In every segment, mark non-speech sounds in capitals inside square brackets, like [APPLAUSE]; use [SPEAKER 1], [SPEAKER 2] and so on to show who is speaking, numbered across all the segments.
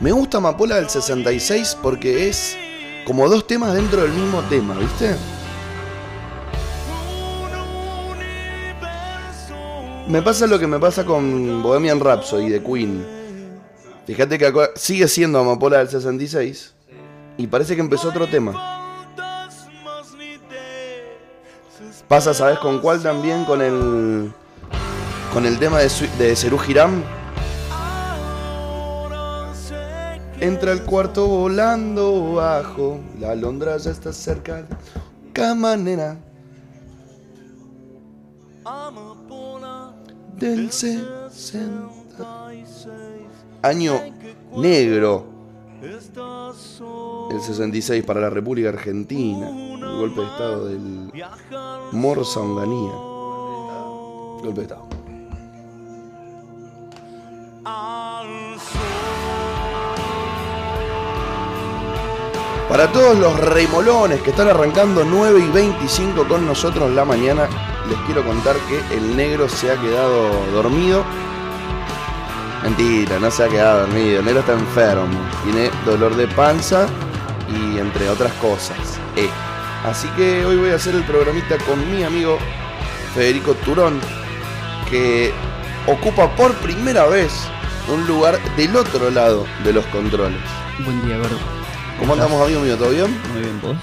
[SPEAKER 1] Me gusta Amapola del 66 porque es como dos temas dentro del mismo tema, ¿viste? Me pasa lo que me pasa con Bohemian Rhapsody de Queen. Fíjate que acá sigue siendo Amapola del 66 y parece que empezó otro tema. Pasa, ¿sabes con cuál también? Con el con el tema de, Sui- de Serú Girán. Entra al cuarto volando bajo, la alondra ya está cerca. Camanera del 60. Año negro. El 66 para la República Argentina. El golpe de estado del Morsa Onganía. Golpe de estado. Para todos los remolones que están arrancando 9 y 25 con nosotros la mañana, les quiero contar que el negro se ha quedado dormido. Mentira, no se ha quedado dormido. El negro está enfermo. Tiene dolor de panza y entre otras cosas. Eh. Así que hoy voy a hacer el programita con mi amigo Federico Turón, que ocupa por primera vez un lugar del otro lado de los controles.
[SPEAKER 2] Buen día, Gordo.
[SPEAKER 1] ¿Cómo andamos, amigo mío? ¿Todo bien?
[SPEAKER 2] Muy bien, vos.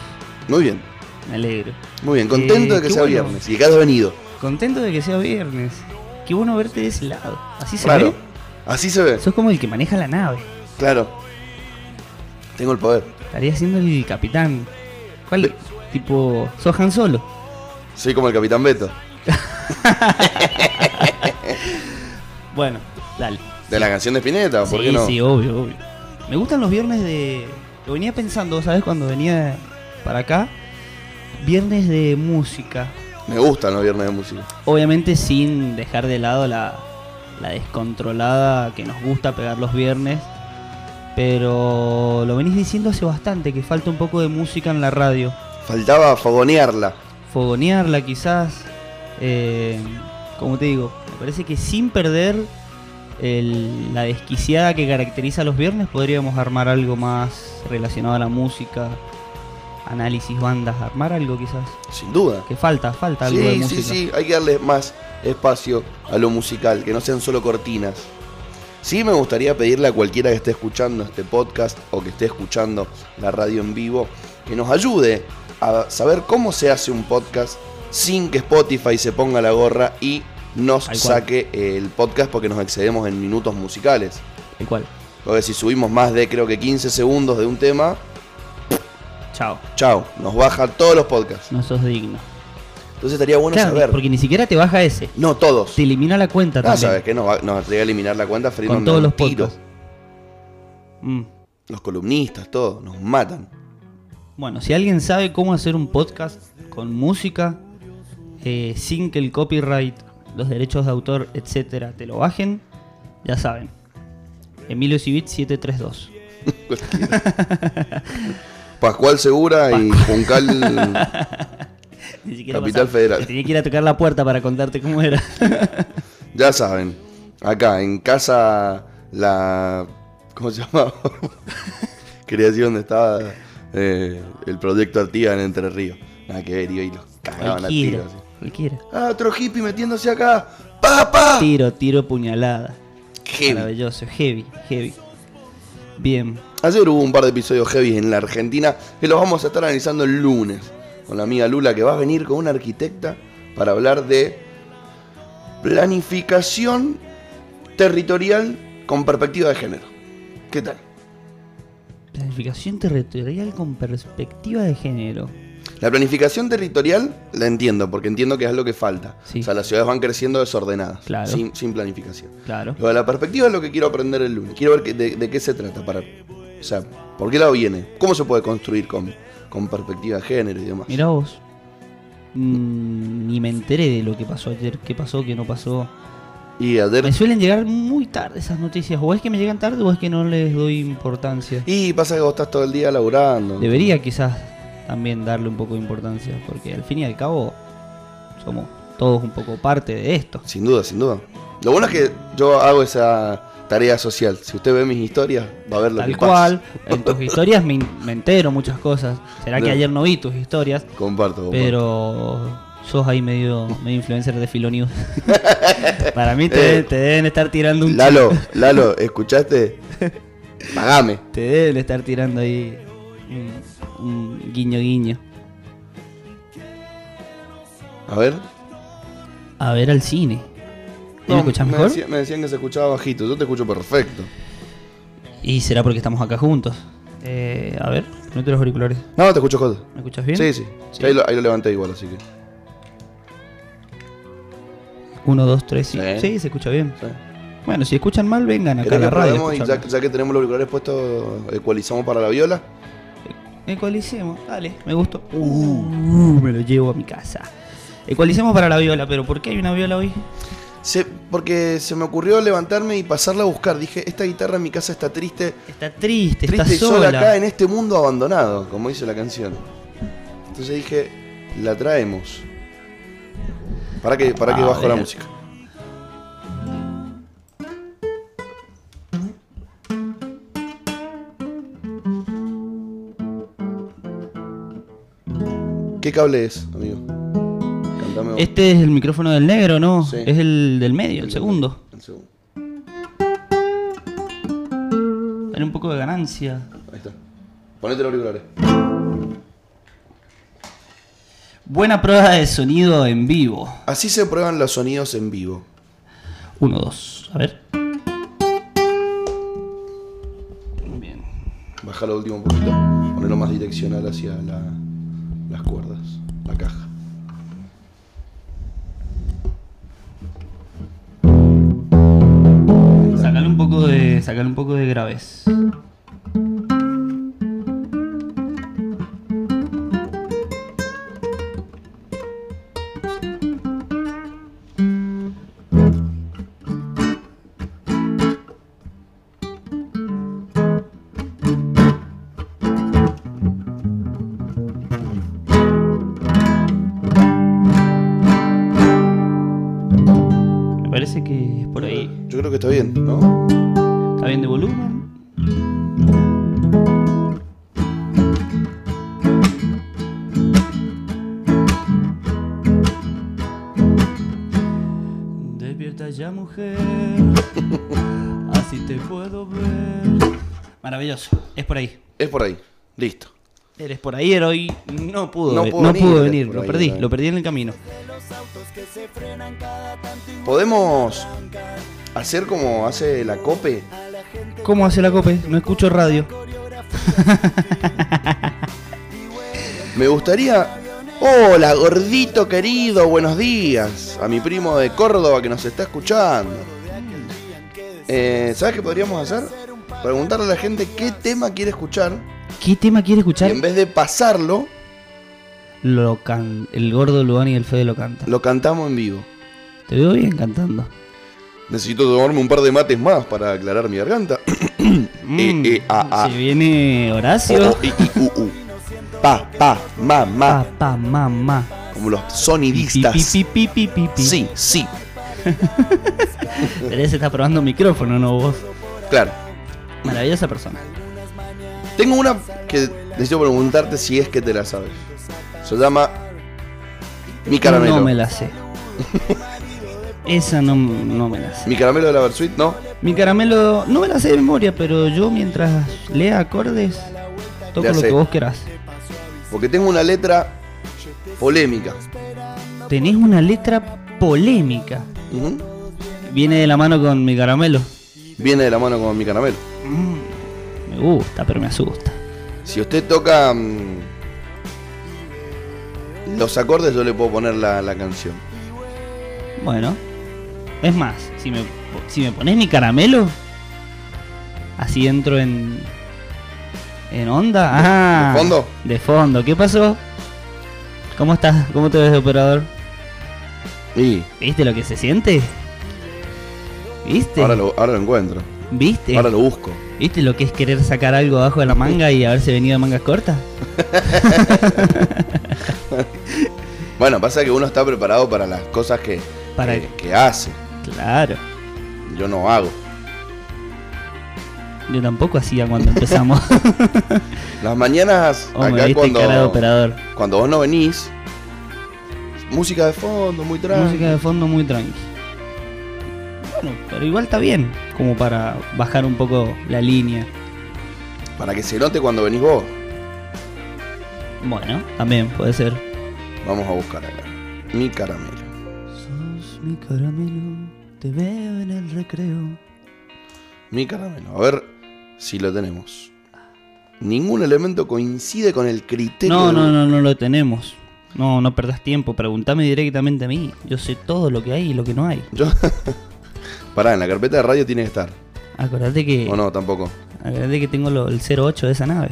[SPEAKER 1] Muy bien.
[SPEAKER 2] Me alegro.
[SPEAKER 1] Muy bien, contento
[SPEAKER 2] Eh,
[SPEAKER 1] de que
[SPEAKER 2] qué
[SPEAKER 1] sea
[SPEAKER 2] bueno.
[SPEAKER 1] viernes y que hayas venido.
[SPEAKER 2] Contento de que sea viernes. Qué bueno verte de ese lado. Así se
[SPEAKER 1] Claro.
[SPEAKER 2] ve.
[SPEAKER 1] Así se ve.
[SPEAKER 2] Sos como el que maneja la nave.
[SPEAKER 1] Claro. Tengo el poder.
[SPEAKER 2] Estaría siendo el capitán. ¿Cuál?
[SPEAKER 1] Sí.
[SPEAKER 2] Tipo, sos Han Solo.
[SPEAKER 1] Soy como el Capitán Beto.
[SPEAKER 2] Bueno, dale.
[SPEAKER 1] De la canción de Spinetta, ¿por
[SPEAKER 2] sí,
[SPEAKER 1] qué no?
[SPEAKER 2] sí, obvio, obvio. Me gustan los viernes de... Lo venía pensando, ¿sabes? Cuando venía para acá. Viernes de música.
[SPEAKER 1] Me gustan los viernes de música.
[SPEAKER 2] Obviamente sin dejar de lado la, la descontrolada que nos gusta pegar los viernes. Pero lo venís diciendo hace bastante, que falta un poco de música en la radio.
[SPEAKER 1] Faltaba fogonearla.
[SPEAKER 2] Fogonearla quizás. eh, como te digo, me parece que sin perder el- la desquiciada que caracteriza los viernes podríamos armar algo más relacionado a la música. Análisis, bandas, armar algo quizás.
[SPEAKER 1] Sin duda.
[SPEAKER 2] Que falta, falta algo de
[SPEAKER 1] Sí,
[SPEAKER 2] música.
[SPEAKER 1] sí, sí. Hay que darle más espacio a lo musical, que no sean solo cortinas. Sí, me gustaría pedirle a cualquiera que esté escuchando este podcast o que esté escuchando la radio en vivo que nos ayude a saber cómo se hace un podcast sin que Spotify se ponga la gorra y nos
[SPEAKER 2] Tal cual.
[SPEAKER 1] saque el podcast porque nos excedemos en minutos musicales.
[SPEAKER 2] Tal cual.
[SPEAKER 1] Porque si subimos más de creo que 15 segundos de un tema,
[SPEAKER 2] Chao.
[SPEAKER 1] chao, nos baja todos los podcasts.
[SPEAKER 2] No sos digno.
[SPEAKER 1] Entonces estaría bueno
[SPEAKER 2] Claro,
[SPEAKER 1] saber.
[SPEAKER 2] porque ni siquiera te baja ese.
[SPEAKER 1] No todos.
[SPEAKER 2] Te elimina la cuenta
[SPEAKER 1] Ah,
[SPEAKER 2] también.
[SPEAKER 1] sabes que nos, va- nos llega a eliminar la cuenta Freedom
[SPEAKER 2] Con todos los
[SPEAKER 1] tiros.
[SPEAKER 2] podcasts. Mm.
[SPEAKER 1] Los columnistas, todos, nos matan.
[SPEAKER 2] Bueno, si alguien sabe cómo hacer un podcast con música, eh, sin que el copyright, los derechos de autor, etcétera, te lo bajen, ya saben. Emilio Civit 732.
[SPEAKER 1] Pascual Segura y
[SPEAKER 2] [LAUGHS]
[SPEAKER 1] Juncal.
[SPEAKER 2] Ni siquiera
[SPEAKER 1] Capital
[SPEAKER 2] pasaba.
[SPEAKER 1] Federal.
[SPEAKER 2] Te Tenía que ir a tocar la puerta para contarte
[SPEAKER 1] [LAUGHS]
[SPEAKER 2] cómo era.
[SPEAKER 1] ya saben. Acá, en casa. La. ¿Cómo se
[SPEAKER 2] [LAUGHS]
[SPEAKER 1] llama? Quería decir dónde estaba eh, el proyecto Artiga en Entre Ríos. Nada que ver, iba y los cagaban a
[SPEAKER 2] cualquiera,
[SPEAKER 1] tiros. así.
[SPEAKER 2] cualquiera.
[SPEAKER 1] Ah, otro hippie metiéndose acá. ¡Papá!
[SPEAKER 2] Tiro, tiro, puñalada.
[SPEAKER 1] Heavy.
[SPEAKER 2] Maravilloso, heavy, heavy. Bien.
[SPEAKER 1] Ayer hubo un par de episodios heavy en la Argentina que los vamos a estar analizando el lunes con la amiga Lula que va a venir con una arquitecta para hablar de planificación territorial con perspectiva de género. ¿Qué tal?
[SPEAKER 2] Planificación territorial con perspectiva de género.
[SPEAKER 1] La planificación territorial la entiendo porque entiendo que es lo que falta.
[SPEAKER 2] Sí.
[SPEAKER 1] O sea, las ciudades van creciendo desordenadas,
[SPEAKER 2] Claro.
[SPEAKER 1] sin, sin planificación.
[SPEAKER 2] Claro.
[SPEAKER 1] Lo de la perspectiva es lo que quiero aprender el lunes. Quiero ver que- de, de qué se trata. Para, o sea, ¿por qué lado viene? ¿Cómo se puede construir con, con perspectiva de género y demás?
[SPEAKER 2] Mirá vos. Mm, Ni me enteré de lo que pasó ayer, qué pasó, qué no pasó.
[SPEAKER 1] Y ayer
[SPEAKER 2] Me suelen llegar muy tarde esas noticias. O es que me llegan tarde o es que no les doy importancia.
[SPEAKER 1] Y pasa que vos estás todo el día laburando.
[SPEAKER 2] Debería quizás también darle un poco de importancia, porque al fin y al cabo somos todos un poco parte de esto.
[SPEAKER 1] Sin duda, sin duda. Lo bueno es que yo hago esa, Tarea social. Si usted ve mis historias, va a ver lo
[SPEAKER 2] Tal
[SPEAKER 1] que
[SPEAKER 2] cual,
[SPEAKER 1] pasa.
[SPEAKER 2] en tus historias me, in- me entero muchas cosas. Será que
[SPEAKER 1] No.
[SPEAKER 2] ayer no vi tus historias,
[SPEAKER 1] Comparto, comparto.
[SPEAKER 2] pero sos ahí medio, medio influencer
[SPEAKER 1] [LAUGHS]
[SPEAKER 2] de Filonews. Para mí te,
[SPEAKER 1] Eh.
[SPEAKER 2] te deben estar tirando un [LAUGHS]
[SPEAKER 1] Lalo, Lalo, ¿escuchaste? Pagame.
[SPEAKER 2] Te deben estar tirando ahí un, un guiño guiño.
[SPEAKER 1] A ver.
[SPEAKER 2] A ver al cine. ¿Y me escuchás
[SPEAKER 1] me
[SPEAKER 2] mejor?
[SPEAKER 1] decía- me decían que se escuchaba bajito. Yo te escucho perfecto.
[SPEAKER 2] Y será porque estamos acá juntos. Eh, a ver, ponete los auriculares.
[SPEAKER 1] No, te escucho Jota.
[SPEAKER 2] ¿Me escuchas bien?
[SPEAKER 1] Sí, sí.
[SPEAKER 2] Sí.
[SPEAKER 1] Ahí, lo, ahí lo levanté igual, así que.
[SPEAKER 2] Uno, dos, tres, sí.
[SPEAKER 1] Sí.
[SPEAKER 2] Sí, se escucha bien.
[SPEAKER 1] sí.
[SPEAKER 2] Bueno, si escuchan mal, vengan acá a
[SPEAKER 1] ¿Querés
[SPEAKER 2] la
[SPEAKER 1] que
[SPEAKER 2] radio.
[SPEAKER 1] probemos y
[SPEAKER 2] escucharlo.
[SPEAKER 1] ya, ya que tenemos los auriculares puestos, ecualizamos para la viola?
[SPEAKER 2] Ecualicemos, dale, me gustó. Uh, me lo llevo a mi casa. Ecualicemos para la viola, pero ¿por qué hay una viola hoy?
[SPEAKER 1] Se- porque se me ocurrió levantarme y pasarla a buscar. Dije, esta guitarra en mi casa está triste.
[SPEAKER 2] Está triste,
[SPEAKER 1] Triste
[SPEAKER 2] está
[SPEAKER 1] y sola
[SPEAKER 2] sola.
[SPEAKER 1] acá en este mundo abandonado, como dice la canción. Entonces dije, la traemos. Para que, para que
[SPEAKER 2] A
[SPEAKER 1] bajo la
[SPEAKER 2] ver.
[SPEAKER 1] música. ¿Qué cable es, amigo? Cantame vos.
[SPEAKER 2] Este es el micrófono del negro, ¿no?
[SPEAKER 1] Sí.
[SPEAKER 2] Es el del medio, el,
[SPEAKER 1] El
[SPEAKER 2] segundo.
[SPEAKER 1] del- El segundo.
[SPEAKER 2] Tener un poco de ganancia.
[SPEAKER 1] Ahí está. Ponete los auriculares.
[SPEAKER 2] Buena prueba de sonido en vivo.
[SPEAKER 1] Así se prueban los sonidos en vivo.
[SPEAKER 2] Uno, dos, a ver. Bien.
[SPEAKER 1] Baja lo último un poquito, ponerlo más direccional hacia la- las cuerdas, la caja.
[SPEAKER 2] Sacale un poco de, sacale un poco de graves. Me parece que es por ahí.
[SPEAKER 1] Yo creo que está bien, ¿no?
[SPEAKER 2] Está bien de volumen. Despierta ya, [LAUGHS] mujer. Así te puedo ver. Maravilloso. Es por ahí.
[SPEAKER 1] Es por ahí, listo.
[SPEAKER 2] Eres por ahí, era hoy. No pudo,
[SPEAKER 1] No
[SPEAKER 2] ve-
[SPEAKER 1] pudo
[SPEAKER 2] no
[SPEAKER 1] venir,
[SPEAKER 2] pudo
[SPEAKER 1] eres
[SPEAKER 2] venir.
[SPEAKER 1] por
[SPEAKER 2] Lo
[SPEAKER 1] ahí,
[SPEAKER 2] perdí,
[SPEAKER 1] era.
[SPEAKER 2] lo perdí en el camino.
[SPEAKER 1] Podemos hacer como hace la cope.
[SPEAKER 2] ¿Cómo hace la cope? No escucho radio.
[SPEAKER 1] Me gustaría. Hola, gordito querido, buenos días. A mi primo de Córdoba que nos está escuchando. Eh, ¿Sabes qué podríamos hacer? Preguntarle a la gente qué tema quiere escuchar.
[SPEAKER 2] ¿Qué tema quiere
[SPEAKER 1] Y
[SPEAKER 2] escuchar?
[SPEAKER 1] en vez de pasarlo,
[SPEAKER 2] Lo can- el gordo Luan y el Fede lo cantan.
[SPEAKER 1] lo cantamos en vivo.
[SPEAKER 2] Te veo bien cantando.
[SPEAKER 1] Necesito tomarme un par de mates más para aclarar mi
[SPEAKER 2] [LAUGHS]
[SPEAKER 1] garganta.
[SPEAKER 2] Mm,
[SPEAKER 1] eh, ah, ah.
[SPEAKER 2] Se viene Horacio.
[SPEAKER 1] I, I, U, U. Pa, pa, ma, ma.
[SPEAKER 2] Papá, mamá.
[SPEAKER 1] Como los
[SPEAKER 2] Pi,
[SPEAKER 1] sonidistas.
[SPEAKER 2] pi, pi, pi, pi, pi.
[SPEAKER 1] Sí, sí.
[SPEAKER 2] Teresa está probando micrófono, no vos.
[SPEAKER 1] Claro.
[SPEAKER 2] Maravillosa persona.
[SPEAKER 1] Tengo una que necesito preguntarte si es que te la sabes. Se llama Mi Caramelo.
[SPEAKER 2] No me
[SPEAKER 1] [LAUGHS]
[SPEAKER 2] la sé. Esa no, no me la sé.
[SPEAKER 1] Mi Caramelo de la Versuit, ¿no?
[SPEAKER 2] Mi caramelo, no me la sé de memoria, pero yo mientras lea acordes, toco
[SPEAKER 1] Ya
[SPEAKER 2] lo
[SPEAKER 1] sé.
[SPEAKER 2] que vos querás.
[SPEAKER 1] Porque tengo una letra polémica.
[SPEAKER 2] Tenés una letra polémica.
[SPEAKER 1] Ujú.
[SPEAKER 2] Viene de la mano con mi caramelo.
[SPEAKER 1] Viene de la mano con Mi Caramelo.
[SPEAKER 2] Mm, me gusta, pero me asusta.
[SPEAKER 1] Si usted toca mm, los acordes, yo le puedo poner la, la canción.
[SPEAKER 2] Bueno, es más, si me, si me pones mi caramelo, así entro en. en onda. Ah,
[SPEAKER 1] de fondo?
[SPEAKER 2] De fondo, ¿qué pasó? ¿Cómo estás? ¿Cómo te ves de operador?
[SPEAKER 1] Y
[SPEAKER 2] ¿Viste lo que se siente? ¿Viste?
[SPEAKER 1] ahora, lo, ahora lo encuentro.
[SPEAKER 2] ¿Viste?
[SPEAKER 1] Ahora lo busco.
[SPEAKER 2] ¿Viste lo que es querer sacar algo abajo de la manga y haberse venido de mangas cortas?
[SPEAKER 1] Bueno, pasa que uno está preparado para las cosas que,
[SPEAKER 2] Para-
[SPEAKER 1] que, que hace.
[SPEAKER 2] Claro.
[SPEAKER 1] Yo no hago.
[SPEAKER 2] Yo tampoco hacía
[SPEAKER 1] [LAUGHS]
[SPEAKER 2] cuando empezamos.
[SPEAKER 1] Las mañanas,
[SPEAKER 2] Oh, me
[SPEAKER 1] acá
[SPEAKER 2] viste
[SPEAKER 1] cuando,
[SPEAKER 2] cara de operador.
[SPEAKER 1] cuando vos no venís, música de fondo, muy tranqui.
[SPEAKER 2] Música de fondo muy tranqui. Bueno, pero igual está bien, como para bajar un poco la línea.
[SPEAKER 1] Para que se note cuando venís vos.
[SPEAKER 2] Bueno, también puede ser.
[SPEAKER 1] Vamos a buscar acá. Mi caramelo.
[SPEAKER 2] Sos mi caramelo, te veo en el recreo.
[SPEAKER 1] Mi caramelo. A ver si lo tenemos. Ningún elemento coincide con el criterio.
[SPEAKER 2] No,
[SPEAKER 1] de-
[SPEAKER 2] no, no, no lo tenemos. No, no perdás tiempo, preguntame directamente a mí. Yo sé todo lo que hay y lo que no hay.
[SPEAKER 1] Yo... [LAUGHS] Pará, en la carpeta de radio tiene que estar.
[SPEAKER 2] Acordate que,
[SPEAKER 1] O no, tampoco.
[SPEAKER 2] acordate que tengo lo- el 08 de esa nave.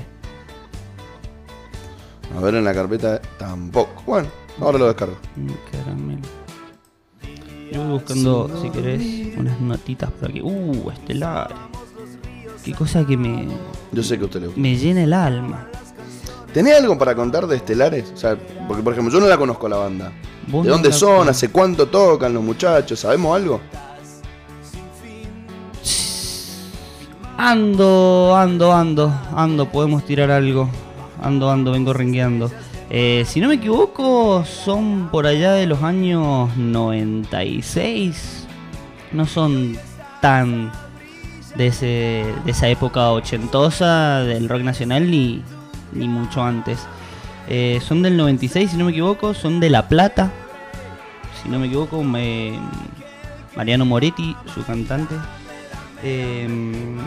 [SPEAKER 1] A ver, en la carpeta tampoco. Bueno, ahora lo descargo.
[SPEAKER 2] Mi Mm, caramelo. Yo voy buscando, si querés, unas notitas por aquí. Uh, estelar. Qué cosa que me,
[SPEAKER 1] Yo sé que a usted le gusta.
[SPEAKER 2] me llena el alma.
[SPEAKER 1] ¿Tenés algo para contar de Estelares? O sea, porque por ejemplo, yo no la conozco la banda.
[SPEAKER 2] Vos
[SPEAKER 1] ¿De
[SPEAKER 2] no
[SPEAKER 1] dónde
[SPEAKER 2] la-
[SPEAKER 1] son? ¿Hace cuánto tocan los muchachos? ¿Sabemos algo?
[SPEAKER 2] Ando, ando, ando, ando, podemos tirar algo. Ando, ando, vengo rengueando. Eh, si no me equivoco, son por allá de los años 96. No son tan de, ese, de esa época ochentosa del rock nacional ni, ni mucho antes. Eh, son del 96, si no me equivoco, son de La Plata. Si no me equivoco, me- Mariano Moretti, su cantante. Em,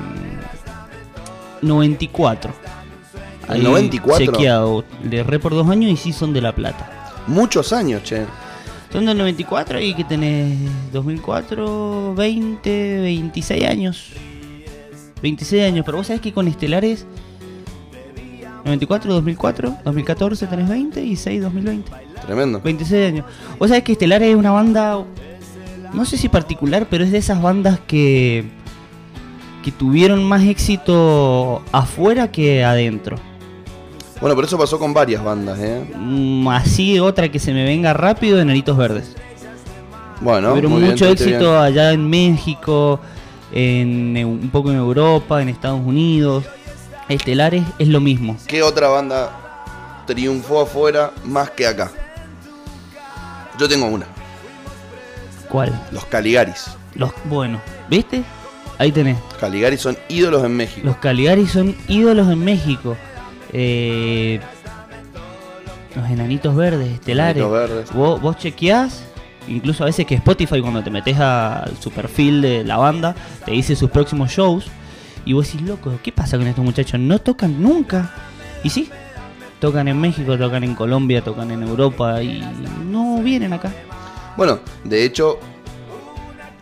[SPEAKER 2] 94.
[SPEAKER 1] ¿El 94?
[SPEAKER 2] Chequeado. Le erré por dos años y sí son de La Plata.
[SPEAKER 1] Muchos años, che.
[SPEAKER 2] Son del 94 y que tenés 2004, 20, 26 años. 26 años, pero vos sabés que con Estelares 94, 2004, 2014 tenés 20 y 6, 2020.
[SPEAKER 1] Tremendo.
[SPEAKER 2] 26 años. Vos sabés que Estelares es una banda, no sé si particular, pero es de esas bandas que, que tuvieron más éxito afuera que adentro.
[SPEAKER 1] Bueno, pero eso pasó con varias bandas, ¿eh?
[SPEAKER 2] Mm, Así otra que se me venga rápido, Enanitos Verdes.
[SPEAKER 1] Bueno,
[SPEAKER 2] tuvieron
[SPEAKER 1] muy bien,
[SPEAKER 2] mucho
[SPEAKER 1] te- te-
[SPEAKER 2] éxito allá en México, en, Eu- un poco en Europa, en Estados Unidos. Estelares es lo mismo.
[SPEAKER 1] ¿Qué otra banda triunfó afuera más que acá? Yo tengo una,
[SPEAKER 2] ¿Cuál?
[SPEAKER 1] los Caligaris.
[SPEAKER 2] Los, bueno, ¿viste? Ahí tenés.
[SPEAKER 1] Caligaris son ídolos en México.
[SPEAKER 2] Los Caligari son ídolos en México. Eh, los enanitos verdes, estelares.
[SPEAKER 1] Los verdes.
[SPEAKER 2] Vos, vos chequeás, incluso a veces que Spotify cuando te metes a- al su perfil de la banda, te dice sus próximos shows. Y vos decís, loco, ¿qué pasa con estos muchachos? No tocan nunca. Y sí, tocan en México, tocan en Colombia, tocan en Europa y no vienen acá.
[SPEAKER 1] Bueno, de hecho,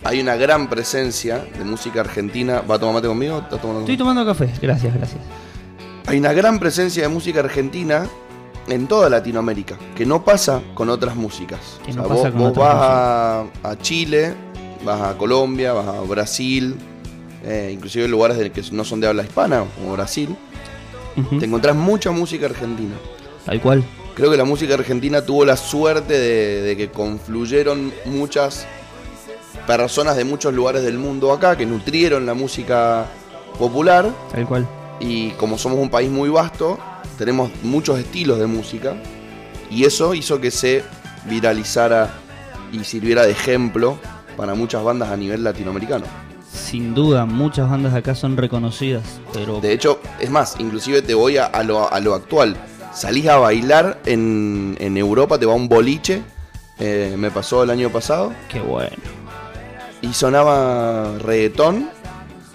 [SPEAKER 1] hay una gran presencia de música argentina. ¿Va a tomar mate conmigo? ¿Estás tomando
[SPEAKER 2] Estoy
[SPEAKER 1] conmigo?
[SPEAKER 2] tomando café, gracias, gracias.
[SPEAKER 1] Hay una gran presencia de música argentina en toda Latinoamérica, que no pasa con otras músicas.
[SPEAKER 2] Que no pasa
[SPEAKER 1] vos,
[SPEAKER 2] con
[SPEAKER 1] vos
[SPEAKER 2] otras
[SPEAKER 1] vas a, a Chile, vas a Colombia, vas a Brasil, eh, inclusive lugares de- que no son de habla hispana, como Brasil.
[SPEAKER 2] Ujú,
[SPEAKER 1] Te encontrás mucha música argentina.
[SPEAKER 2] Tal cual.
[SPEAKER 1] Creo que la música argentina tuvo la suerte de, de que confluyeron muchas personas de muchos lugares del mundo acá, que nutrieron la música popular.
[SPEAKER 2] Tal cual.
[SPEAKER 1] Y como somos un país muy vasto, tenemos muchos estilos de música. Y eso hizo que se viralizara y sirviera de ejemplo para muchas bandas a nivel latinoamericano.
[SPEAKER 2] Sin duda, muchas bandas de acá son reconocidas, pero
[SPEAKER 1] De hecho, es más, inclusive te voy a, a lo, a lo actual. Salís a bailar en, en Europa, te va un boliche. eh, me pasó el año pasado.
[SPEAKER 2] qué bueno.
[SPEAKER 1] Y sonaba reggaetón,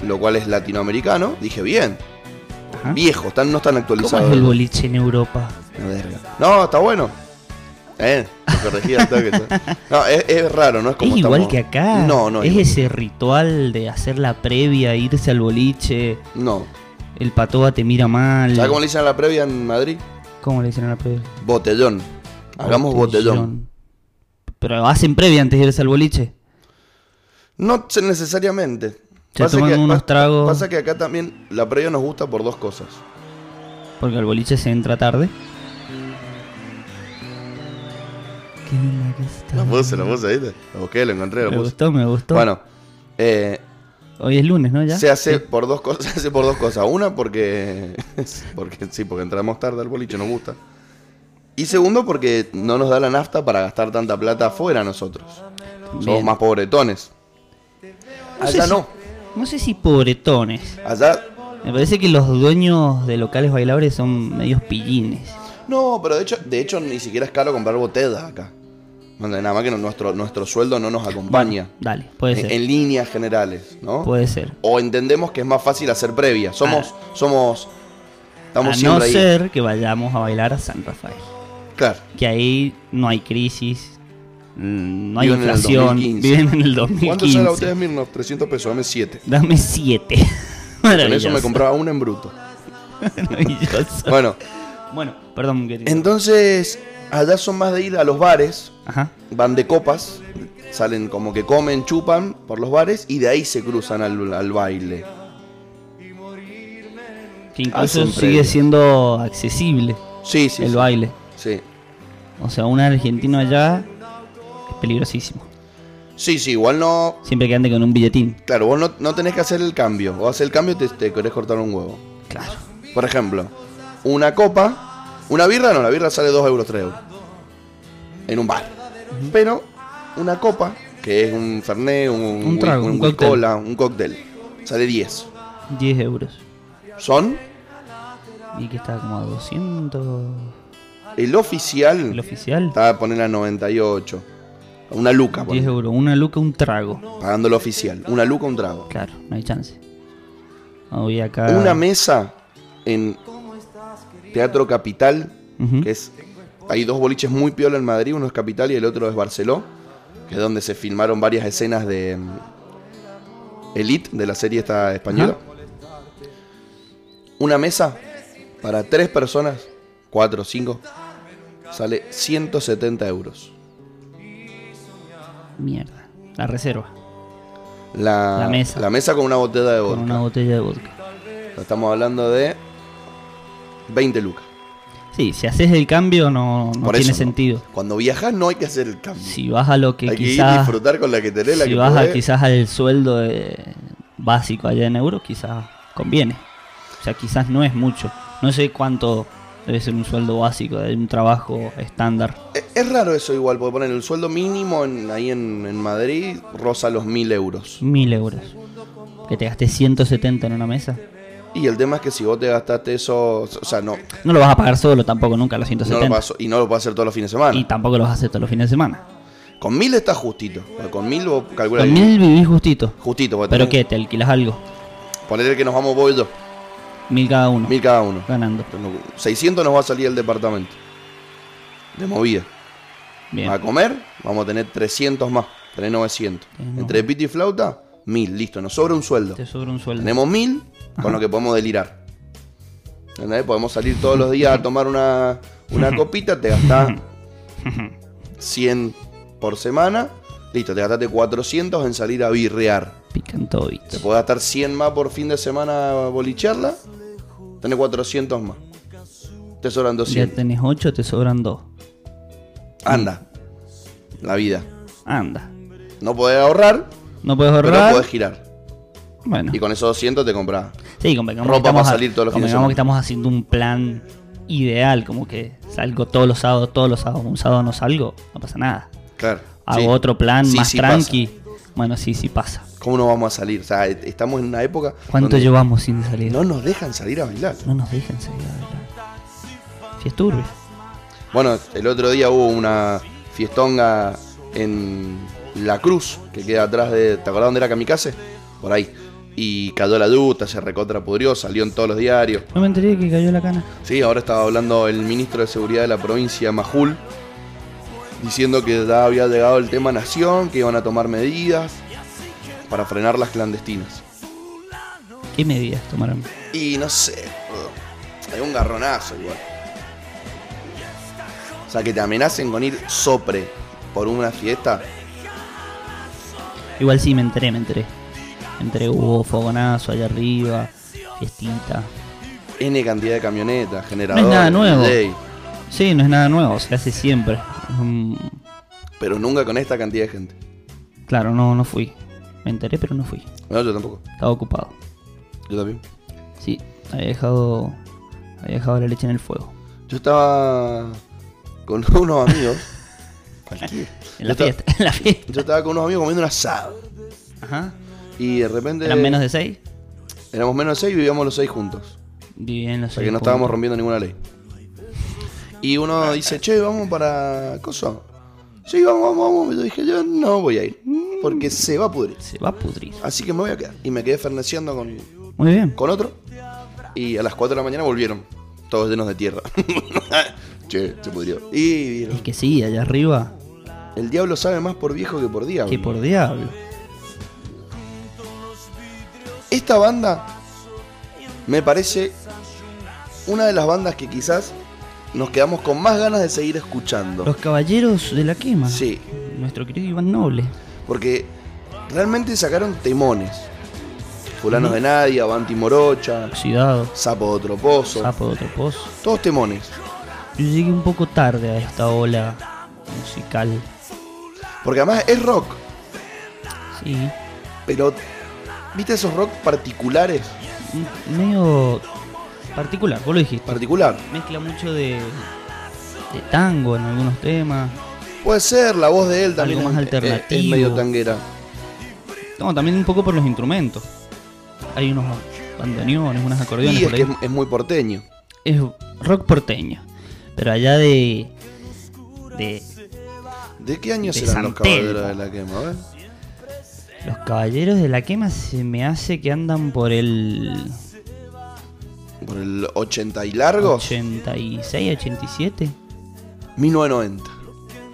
[SPEAKER 1] lo cual es latinoamericano. Dije, bien,
[SPEAKER 2] Ajá.
[SPEAKER 1] viejo, están, no están
[SPEAKER 2] ¿Cómo
[SPEAKER 1] actualizados.
[SPEAKER 2] es el boliche en Europa?
[SPEAKER 1] La verga. No, está bueno. Eh, lo corregí al toque, está. No, es, es raro, no es como
[SPEAKER 2] es igual
[SPEAKER 1] estamos-
[SPEAKER 2] que acá.
[SPEAKER 1] No, no,
[SPEAKER 2] Es
[SPEAKER 1] igual.
[SPEAKER 2] ese ritual de hacer la previa, irse al boliche,
[SPEAKER 1] No.
[SPEAKER 2] el patoa te mira mal.
[SPEAKER 1] ¿Sabes cómo le dicen a la previa en Madrid?
[SPEAKER 2] ¿Cómo le dicen a la previa?
[SPEAKER 1] Botellón. Hagamos botellón.
[SPEAKER 2] Pero hacen previa antes de irse al boliche.
[SPEAKER 1] No se- necesariamente.
[SPEAKER 2] Se toman unos
[SPEAKER 1] pa-
[SPEAKER 2] tragos.
[SPEAKER 1] Pasa que acá también la previa nos gusta por dos cosas.
[SPEAKER 2] Porque al boliche se entra tarde. Qué linda que está.
[SPEAKER 1] La puse, la puse, ¿viste? La busqué, la encontré, la
[SPEAKER 2] Me
[SPEAKER 1] puse.
[SPEAKER 2] gustó, me gustó.
[SPEAKER 1] Bueno, eh,
[SPEAKER 2] Hoy es lunes, ¿no? ¿Ya?
[SPEAKER 1] Se hace
[SPEAKER 2] Sí.
[SPEAKER 1] por dos cosas, [LAUGHS] se hace por dos cosas. Una porque, [LAUGHS] porque sí, porque entramos tarde al boliche, nos gusta. Y segundo porque no nos da la nafta para gastar tanta plata afuera nosotros. Somos
[SPEAKER 2] Bien.
[SPEAKER 1] más pobretones. Allá
[SPEAKER 2] si-
[SPEAKER 1] no.
[SPEAKER 2] No sé si pobretones.
[SPEAKER 1] Allá
[SPEAKER 2] Me parece que los dueños de locales bailables son medios pillines.
[SPEAKER 1] no, pero de hecho, de hecho ni siquiera es caro comprar botellas acá. Nada más que no- nuestro nuestro sueldo no nos acompaña.
[SPEAKER 2] Dale, puede
[SPEAKER 1] en,
[SPEAKER 2] ser.
[SPEAKER 1] en líneas generales, Eh, ¿no?
[SPEAKER 2] Puede ser.
[SPEAKER 1] O entendemos que es más fácil hacer previa. Somos somos estamos
[SPEAKER 2] a Ah. no
[SPEAKER 1] siempre ahí.
[SPEAKER 2] ser que vayamos a bailar a San Rafael.
[SPEAKER 1] Claro.
[SPEAKER 2] Que ahí no hay crisis, mm, no hay
[SPEAKER 1] Viven en el
[SPEAKER 2] inflación.
[SPEAKER 1] 2015.
[SPEAKER 2] Viven en el
[SPEAKER 1] ¿Cuánto sale a
[SPEAKER 2] 2015.
[SPEAKER 1] ustedes, Mirnos? 300 pesos, dame 7.
[SPEAKER 2] Dame siete.
[SPEAKER 1] [LAUGHS] Con
[SPEAKER 2] Maravilloso.
[SPEAKER 1] eso me compraba una en bruto.
[SPEAKER 2] Maravilloso.
[SPEAKER 1] Bueno,
[SPEAKER 2] Bueno, perdón, querido.
[SPEAKER 1] entonces allá son más de ir a los bares,
[SPEAKER 2] Ajá.
[SPEAKER 1] van de copas, salen como que comen, chupan por los bares y de ahí se cruzan al, al baile.
[SPEAKER 2] Que incluso
[SPEAKER 1] Hacen
[SPEAKER 2] sigue
[SPEAKER 1] previa.
[SPEAKER 2] siendo accesible
[SPEAKER 1] Sí, Ah, sí.
[SPEAKER 2] el
[SPEAKER 1] sí,
[SPEAKER 2] baile.
[SPEAKER 1] Sí.
[SPEAKER 2] O sea, un argentino allá es peligrosísimo.
[SPEAKER 1] Sí, sí, igual no.
[SPEAKER 2] Siempre que ande con un billetín.
[SPEAKER 1] Claro, vos no, no tenés que hacer el cambio. O haces el cambio y te, te querés cortar un huevo.
[SPEAKER 2] Claro.
[SPEAKER 1] Por ejemplo, una copa, una birra, no, la birra sale 2 euros, 3 euros. En un bar. Pero una copa, que es un Fernet, un,
[SPEAKER 2] Un trago, un
[SPEAKER 1] whisky
[SPEAKER 2] cóctel.
[SPEAKER 1] cola, un cóctel, sale 10.
[SPEAKER 2] 10 euros.
[SPEAKER 1] Son
[SPEAKER 2] Y que está como a 200.
[SPEAKER 1] el oficial,
[SPEAKER 2] El oficial.
[SPEAKER 1] estaba a poner a 98. Una luca,
[SPEAKER 2] 10
[SPEAKER 1] ponele,
[SPEAKER 2] euros. Una luca, un trago.
[SPEAKER 1] pagando el oficial. Una luca, un trago.
[SPEAKER 2] Claro, no hay chance. Hoy acá.
[SPEAKER 1] Una mesa en Teatro Capital,
[SPEAKER 2] Ujú.
[SPEAKER 1] que es hay dos boliches muy piola en Madrid, uno es Capital y el otro es Barceló, que es donde se filmaron varias escenas de mm, Elite de la serie esta española. Una mesa para tres personas, cuatro, cinco, sale 170 euros.
[SPEAKER 2] Mierda. La reserva.
[SPEAKER 1] La,
[SPEAKER 2] La mesa.
[SPEAKER 1] con una botella de
[SPEAKER 2] Con
[SPEAKER 1] vodka.
[SPEAKER 2] una botella de vodka.
[SPEAKER 1] Estamos hablando de 20 lucas.
[SPEAKER 2] Sí, si haces el cambio no, no
[SPEAKER 1] Por eso,
[SPEAKER 2] tiene
[SPEAKER 1] ¿no?
[SPEAKER 2] sentido.
[SPEAKER 1] Cuando viajas no hay que hacer el cambio.
[SPEAKER 2] Si vas a lo que
[SPEAKER 1] hay que ir
[SPEAKER 2] quizás.
[SPEAKER 1] disfrutar con la que tenés, la
[SPEAKER 2] si
[SPEAKER 1] que
[SPEAKER 2] vas a,
[SPEAKER 1] podés.
[SPEAKER 2] quizás al sueldo de- básico allá en euros, quizás conviene. O sea, quizás no es mucho. No sé cuánto debe ser un sueldo básico de un trabajo estándar.
[SPEAKER 1] Eh, Es raro eso igual, porque poner el sueldo mínimo en- ahí en, en Madrid roza los mil euros.
[SPEAKER 2] Mil euros. Que te gastes 170 en una mesa.
[SPEAKER 1] Y el tema es que si vos te gastaste eso, o sea, no,
[SPEAKER 2] No lo vas a pagar solo tampoco nunca los
[SPEAKER 1] no
[SPEAKER 2] 170.
[SPEAKER 1] lo paso, y no lo puedes hacer todos los fines de semana.
[SPEAKER 2] y tampoco los haces todos los fines de semana.
[SPEAKER 1] Con mil está justito, porque con mil vos calculás
[SPEAKER 2] Con
[SPEAKER 1] que-
[SPEAKER 2] mil vivís justito.
[SPEAKER 1] Justito, porque
[SPEAKER 2] ¿Pero
[SPEAKER 1] tenés-
[SPEAKER 2] qué? ¿Te alquilas algo?
[SPEAKER 1] Ponerle que nos vamos vos y yo,
[SPEAKER 2] Mil cada uno.
[SPEAKER 1] mil cada uno.
[SPEAKER 2] Ganando.
[SPEAKER 1] Entonces, 600 nos va a salir el departamento. De movida.
[SPEAKER 2] Bien.
[SPEAKER 1] A comer, vamos a tener 300 más, tener 900.
[SPEAKER 2] Tenés no-
[SPEAKER 1] Entre piti y flauta, mil, listo, nos sobra un sueldo.
[SPEAKER 2] Te sobra un sueldo.
[SPEAKER 1] Tenemos mil con lo que podemos delirar. ¿Entendés? Podemos salir todos los días a tomar una,
[SPEAKER 2] [LAUGHS]
[SPEAKER 1] una copita, te gastás 100 por semana. Listo, te gastaste 400 en salir a birrear. Te
[SPEAKER 2] Picantovich.
[SPEAKER 1] podés gastar 100 más por fin de semana a bolichearla. Tenés 400 más. Te sobran
[SPEAKER 2] Ya
[SPEAKER 1] 200.
[SPEAKER 2] tenés 8, te sobran 2.
[SPEAKER 1] Anda. La vida.
[SPEAKER 2] Anda.
[SPEAKER 1] No podés ahorrar,
[SPEAKER 2] No puedes
[SPEAKER 1] pero
[SPEAKER 2] ahorrar.
[SPEAKER 1] podés girar.
[SPEAKER 2] Bueno.
[SPEAKER 1] Y con esos 200 te comprás.
[SPEAKER 2] Sí, convengamos,
[SPEAKER 1] ropa
[SPEAKER 2] que estamos,
[SPEAKER 1] para
[SPEAKER 2] ha-
[SPEAKER 1] salir todos los fines de
[SPEAKER 2] convengamos
[SPEAKER 1] semana.
[SPEAKER 2] que estamos haciendo un plan ideal, como que salgo todos los sábados, todos los sábados, un sábado no salgo, no pasa nada.
[SPEAKER 1] Claro.
[SPEAKER 2] Hago
[SPEAKER 1] sí.
[SPEAKER 2] otro plan
[SPEAKER 1] Sí,
[SPEAKER 2] más
[SPEAKER 1] sí pasa.
[SPEAKER 2] tranqui. Bueno, sí, sí pasa.
[SPEAKER 1] ¿Cómo no vamos a salir? O sea, e- estamos en una época.
[SPEAKER 2] ¿Cuánto
[SPEAKER 1] donde
[SPEAKER 2] llevamos sin salir? No,
[SPEAKER 1] No nos dejan salir a bailar.
[SPEAKER 2] nos dejan salir a bailar. Fiesturbe.
[SPEAKER 1] Bueno, el otro día hubo una fiestonga en La Cruz, que queda atrás de. ¿Te acordás dónde era Kamikaze? Por ahí. Y cayó la duta, se recontra pudrió, salió en todos los diarios.
[SPEAKER 2] No me enteré que cayó la cana.
[SPEAKER 1] Sí, ahora estaba hablando el ministro de Seguridad de la provincia, Majul, diciendo que ya había llegado el tema Nación, que iban a tomar medidas para frenar las clandestinas.
[SPEAKER 2] ¿Qué medidas tomaron?
[SPEAKER 1] Y no sé, boludo. hay un garronazo igual. O sea, que te amenacen con ir sopre por una fiesta.
[SPEAKER 2] Igual sí, me enteré, me enteré. Me enteré, hubo fogonazo allá arriba, fiestita.
[SPEAKER 1] N cantidad de camionetas, generadores.
[SPEAKER 2] nada nuevo.
[SPEAKER 1] delay,
[SPEAKER 2] Sí, no es nada nuevo, se hace siempre. Es un-
[SPEAKER 1] pero nunca con esta cantidad de gente.
[SPEAKER 2] Claro, no, no fui. Me enteré, pero no fui.
[SPEAKER 1] No, yo tampoco.
[SPEAKER 2] Estaba ocupado.
[SPEAKER 1] Yo también.
[SPEAKER 2] Sí, había dejado, había dejado la leche en el fuego.
[SPEAKER 1] Yo estaba con [LAUGHS] unos amigos. Cualquiera.
[SPEAKER 2] En la
[SPEAKER 1] Yo estaba-
[SPEAKER 2] fiesta. [LAUGHS] En la fiesta.
[SPEAKER 1] Yo estaba con unos amigos comiendo un asado.
[SPEAKER 2] Ajá.
[SPEAKER 1] Y de repente.
[SPEAKER 2] ¿Eran menos de seis?
[SPEAKER 1] Éramos menos de seis y vivíamos los seis juntos.
[SPEAKER 2] Bien, los
[SPEAKER 1] O sea
[SPEAKER 2] seis.
[SPEAKER 1] que no estábamos
[SPEAKER 2] puntos.
[SPEAKER 1] rompiendo ninguna ley. Y uno dice, che, vamos para. Coso. Sí, vamos, vamos, vamos. Y yo dije, yo no voy a ir. Porque se va a pudrir.
[SPEAKER 2] Se va a pudrir.
[SPEAKER 1] Así que me voy a quedar. Y me quedé ferneciendo con,
[SPEAKER 2] Muy bien.
[SPEAKER 1] con otro. Y a las 4 de la mañana volvieron. Todos llenos de tierra. [LAUGHS] che, se pudrió. Y
[SPEAKER 2] Es
[SPEAKER 1] vieron.
[SPEAKER 2] que sí, allá arriba.
[SPEAKER 1] El diablo sabe más por viejo que por diablo.
[SPEAKER 2] Que por diablo.
[SPEAKER 1] Esta banda me parece una de las bandas que quizás nos quedamos con más ganas de seguir escuchando.
[SPEAKER 2] Los caballeros de la quema.
[SPEAKER 1] Sí,
[SPEAKER 2] Nuestro querido Iván Noble.
[SPEAKER 1] porque realmente sacaron temones. Fulanos de Nadia, Banti Morocha,
[SPEAKER 2] Oxidado.
[SPEAKER 1] Sapo de Otro Pozo,
[SPEAKER 2] Sapo de otro pozo.
[SPEAKER 1] todos temones.
[SPEAKER 2] Yo llegué un poco tarde a esta ola musical.
[SPEAKER 1] Porque además es rock,
[SPEAKER 2] Sí.
[SPEAKER 1] pero ¿viste esos rock particulares?
[SPEAKER 2] m- Medio particular, vos lo dijiste.
[SPEAKER 1] Particular.
[SPEAKER 2] Mezcla mucho de, de tango en algunos temas.
[SPEAKER 1] Puede ser, la voz de él también
[SPEAKER 2] Algo más
[SPEAKER 1] es- es- es
[SPEAKER 2] alternativo.
[SPEAKER 1] medio tanguera.
[SPEAKER 2] No, también un poco por los instrumentos. Hay unos bandoneones, unos acordeones
[SPEAKER 1] Y es
[SPEAKER 2] por
[SPEAKER 1] que
[SPEAKER 2] ahí.
[SPEAKER 1] es, es muy porteño.
[SPEAKER 2] Es rock porteño. Pero allá de. de
[SPEAKER 1] ¿De qué año
[SPEAKER 2] De
[SPEAKER 1] serán los
[SPEAKER 2] San
[SPEAKER 1] caballeros
[SPEAKER 2] Telmo.
[SPEAKER 1] de la quema? A ver.
[SPEAKER 2] los caballeros de la quema se me hace que andan por el.
[SPEAKER 1] ¿Por el 80 y largo?
[SPEAKER 2] 86, 87,
[SPEAKER 1] 1990.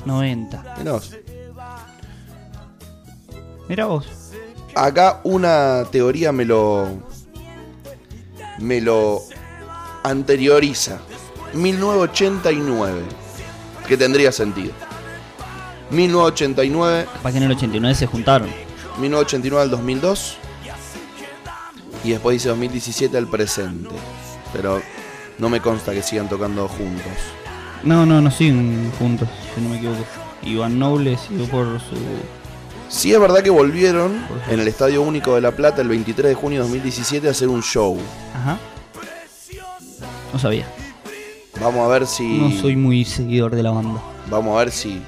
[SPEAKER 2] 90.
[SPEAKER 1] Mirá vos.
[SPEAKER 2] Mira vos.
[SPEAKER 1] Acá una teoría me lo. me lo anterioriza. 1989. Que tendría sentido. 1989,
[SPEAKER 2] Capaz que en el 89 se juntaron.
[SPEAKER 1] 1989 al 2002. Y después dice 2017 al presente. Pero no me consta que sigan tocando juntos.
[SPEAKER 2] No, no, no siguen juntos, si no me equivoco. Iván Noble siguió por su.
[SPEAKER 1] Sí es verdad que volvieron en el Estadio Único de La Plata el 23 de junio de 2017 a hacer un show.
[SPEAKER 2] Ajá. No sabía.
[SPEAKER 1] Vamos a ver si.
[SPEAKER 2] No soy muy seguidor de la banda.
[SPEAKER 1] Vamos a ver si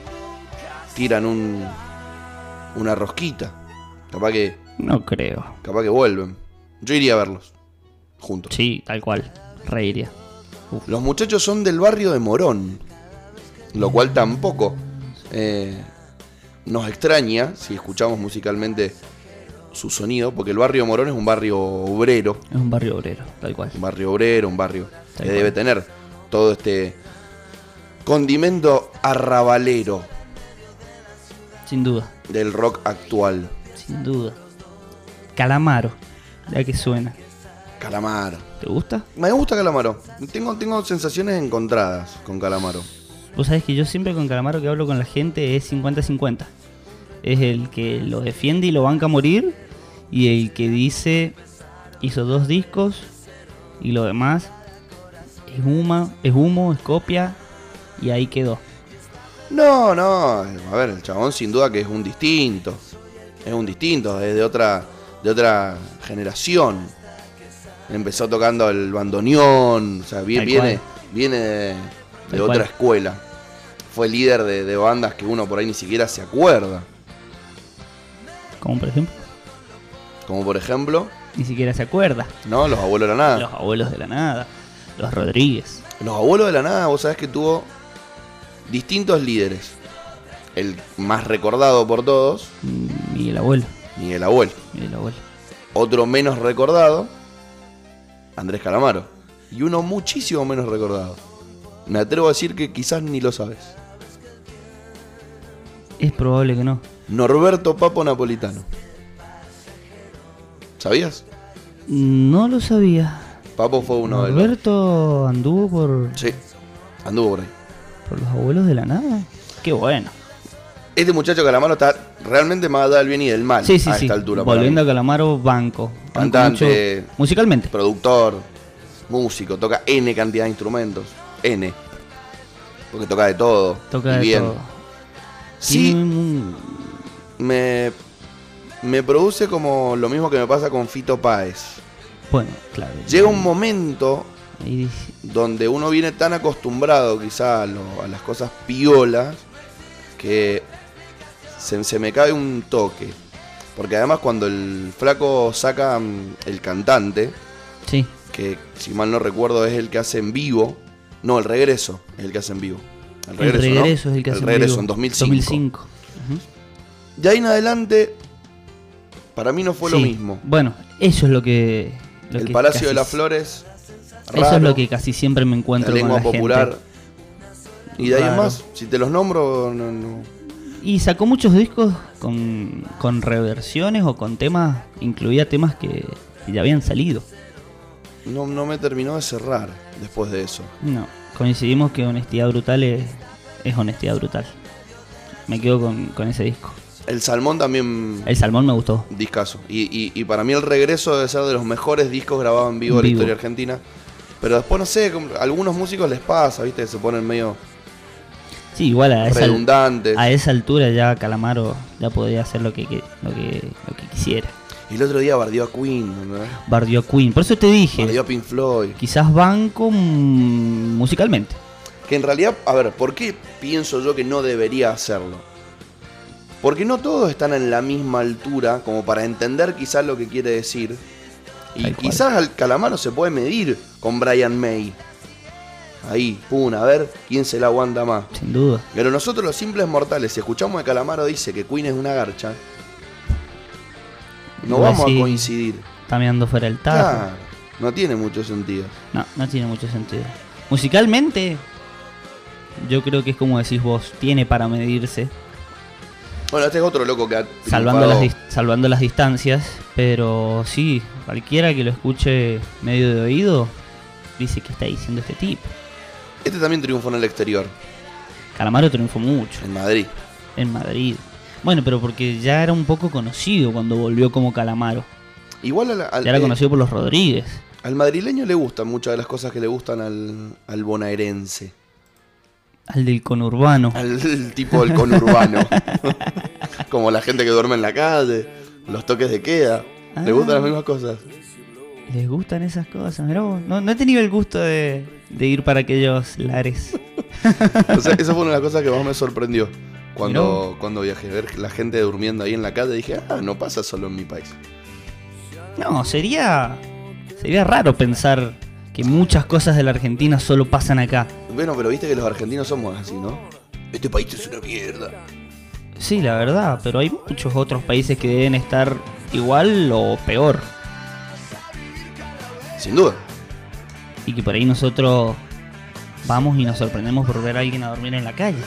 [SPEAKER 1] tiran un una rosquita. Capaz que
[SPEAKER 2] No creo.
[SPEAKER 1] capaz que vuelven. Yo iría a verlos juntos.
[SPEAKER 2] Sí, tal cual. Reiría.
[SPEAKER 1] Los muchachos son del barrio de Morón, lo cual tampoco eh, nos extraña si escuchamos musicalmente su sonido, porque el barrio de Morón es un barrio obrero,
[SPEAKER 2] Es un barrio obrero, tal cual.
[SPEAKER 1] un barrio obrero, un barrio que
[SPEAKER 2] Tal cual.
[SPEAKER 1] debe tener todo este condimento arrabalero
[SPEAKER 2] Sin duda,
[SPEAKER 1] del rock actual.
[SPEAKER 2] sin duda. Calamaro, la que suena.
[SPEAKER 1] Calamar.
[SPEAKER 2] ¿Te gusta?
[SPEAKER 1] Me gusta Calamaro. Tengo, tengo sensaciones encontradas con Calamaro.
[SPEAKER 2] Vos sabés que yo siempre con Calamaro que hablo con la gente es 50-50. Es el que lo defiende y lo banca a morir. Y el que dice hizo dos discos y lo demás es, huma, es humo, es copia y ahí quedó.
[SPEAKER 1] No, no. A ver, el chabón sin duda que es un distinto. Es un distinto, es de otra, de otra generación. Empezó tocando el bandoneón. O sea, vie-
[SPEAKER 2] Tal
[SPEAKER 1] viene, viene de, de
[SPEAKER 2] Tal
[SPEAKER 1] otra
[SPEAKER 2] cual.
[SPEAKER 1] escuela. Fue líder de, de bandas que uno por ahí ni siquiera se acuerda.
[SPEAKER 2] Como por ejemplo,
[SPEAKER 1] Como por ejemplo,
[SPEAKER 2] ni siquiera se acuerda.
[SPEAKER 1] ¿no? Los abuelos de la nada.
[SPEAKER 2] Los abuelos de la nada, los Rodríguez.
[SPEAKER 1] Los abuelos de la nada, vos sabés que tuvo distintos líderes. El más recordado por todos,
[SPEAKER 2] Mm, Miguel Abuelo.
[SPEAKER 1] Miguel Abuelo.
[SPEAKER 2] Miguel Abuelo.
[SPEAKER 1] Otro menos recordado, Andrés Calamaro. Y uno muchísimo menos recordado. Me atrevo a decir que quizás ni lo sabes.
[SPEAKER 2] Es probable que no.
[SPEAKER 1] Norberto Papo Napolitano. ¿Sabías?
[SPEAKER 2] No lo sabía.
[SPEAKER 1] Papo fue uno de los...
[SPEAKER 2] Alberto anduvo por,
[SPEAKER 1] Sí, anduvo por ahí.
[SPEAKER 2] por los abuelos de la nada. Qué bueno.
[SPEAKER 1] Este muchacho Calamaro está realmente más allá del bien y del mal
[SPEAKER 2] Sí, sí,
[SPEAKER 1] a
[SPEAKER 2] sí.
[SPEAKER 1] esta altura. para mí.
[SPEAKER 2] Volviendo a Calamaro, banco. Banco
[SPEAKER 1] Cantante.
[SPEAKER 2] mucho- Musicalmente.
[SPEAKER 1] productor, músico, toca N cantidad de instrumentos. N. Porque toca de todo.
[SPEAKER 2] Toca
[SPEAKER 1] y
[SPEAKER 2] de
[SPEAKER 1] bien.
[SPEAKER 2] todo.
[SPEAKER 1] Sí,
[SPEAKER 2] Tiene un-
[SPEAKER 1] me me produce como lo mismo que me pasa con Fito Páez.
[SPEAKER 2] Bueno, claro.
[SPEAKER 1] Llega un momento
[SPEAKER 2] Ahí dice-
[SPEAKER 1] donde uno viene tan acostumbrado quizá a, lo- a las cosas piolas que se, se me cae un toque. Porque además cuando el flaco saca mm, el cantante,
[SPEAKER 2] Sí,
[SPEAKER 1] que si mal no recuerdo es el que hace en vivo, no, el regreso es el que hace en vivo.
[SPEAKER 2] el regreso,
[SPEAKER 1] ¿no?
[SPEAKER 2] es el que hace en
[SPEAKER 1] regreso
[SPEAKER 2] vivo.
[SPEAKER 1] en 2005.
[SPEAKER 2] 2005. Ujú.
[SPEAKER 1] De ahí en adelante, para mí no fue lo
[SPEAKER 2] Sí.
[SPEAKER 1] mismo.
[SPEAKER 2] Bueno, eso es lo que. lo
[SPEAKER 1] el
[SPEAKER 2] que
[SPEAKER 1] Palacio
[SPEAKER 2] casi-
[SPEAKER 1] de las Flores,
[SPEAKER 2] Eso es
[SPEAKER 1] raro,
[SPEAKER 2] lo que casi siempre me
[SPEAKER 1] la
[SPEAKER 2] encuentro
[SPEAKER 1] lengua
[SPEAKER 2] con la
[SPEAKER 1] popular.
[SPEAKER 2] gente.
[SPEAKER 1] Y de ahí en
[SPEAKER 2] Raro.
[SPEAKER 1] más, si te los nombro, no, no.
[SPEAKER 2] Y sacó muchos discos con, con reversiones o con temas, incluía temas que ya habían salido.
[SPEAKER 1] No, no me terminó de cerrar después de eso.
[SPEAKER 2] No, coincidimos que Honestidad Brutal es, es Honestidad Brutal. Me quedo con, con ese disco.
[SPEAKER 1] El Salmón también
[SPEAKER 2] El Salmón me gustó.
[SPEAKER 1] discaso. Y, y- y para mí el regreso debe ser de los mejores discos grabados en vivo, de la
[SPEAKER 2] Vivo.
[SPEAKER 1] historia argentina. Pero después, no sé, como- a algunos músicos les pasa, ¿viste? Se ponen medio
[SPEAKER 2] Sí, igual a esa,
[SPEAKER 1] redundantes.
[SPEAKER 2] a esa altura ya Calamaro ya podía hacer lo que, que- lo que, lo que quisiera.
[SPEAKER 1] Y el otro día bardió a Queen, ¿no?
[SPEAKER 2] Bardió a Queen. Por eso te dije,
[SPEAKER 1] Bardió a Pink Floyd.
[SPEAKER 2] quizás banco mm, musicalmente.
[SPEAKER 1] Que en realidad, a ver, ¿por qué pienso yo que no debería hacerlo? Porque no todos están en la misma altura como para entender quizás lo que quiere decir. Y
[SPEAKER 2] Tal cual.
[SPEAKER 1] quizás al calamaro se puede medir con Brian May. Ahí, pum, a ver quién se la aguanta más.
[SPEAKER 2] Sin duda.
[SPEAKER 1] Pero nosotros los simples mortales, si escuchamos que Calamaro dice que Queen es una garcha, no
[SPEAKER 2] Vos
[SPEAKER 1] vamos a
[SPEAKER 2] decís,
[SPEAKER 1] coincidir.
[SPEAKER 2] Está meando fuera el tarro.
[SPEAKER 1] Claro, no tiene mucho sentido.
[SPEAKER 2] No, no tiene mucho sentido. Musicalmente, yo creo que es como decís vos, tiene para medirse,
[SPEAKER 1] Bueno, este es otro loco que ha
[SPEAKER 2] salvando las,
[SPEAKER 1] triunfado.
[SPEAKER 2] dis- salvando las distancias, pero sí, cualquiera que lo escuche medio de oído, dice que está diciendo este tipo.
[SPEAKER 1] Este también triunfó en el exterior,
[SPEAKER 2] Calamaro triunfó mucho
[SPEAKER 1] en Madrid.
[SPEAKER 2] en Madrid. Bueno, pero porque ya era un poco conocido cuando volvió como Calamaro.
[SPEAKER 1] Igual al, al-
[SPEAKER 2] Ya era
[SPEAKER 1] eh,
[SPEAKER 2] conocido por los Rodríguez.
[SPEAKER 1] al madrileño le gustan muchas de las cosas que le gustan al, al bonaerense.
[SPEAKER 2] Al del conurbano.
[SPEAKER 1] Al tipo del conurbano.
[SPEAKER 2] [LAUGHS]
[SPEAKER 1] Como la gente que duerme en la calle, los toques de queda. Le
[SPEAKER 2] Ah.
[SPEAKER 1] gustan las mismas cosas.
[SPEAKER 2] Les gustan esas cosas, mirá vos. No, no he tenido el gusto de, de ir para aquellos lares.
[SPEAKER 1] O sea, esa fue una de las cosas que más me sorprendió cuando, cuando viajé. Ver la gente durmiendo ahí en la calle, dije, ah, no pasa solo en mi país.
[SPEAKER 2] No, sería. Sería raro pensar que muchas cosas de la Argentina solo pasan acá.
[SPEAKER 1] Bueno, pero viste que los argentinos somos así, ¿no? Este país es una mierda.
[SPEAKER 2] Sí, la verdad, pero hay muchos otros países que deben estar igual o peor.
[SPEAKER 1] Sin duda.
[SPEAKER 2] Y que por ahí nosotros vamos y nos sorprendemos por ver a alguien a dormir en la calle.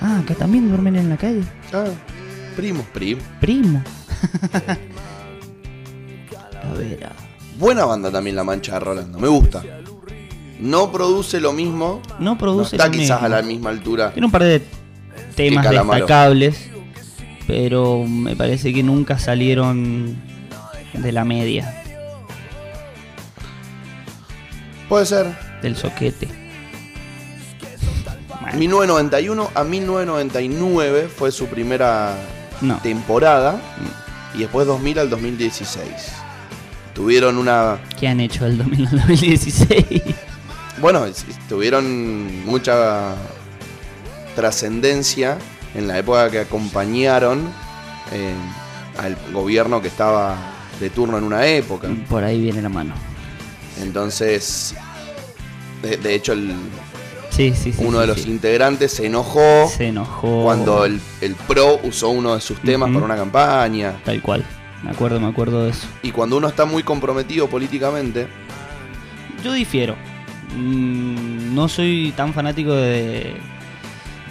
[SPEAKER 2] Ah, acá también duermen en la calle.
[SPEAKER 1] Ah, primos, primo.
[SPEAKER 2] Primo. [LAUGHS] a ver. ah.
[SPEAKER 1] Buena banda también La Mancha de Rolando, me gusta. No produce lo mismo,
[SPEAKER 2] No
[SPEAKER 1] no
[SPEAKER 2] produce
[SPEAKER 1] está
[SPEAKER 2] lo
[SPEAKER 1] quizás
[SPEAKER 2] mismo.
[SPEAKER 1] a la misma altura.
[SPEAKER 2] Tiene un par de temas
[SPEAKER 1] Que Calamaro.
[SPEAKER 2] destacables, pero me parece que nunca salieron de la media,
[SPEAKER 1] Puede ser.
[SPEAKER 2] del soquete. Bueno,
[SPEAKER 1] 1991 a 1999 fue su primera
[SPEAKER 2] no,
[SPEAKER 1] temporada
[SPEAKER 2] Mm.
[SPEAKER 1] y después 2000 al 2016. Tuvieron una
[SPEAKER 2] ¿qué han hecho del 2000 al 2016?
[SPEAKER 1] [LAUGHS] Bueno, es- es- tuvieron mucha trascendencia en la época que acompañaron eh, al gobierno que estaba de turno en una época.
[SPEAKER 2] Por ahí viene la mano.
[SPEAKER 1] Entonces, de, de hecho, el-
[SPEAKER 2] Sí, sí, sí.
[SPEAKER 1] uno
[SPEAKER 2] sí,
[SPEAKER 1] de los
[SPEAKER 2] sí.
[SPEAKER 1] integrantes se enojó
[SPEAKER 2] se enojó.
[SPEAKER 1] cuando el, el PRO usó uno de sus temas
[SPEAKER 2] Ujú.
[SPEAKER 1] para una campaña.
[SPEAKER 2] Tal cual. Me acuerdo, me acuerdo de eso.
[SPEAKER 1] Y cuando uno está muy comprometido políticamente,
[SPEAKER 2] Yo difiero. Mm, No soy tan fanático de,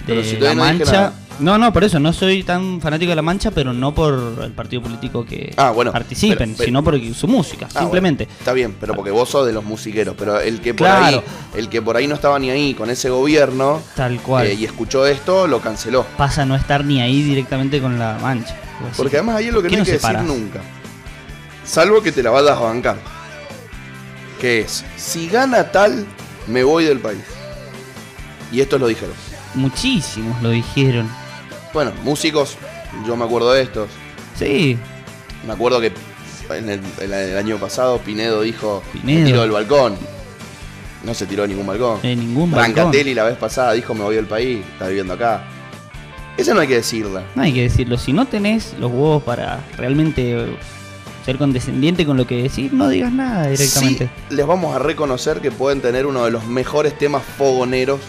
[SPEAKER 1] Pero
[SPEAKER 2] de
[SPEAKER 1] si
[SPEAKER 2] la
[SPEAKER 1] todavía no dije
[SPEAKER 2] mancha.
[SPEAKER 1] nada.
[SPEAKER 2] No, no, por eso no soy tan fanático de la mancha, pero no por el partido político que
[SPEAKER 1] Ah, bueno,
[SPEAKER 2] participen,
[SPEAKER 1] pero- pero-
[SPEAKER 2] sino por su música,
[SPEAKER 1] Ah,
[SPEAKER 2] simplemente.
[SPEAKER 1] bueno, está bien, pero porque vos sos de los musiqueros, pero el que por
[SPEAKER 2] Claro.
[SPEAKER 1] ahí, el que por ahí no estaba ni ahí con ese gobierno
[SPEAKER 2] Tal cual.
[SPEAKER 1] eh, y escuchó esto, lo canceló.
[SPEAKER 2] Pasa a no estar ni ahí directamente con la mancha. Pues O así.
[SPEAKER 1] Porque además ahí es lo que
[SPEAKER 2] ¿Por qué
[SPEAKER 1] no hay que decir
[SPEAKER 2] separás?
[SPEAKER 1] nunca. Salvo que te la vayas a bancar. Que es, si gana tal, me voy del país. Y esto lo dijeron.
[SPEAKER 2] Muchísimos lo dijeron.
[SPEAKER 1] Bueno, músicos, yo me acuerdo de estos.
[SPEAKER 2] Sí,
[SPEAKER 1] Me acuerdo que en el, en el año pasado Pinedo dijo, me
[SPEAKER 2] Pinedo.
[SPEAKER 1] tiro del balcón. No se tiró de ningún balcón.
[SPEAKER 2] En Eh, ningún balcón.
[SPEAKER 1] Brancatelli la vez pasada dijo, me voy del país, está viviendo acá. Esa no hay que decirla.
[SPEAKER 2] No hay que decirlo. Si no tenés los huevos para realmente ser condescendiente con lo que decís, no digas nada directamente.
[SPEAKER 1] Sí, les vamos a reconocer que pueden tener uno de los mejores temas fogoneros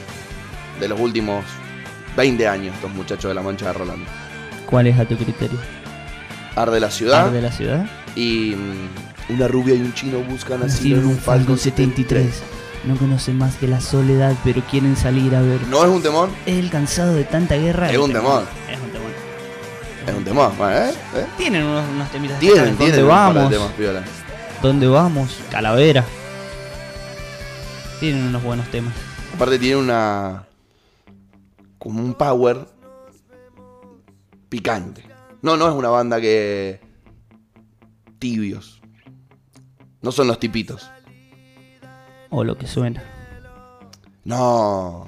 [SPEAKER 1] de los últimos 20 años, estos muchachos de la Mancha de Rolando.
[SPEAKER 2] ¿Cuál es a tu criterio?
[SPEAKER 1] Arde la ciudad
[SPEAKER 2] ¿Parte de la ciudad?
[SPEAKER 1] y mm, una rubia y un chino buscan asilo en un Falcon 73.
[SPEAKER 2] No conocen más que la soledad, pero quieren salir a ver.
[SPEAKER 1] ¿No es un temor?
[SPEAKER 2] El cansado de tanta guerra.
[SPEAKER 1] Es un temor.
[SPEAKER 2] Es un temor.
[SPEAKER 1] Es un temor. Bueno, ¿eh? ¿Eh?
[SPEAKER 2] Tienen unos, unos temitas. acá.
[SPEAKER 1] Tienen,
[SPEAKER 2] ¿Dónde
[SPEAKER 1] tienen un par de
[SPEAKER 2] vamos?
[SPEAKER 1] temas piola.
[SPEAKER 2] ¿Dónde vamos? Calavera. Tienen unos buenos temas.
[SPEAKER 1] Aparte tiene una... como un power picante. No, no es una banda que... tibios. No son los tipitos.
[SPEAKER 2] O lo que suena.
[SPEAKER 1] No.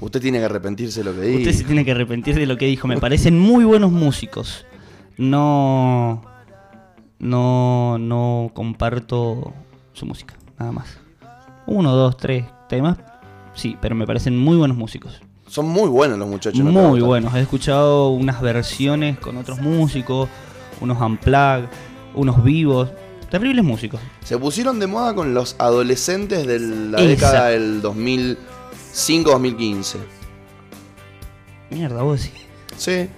[SPEAKER 1] Usted tiene que arrepentirse de lo que
[SPEAKER 2] Usted se
[SPEAKER 1] dice.
[SPEAKER 2] tiene que arrepentir de lo que dijo. Me parecen muy buenos músicos. No. No. No comparto su música. Nada más. Uno, dos, tres temas. Sí, pero me parecen muy buenos músicos.
[SPEAKER 1] Son muy buenos los muchachos. ¿no te
[SPEAKER 2] muy
[SPEAKER 1] gusta?
[SPEAKER 2] buenos. He escuchado unas versiones con otros músicos. Unos unplugged. Unos vivos. Terribles músicos.
[SPEAKER 1] Se pusieron de moda con los adolescentes de la
[SPEAKER 2] Esa.
[SPEAKER 1] década del 2005-2015.
[SPEAKER 2] Mierda, vos sí.
[SPEAKER 1] Sí.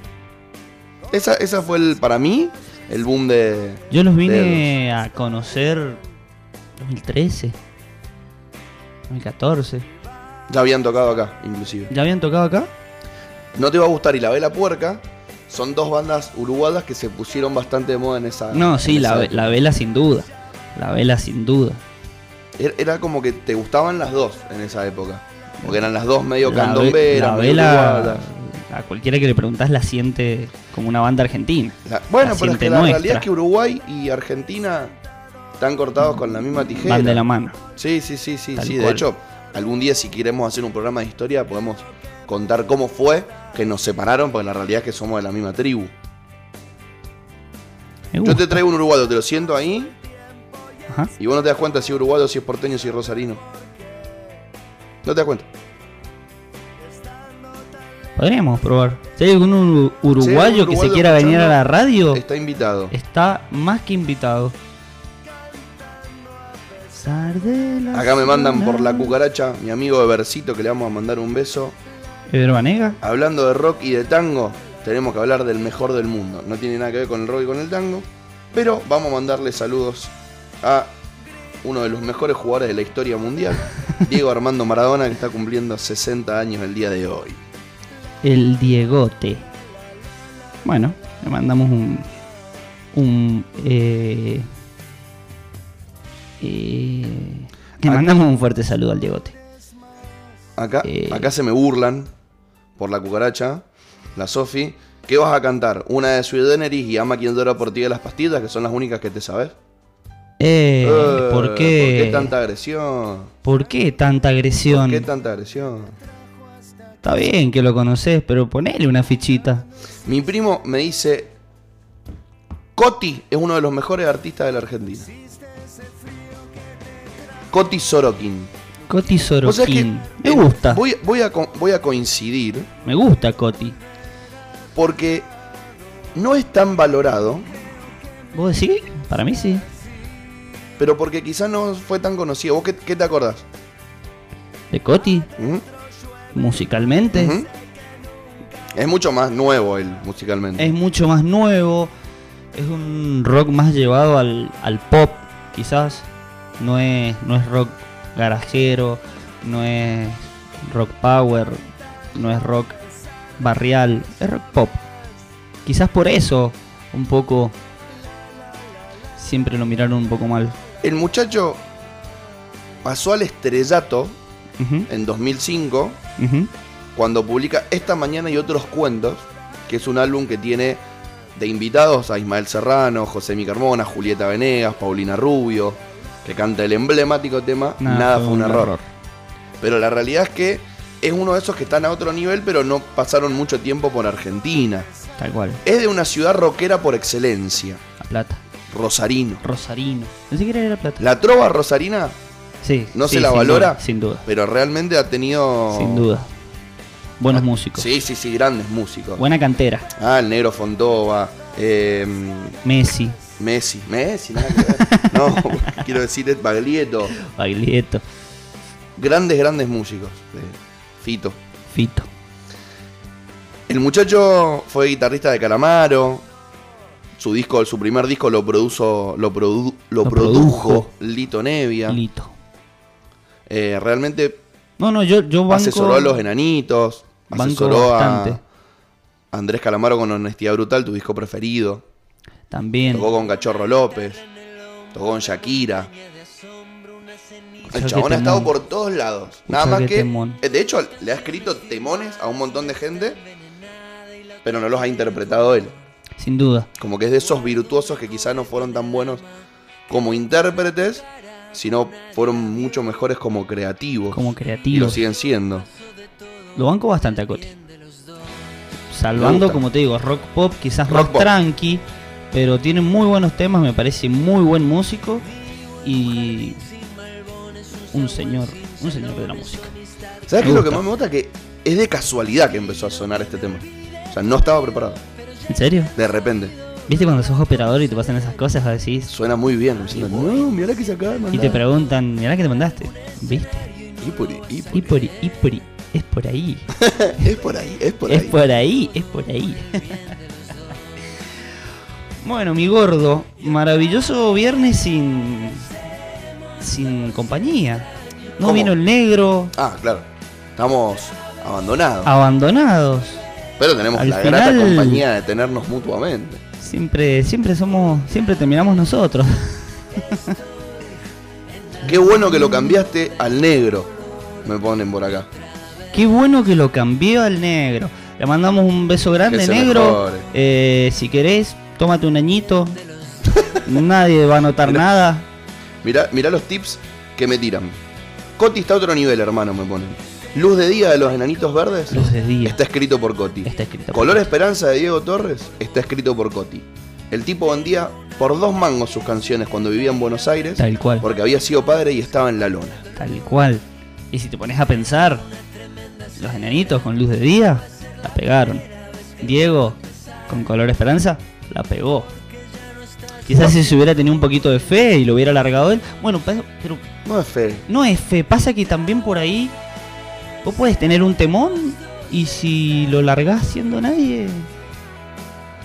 [SPEAKER 1] Esa, esa fue el, para mí el boom de...
[SPEAKER 2] Yo los vine a conocer 2013. 2014.
[SPEAKER 1] Ya habían tocado acá, inclusive.
[SPEAKER 2] ¿Ya habían tocado acá?
[SPEAKER 1] No te va a gustar y La Vela Puerca. Son dos bandas uruguayas que se pusieron bastante de moda en esa.
[SPEAKER 2] No,
[SPEAKER 1] en
[SPEAKER 2] sí,
[SPEAKER 1] esa
[SPEAKER 2] la, ve-
[SPEAKER 1] época.
[SPEAKER 2] la vela sin duda. La vela sin duda.
[SPEAKER 1] Era- Era como que te gustaban las dos en esa época. Porque eran las dos medio
[SPEAKER 2] la, ve-
[SPEAKER 1] candomberas,
[SPEAKER 2] la
[SPEAKER 1] medio
[SPEAKER 2] vela,
[SPEAKER 1] uruguayas.
[SPEAKER 2] a cualquiera que le preguntás la siente como una banda argentina.
[SPEAKER 1] La- bueno,
[SPEAKER 2] la
[SPEAKER 1] pero es
[SPEAKER 2] siente
[SPEAKER 1] que la
[SPEAKER 2] nuestra.
[SPEAKER 1] realidad es que Uruguay y Argentina están cortados con la misma tijera.
[SPEAKER 2] Van de la mano.
[SPEAKER 1] Sí, sí, sí, sí,
[SPEAKER 2] Tal
[SPEAKER 1] sí. De
[SPEAKER 2] cual.
[SPEAKER 1] hecho, algún día si queremos hacer un programa de historia podemos contar cómo fue que nos separaron, porque la realidad es que somos de la misma tribu.
[SPEAKER 2] Me
[SPEAKER 1] Yo
[SPEAKER 2] gusta.
[SPEAKER 1] te traigo un uruguayo, te lo siento ahí,
[SPEAKER 2] Ajá.
[SPEAKER 1] y vos no te das cuenta si es uruguayo, si es porteño, si es rosarino. No te das cuenta.
[SPEAKER 2] Podríamos probar. Si hay algún uru- uruguayo que se
[SPEAKER 1] uruguayo
[SPEAKER 2] quiera venir a la
[SPEAKER 1] escuchando,
[SPEAKER 2] radio,
[SPEAKER 1] Está invitado.
[SPEAKER 2] está más que invitado. Sardela
[SPEAKER 1] Acá me mandan por la
[SPEAKER 2] sola.
[SPEAKER 1] cucaracha, mi amigo Ebercito, que le vamos a mandar un beso.
[SPEAKER 2] Pedro Banega.
[SPEAKER 1] Hablando de rock y de tango, tenemos que hablar del mejor del mundo. No tiene nada que ver con el rock y con el tango, pero vamos a mandarle saludos a uno de los mejores jugadores de la historia
[SPEAKER 2] [LAUGHS]
[SPEAKER 1] mundial, Diego Armando Maradona, que está cumpliendo 60 años el día de hoy.
[SPEAKER 2] El Diegote. Bueno, le mandamos un. Un. Eh, eh, le
[SPEAKER 1] Acá-
[SPEAKER 2] mandamos un fuerte saludo al Diegote.
[SPEAKER 1] Acá,
[SPEAKER 2] Eh.
[SPEAKER 1] acá se me burlan por la cucaracha, la Sofi. ¿Qué vas a cantar? Una de Sui Generis y Ama quien llora por ti de las pastillas, que son las únicas que te sabes.
[SPEAKER 2] Eh,
[SPEAKER 1] Eh,
[SPEAKER 2] ¿por, qué,
[SPEAKER 1] ¿Por qué tanta agresión?
[SPEAKER 2] por qué tanta agresión?
[SPEAKER 1] ¿Por qué tanta agresión?
[SPEAKER 2] Está bien que lo conoces, pero ponele una fichita.
[SPEAKER 1] Mi primo me dice, Coti es uno de los mejores artistas de la Argentina. Coti Sorokin.
[SPEAKER 2] Coti
[SPEAKER 1] Vos sabés que,
[SPEAKER 2] Sorokin. Me
[SPEAKER 1] eh,
[SPEAKER 2] gusta.
[SPEAKER 1] Voy, voy a, co- voy a coincidir
[SPEAKER 2] Me gusta Coti.
[SPEAKER 1] porque no es tan valorado,
[SPEAKER 2] ¿Vos decís? Para mí sí.
[SPEAKER 1] pero porque quizás no fue tan conocido. ¿Vos qué, qué te acordás?
[SPEAKER 2] De Coti,
[SPEAKER 1] ¿Mm?
[SPEAKER 2] musicalmente.
[SPEAKER 1] Ujú. Es mucho más nuevo él musicalmente.
[SPEAKER 2] es mucho más nuevo, es un rock más llevado al, al pop, quizás. No es, no es rock garajero, no es rock power, no es rock barrial, es rock pop. Quizás por eso, un poco, siempre lo miraron un poco mal.
[SPEAKER 1] El muchacho pasó al estrellato
[SPEAKER 2] Ujú,
[SPEAKER 1] en 2005
[SPEAKER 2] ujú.
[SPEAKER 1] cuando publica Esta Mañana y otros cuentos, que es un álbum que tiene de invitados a Ismael Serrano, José Mi Carmona, Julieta Venegas, Paulina Rubio, que canta el emblemático tema Nada, fue un, error. Pero la realidad es que es uno de esos que están a otro nivel, pero no pasaron mucho tiempo por Argentina.
[SPEAKER 2] Tal cual.
[SPEAKER 1] Es de una ciudad rockera por excelencia.
[SPEAKER 2] Plata.
[SPEAKER 1] Rosarino.
[SPEAKER 2] Rosarino. No sé qué era La Plata.
[SPEAKER 1] La trova rosarina,
[SPEAKER 2] Sí.
[SPEAKER 1] ¿No
[SPEAKER 2] sí,
[SPEAKER 1] se la
[SPEAKER 2] sin
[SPEAKER 1] valora?
[SPEAKER 2] duda, sin duda.
[SPEAKER 1] pero realmente ha tenido.
[SPEAKER 2] Sin duda. Buenos músicos.
[SPEAKER 1] Ah, Sí, sí, sí, grandes músicos.
[SPEAKER 2] Buena cantera.
[SPEAKER 1] Ah, el negro Fondova, eh,
[SPEAKER 2] Messi,
[SPEAKER 1] Messi, Messi, nada que
[SPEAKER 2] [LAUGHS]
[SPEAKER 1] ver. No, quiero decir Ed Baglietto.
[SPEAKER 2] Baglietto,
[SPEAKER 1] Grandes, grandes músicos. eh, Fito.
[SPEAKER 2] Fito.
[SPEAKER 1] El muchacho fue guitarrista de Calamaro. Su disco, su primer disco lo produjo, lo, produ- lo
[SPEAKER 2] Lo
[SPEAKER 1] produjo,
[SPEAKER 2] produjo.
[SPEAKER 1] Lito Nevia.
[SPEAKER 2] Lito.
[SPEAKER 1] Eh, realmente
[SPEAKER 2] No, no, yo, yo banco.
[SPEAKER 1] asesoró a los enanitos.
[SPEAKER 2] banco
[SPEAKER 1] asesoró a
[SPEAKER 2] bastante.
[SPEAKER 1] Andrés Calamaro con Honestidad Brutal, tu disco preferido.
[SPEAKER 2] También.
[SPEAKER 1] Tocó con Cachorro López. Tocó con Shakira. El
[SPEAKER 2] Escuchá
[SPEAKER 1] chabón
[SPEAKER 2] qué
[SPEAKER 1] ha estado
[SPEAKER 2] temón.
[SPEAKER 1] por todos lados. Nada
[SPEAKER 2] Escuchá
[SPEAKER 1] más
[SPEAKER 2] qué
[SPEAKER 1] que. eh,
[SPEAKER 2] temón.
[SPEAKER 1] De hecho, le ha escrito temones a un montón de gente. Pero no los ha interpretado él.
[SPEAKER 2] Sin duda.
[SPEAKER 1] Como que es de esos virtuosos que quizás no fueron tan buenos como intérpretes. Sino fueron mucho mejores como creativos.
[SPEAKER 2] Como
[SPEAKER 1] y
[SPEAKER 2] creativo.
[SPEAKER 1] lo siguen siendo.
[SPEAKER 2] Lo banco bastante a Coti.
[SPEAKER 1] Me
[SPEAKER 2] Salvando,
[SPEAKER 1] gusta.
[SPEAKER 2] como te digo, rock pop, quizás
[SPEAKER 1] Rock
[SPEAKER 2] más
[SPEAKER 1] pop.
[SPEAKER 2] tranqui, pero tiene muy buenos temas, me parece muy buen músico y un señor, un señor de la música.
[SPEAKER 1] ¿Sabes qué
[SPEAKER 2] Me
[SPEAKER 1] es lo que
[SPEAKER 2] gusta.
[SPEAKER 1] más me gusta? Que es de casualidad que empezó a sonar este tema. O sea, no estaba preparado.
[SPEAKER 2] ¿En serio?
[SPEAKER 1] De repente.
[SPEAKER 2] ¿Viste cuando sos operador y te pasan esas cosas, vos decís
[SPEAKER 1] Suena muy bien. diciendo, no, mirá la que saca.
[SPEAKER 2] y te preguntan, mirá que te mandaste? ¿Viste?
[SPEAKER 1] Y por, y por-
[SPEAKER 2] Y por, y por, es por ahí.
[SPEAKER 1] es por ahí, es por
[SPEAKER 2] es
[SPEAKER 1] ahí.
[SPEAKER 2] por ahí, es por ahí. bueno, mi gordo, maravilloso viernes sin sin compañía. No
[SPEAKER 1] ¿Cómo?
[SPEAKER 2] vino el negro,
[SPEAKER 1] Ah, claro. Estamos abandonados.
[SPEAKER 2] abandonados.
[SPEAKER 1] pero tenemos
[SPEAKER 2] Ah, al
[SPEAKER 1] la grata
[SPEAKER 2] final-
[SPEAKER 1] compañía de tenernos mutuamente.
[SPEAKER 2] Siempre siempre somos, siempre terminamos nosotros.
[SPEAKER 1] Qué bueno que lo cambiaste al negro. Me ponen por acá.
[SPEAKER 2] Qué bueno que lo cambió al negro. Le mandamos un beso grande,
[SPEAKER 1] se
[SPEAKER 2] negro.
[SPEAKER 1] mejore.
[SPEAKER 2] Eh, si querés, tómate un añito. Nadie va a notar nada.
[SPEAKER 1] Mirá, mirá los tips que me tiran. Coti está a otro nivel, hermano, me ponen. Luz de día de los enanitos verdes.
[SPEAKER 2] Luz de día.
[SPEAKER 1] Está escrito por Coti.
[SPEAKER 2] Está escrito.
[SPEAKER 1] Color Esperanza de Diego Torres está escrito por Coti. El tipo vendía por dos mangos sus canciones cuando vivía en Buenos Aires
[SPEAKER 2] Tal cual.
[SPEAKER 1] porque había sido padre y estaba en la lona.
[SPEAKER 2] Tal cual. Y si te pones a pensar, los enanitos con luz de día la pegaron. Diego con color esperanza la pegó. Quizás si se hubiera tenido un poquito de fe y lo hubiera alargado él. Bueno, pa- pero
[SPEAKER 1] No es fe.
[SPEAKER 2] no es fe. Pasa que también por ahí vos puedes tener un temón y si lo largás siendo nadie es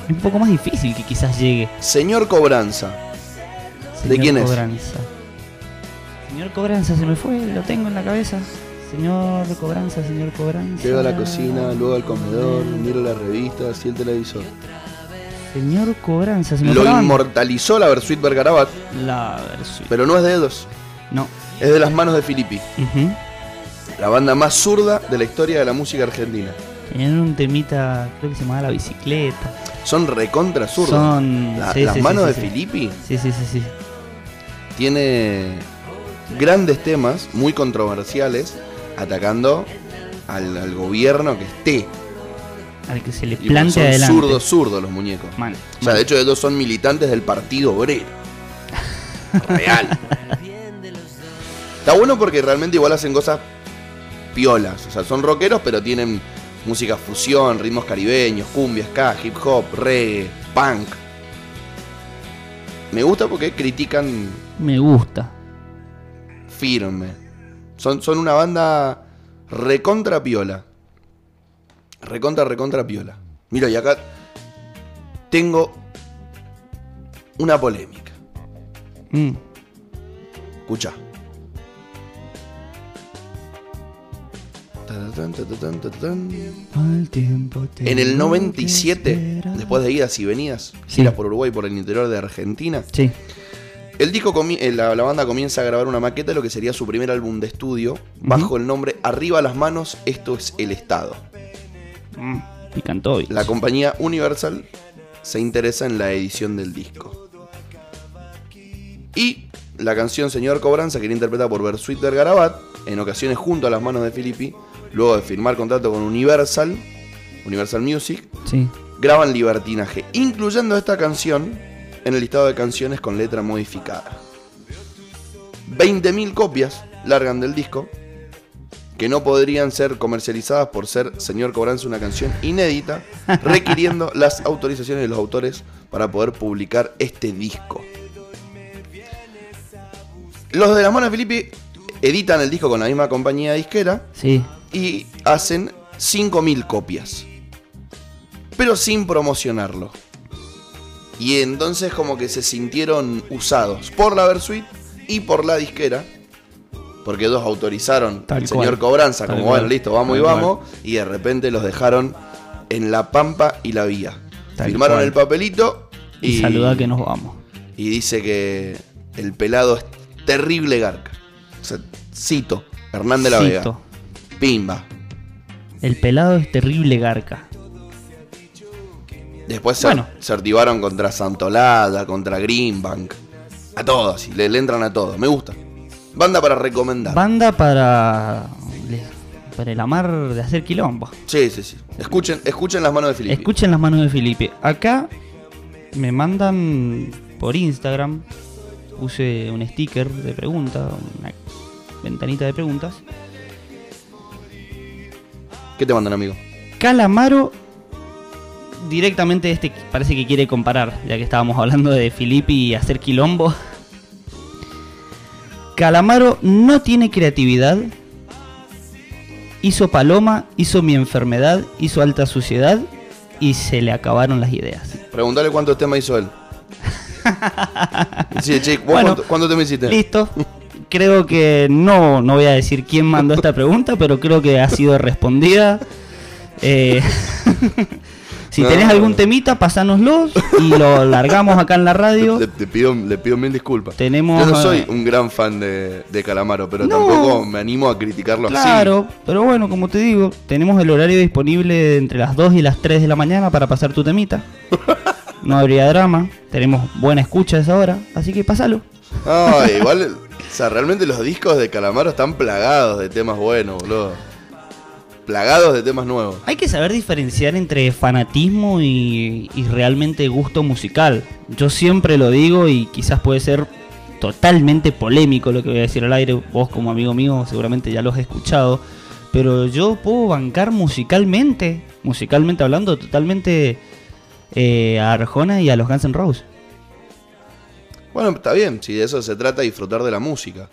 [SPEAKER 2] un poco más difícil que quizás llegue.
[SPEAKER 1] Señor Cobranza. ¿De
[SPEAKER 2] Señor
[SPEAKER 1] quién es?
[SPEAKER 2] Cobranza. Señor Cobranza, se me fue, lo tengo en la cabeza. Señor Cobranza, señor Cobranza. Eh,
[SPEAKER 1] Llego a la cocina, luego al comedor, miro la revista, así el televisor.
[SPEAKER 2] Señor Cobranza, se me
[SPEAKER 1] Lo
[SPEAKER 2] fue la banda.
[SPEAKER 1] inmortalizó la Versuit Bergarabat,
[SPEAKER 2] La Versuit.
[SPEAKER 1] pero no es de dedos,
[SPEAKER 2] No.
[SPEAKER 1] es de las manos de Filippi,
[SPEAKER 2] Ujú.
[SPEAKER 1] la banda más zurda de la historia de la música argentina.
[SPEAKER 2] Tenían un temita, creo que se llamaba La Bicicleta.
[SPEAKER 1] Son recontra zurdos.
[SPEAKER 2] Son-
[SPEAKER 1] La-
[SPEAKER 2] sí,
[SPEAKER 1] las
[SPEAKER 2] sí,
[SPEAKER 1] manos
[SPEAKER 2] sí,
[SPEAKER 1] de
[SPEAKER 2] sí, sí.
[SPEAKER 1] Filippi
[SPEAKER 2] Sí, sí, sí, sí.
[SPEAKER 1] tiene grandes temas muy controversiales atacando al, al gobierno que esté.
[SPEAKER 2] Al que se le
[SPEAKER 1] Y porque
[SPEAKER 2] plante
[SPEAKER 1] son
[SPEAKER 2] adelante.
[SPEAKER 1] zurdos, zurdos los muñecos.
[SPEAKER 2] Man,
[SPEAKER 1] O sea,
[SPEAKER 2] man.
[SPEAKER 1] de hecho, ellos son militantes del Partido Obrero.
[SPEAKER 2] [LAUGHS]
[SPEAKER 1] Real. Está bueno porque realmente igual hacen cosas piolas. O sea, son rockeros, pero tienen música fusión, ritmos caribeños, cumbia, ska, hip hop, reggae, punk. Me gusta porque critican
[SPEAKER 2] Me gusta.
[SPEAKER 1] firme. Son, son una banda recontra piola. Recontra, recontra piola. Mira, y acá tengo una polémica.
[SPEAKER 2] Mm.
[SPEAKER 1] Escucha.
[SPEAKER 2] Al tiempo te
[SPEAKER 1] En el
[SPEAKER 2] tengo que
[SPEAKER 1] 97,
[SPEAKER 2] esperar.
[SPEAKER 1] después de idas y venidas,
[SPEAKER 2] Sí.
[SPEAKER 1] giras por Uruguay y por el interior de Argentina,
[SPEAKER 2] Sí,
[SPEAKER 1] El disco comi- eh, la, la banda comienza a grabar una maqueta de lo que sería su primer álbum de estudio, bajo el nombre Arriba las manos, esto es el Estado.
[SPEAKER 2] Mm. Picantovich.
[SPEAKER 1] La compañía Universal se interesa en la edición del disco. Y la canción Señor Cobranza, que era interpretada por Bersuit Vergarabat, en ocasiones junto a las manos de Filippi, luego de firmar contrato con Universal, Universal Music,
[SPEAKER 2] Sí.
[SPEAKER 1] graban Libertinaje, incluyendo esta canción en el listado de canciones con letra modificada. 20.000 copias largan del disco que no podrían ser comercializadas por ser Señor Cobranza una canción inédita, requiriendo las autorizaciones de los autores para poder publicar este disco. Los de la Mona Filippi editan el disco con la misma compañía disquera
[SPEAKER 2] Sí,
[SPEAKER 1] y hacen 5.000 copias, pero sin promocionarlo. Y entonces como que se sintieron usados por la Versuit y por la disquera, porque dos autorizaron
[SPEAKER 2] Tal
[SPEAKER 1] al señor
[SPEAKER 2] cual.
[SPEAKER 1] Cobranza,
[SPEAKER 2] Tal
[SPEAKER 1] como
[SPEAKER 2] cual.
[SPEAKER 1] bueno, listo, vamos y
[SPEAKER 2] Tal
[SPEAKER 1] vamos, y de repente los dejaron en La Pampa y La Vía.
[SPEAKER 2] Tal
[SPEAKER 1] Firmaron
[SPEAKER 2] cual.
[SPEAKER 1] el papelito
[SPEAKER 2] y,
[SPEAKER 1] y,
[SPEAKER 2] saluda que nos vamos.
[SPEAKER 1] y dice que el pelado es terrible garca. O sea, cito, Hernán de la
[SPEAKER 2] Cito,
[SPEAKER 1] Vega. Pimba,
[SPEAKER 2] El pelado es terrible garca.
[SPEAKER 1] Después se,
[SPEAKER 2] Bueno.
[SPEAKER 1] se activaron contra Santolada, contra Greenbank. A todos, y le, le entran a todos. Me gusta. Banda para recomendar.
[SPEAKER 2] Banda para. para el amar de hacer quilombo.
[SPEAKER 1] sí, sí, sí. Escuchen, escuchen las manos de Felipe.
[SPEAKER 2] Escuchen las manos de Felipe. Acá me mandan por Instagram. Puse un sticker de pregunta, una ventanita de preguntas.
[SPEAKER 1] ¿Qué te mandan, amigo?
[SPEAKER 2] Calamaro directamente este parece que quiere comparar, ya que estábamos hablando de Filippi y hacer quilombo. Calamaro no tiene creatividad. Hizo Paloma, hizo Mi Enfermedad, hizo Alta Suciedad y se le acabaron las ideas.
[SPEAKER 1] Preguntale cuántos temas hizo
[SPEAKER 2] [LAUGHS]
[SPEAKER 1] él. Sí, che, ¿vos
[SPEAKER 2] Bueno.
[SPEAKER 1] cuánto, cuánto tema hiciste?
[SPEAKER 2] Listo. Creo que no, no voy a decir quién mandó esta pregunta, pero creo que ha sido respondida. Eh, [LAUGHS] si
[SPEAKER 1] No.
[SPEAKER 2] tenés algún temita, pasánoslo y lo largamos acá en la radio.
[SPEAKER 1] Le, te pido, le pido mil disculpas.
[SPEAKER 2] Tenemos,
[SPEAKER 1] Yo no
[SPEAKER 2] eh,
[SPEAKER 1] soy un gran fan de, de Calamaro, pero
[SPEAKER 2] No.
[SPEAKER 1] tampoco me animo a criticarlo así.
[SPEAKER 2] Claro, pero bueno, como te digo, tenemos el horario disponible entre las 2 y las 3 de la mañana para pasar tu temita. No habría drama, tenemos buena escucha a esa hora, así que pasalo.
[SPEAKER 1] Ay, Ah, igual. O sea, realmente los discos de Calamaro están plagados de temas buenos, boludo. Plagados de temas nuevos.
[SPEAKER 2] Hay que saber diferenciar entre fanatismo y, y realmente gusto musical. Yo siempre lo digo y quizás puede ser totalmente polémico lo que voy a decir al aire. Vos como amigo mío seguramente ya lo has escuchado. Pero yo puedo bancar musicalmente, musicalmente hablando, totalmente eh, a Arjona y a los Guns N' Roses.
[SPEAKER 1] Bueno, está bien, si de eso se trata, disfrutar de la música.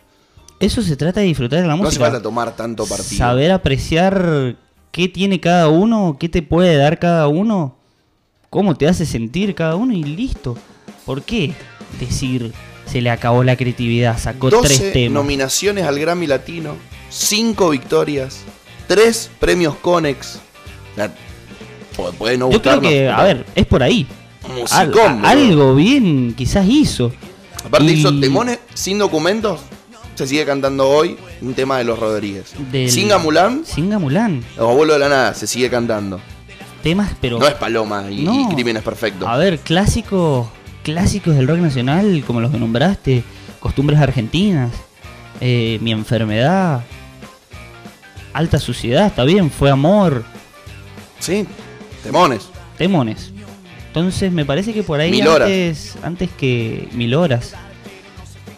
[SPEAKER 2] Eso se trata de disfrutar de la
[SPEAKER 1] No hace
[SPEAKER 2] música.
[SPEAKER 1] falta tomar tanto partido.
[SPEAKER 2] Saber apreciar qué tiene cada uno, qué te puede dar cada uno, cómo te hace sentir cada uno y listo. ¿Por qué decir se le acabó la creatividad, sacó
[SPEAKER 1] 12
[SPEAKER 2] tres temas?
[SPEAKER 1] nominaciones al Grammy Latino, 5 victorias, 3 premios Conex. O sea, pu- puede no
[SPEAKER 2] Yo creo
[SPEAKER 1] gustarnos,
[SPEAKER 2] que,
[SPEAKER 1] pero
[SPEAKER 2] a ver, es por ahí. Al-
[SPEAKER 1] musicón, boludo.
[SPEAKER 2] algo bien quizás hizo.
[SPEAKER 1] Aparte
[SPEAKER 2] y-
[SPEAKER 1] hizo Temones sin documentos. Se sigue cantando hoy un tema de los Rodríguez.
[SPEAKER 2] Del-
[SPEAKER 1] Singa Mulán,
[SPEAKER 2] Singa Mulán,
[SPEAKER 1] los abuelos de la nada, se sigue cantando.
[SPEAKER 2] temas pero...
[SPEAKER 1] No es Paloma y,
[SPEAKER 2] No.
[SPEAKER 1] y Crímenes Perfectos.
[SPEAKER 2] A ver, clásicos, clásicos del rock nacional, como los que nombraste, costumbres argentinas, eh, mi enfermedad, alta suciedad, está bien, fue amor,
[SPEAKER 1] Sí, Temones.
[SPEAKER 2] temones. Entonces me parece que por ahí
[SPEAKER 1] Mil horas.
[SPEAKER 2] antes, antes que mil horas,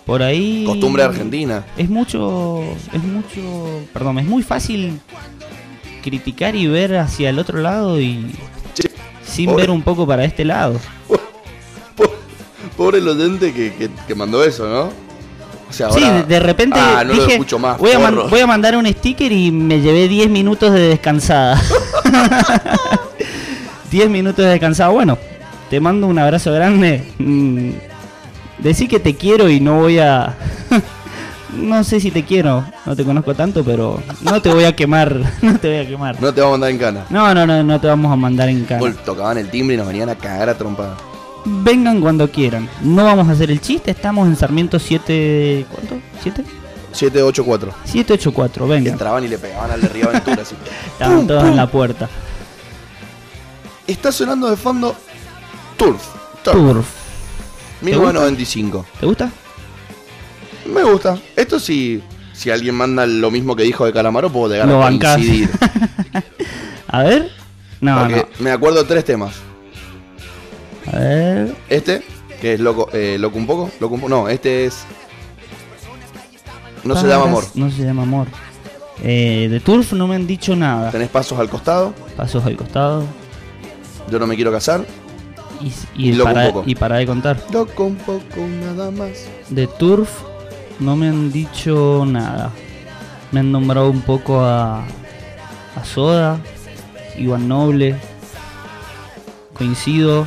[SPEAKER 2] por ahí
[SPEAKER 1] Costumbre argentina.
[SPEAKER 2] es mucho, es mucho, perdón, es muy fácil criticar y ver hacia el otro lado y
[SPEAKER 1] Che,
[SPEAKER 2] sin
[SPEAKER 1] pobre-
[SPEAKER 2] ver un poco para este lado.
[SPEAKER 1] Po- Pobre el oyente que, que- que mandó eso, ¿no? O sea,
[SPEAKER 2] Sí,
[SPEAKER 1] ahora-
[SPEAKER 2] de- de repente
[SPEAKER 1] Ah, no lo
[SPEAKER 2] dije,
[SPEAKER 1] escucho más.
[SPEAKER 2] voy, a man-
[SPEAKER 1] forro.
[SPEAKER 2] voy a mandar un sticker y me llevé 10 minutos de descansada. [LAUGHS] 10 minutos de descansada. Bueno, te mando un abrazo grande. Mm, Decí que te quiero y no voy a... [LAUGHS] no sé si te quiero, no te conozco tanto, pero no te voy a quemar. [LAUGHS] no te voy a quemar.
[SPEAKER 1] No te vamos a mandar en cana.
[SPEAKER 2] No, no, no, no te vamos a mandar en cara.
[SPEAKER 1] Gol, Tocaban el timbre y nos venían a cagar a trompada.
[SPEAKER 2] Vengan cuando quieran. No vamos a hacer el chiste, estamos en Sarmiento 7... ¿Cuánto? ¿7?
[SPEAKER 1] 784.
[SPEAKER 2] 784,
[SPEAKER 1] Que
[SPEAKER 2] vengan.
[SPEAKER 1] entraban y le pegaban al de Río Aventura. así.
[SPEAKER 2] [LAUGHS] Estaban
[SPEAKER 1] Pum,
[SPEAKER 2] todos
[SPEAKER 1] pum.
[SPEAKER 2] en la puerta.
[SPEAKER 1] Está sonando de fondo Turf. Turf.
[SPEAKER 2] Turf.
[SPEAKER 1] 1995.
[SPEAKER 2] ¿Te gusta?
[SPEAKER 1] Me gusta. Esto sí. Si alguien manda lo mismo que dijo de Calamaro, puedo llegar
[SPEAKER 2] Lo
[SPEAKER 1] a [LAUGHS]
[SPEAKER 2] bancás.
[SPEAKER 1] coincidir.
[SPEAKER 2] A ver. No,
[SPEAKER 1] Porque Me acuerdo de tres temas.
[SPEAKER 2] no. A ver.
[SPEAKER 1] Este, que es loco, eh, loco un poco, loco un poco. No, este es. No se llama amor.
[SPEAKER 2] No se llama amor. Eh, de Turf no me han dicho nada.
[SPEAKER 1] Tenés pasos al costado.
[SPEAKER 2] Pasos al costado.
[SPEAKER 1] Yo no me quiero casar.
[SPEAKER 2] Y, y,
[SPEAKER 1] Y loco
[SPEAKER 2] para,
[SPEAKER 1] un poco.
[SPEAKER 2] y para de contar.
[SPEAKER 1] Loco un poco, nada más.
[SPEAKER 2] De Turf no me han dicho nada. Me han nombrado un poco a, a Soda, Iván Noble. Coincido.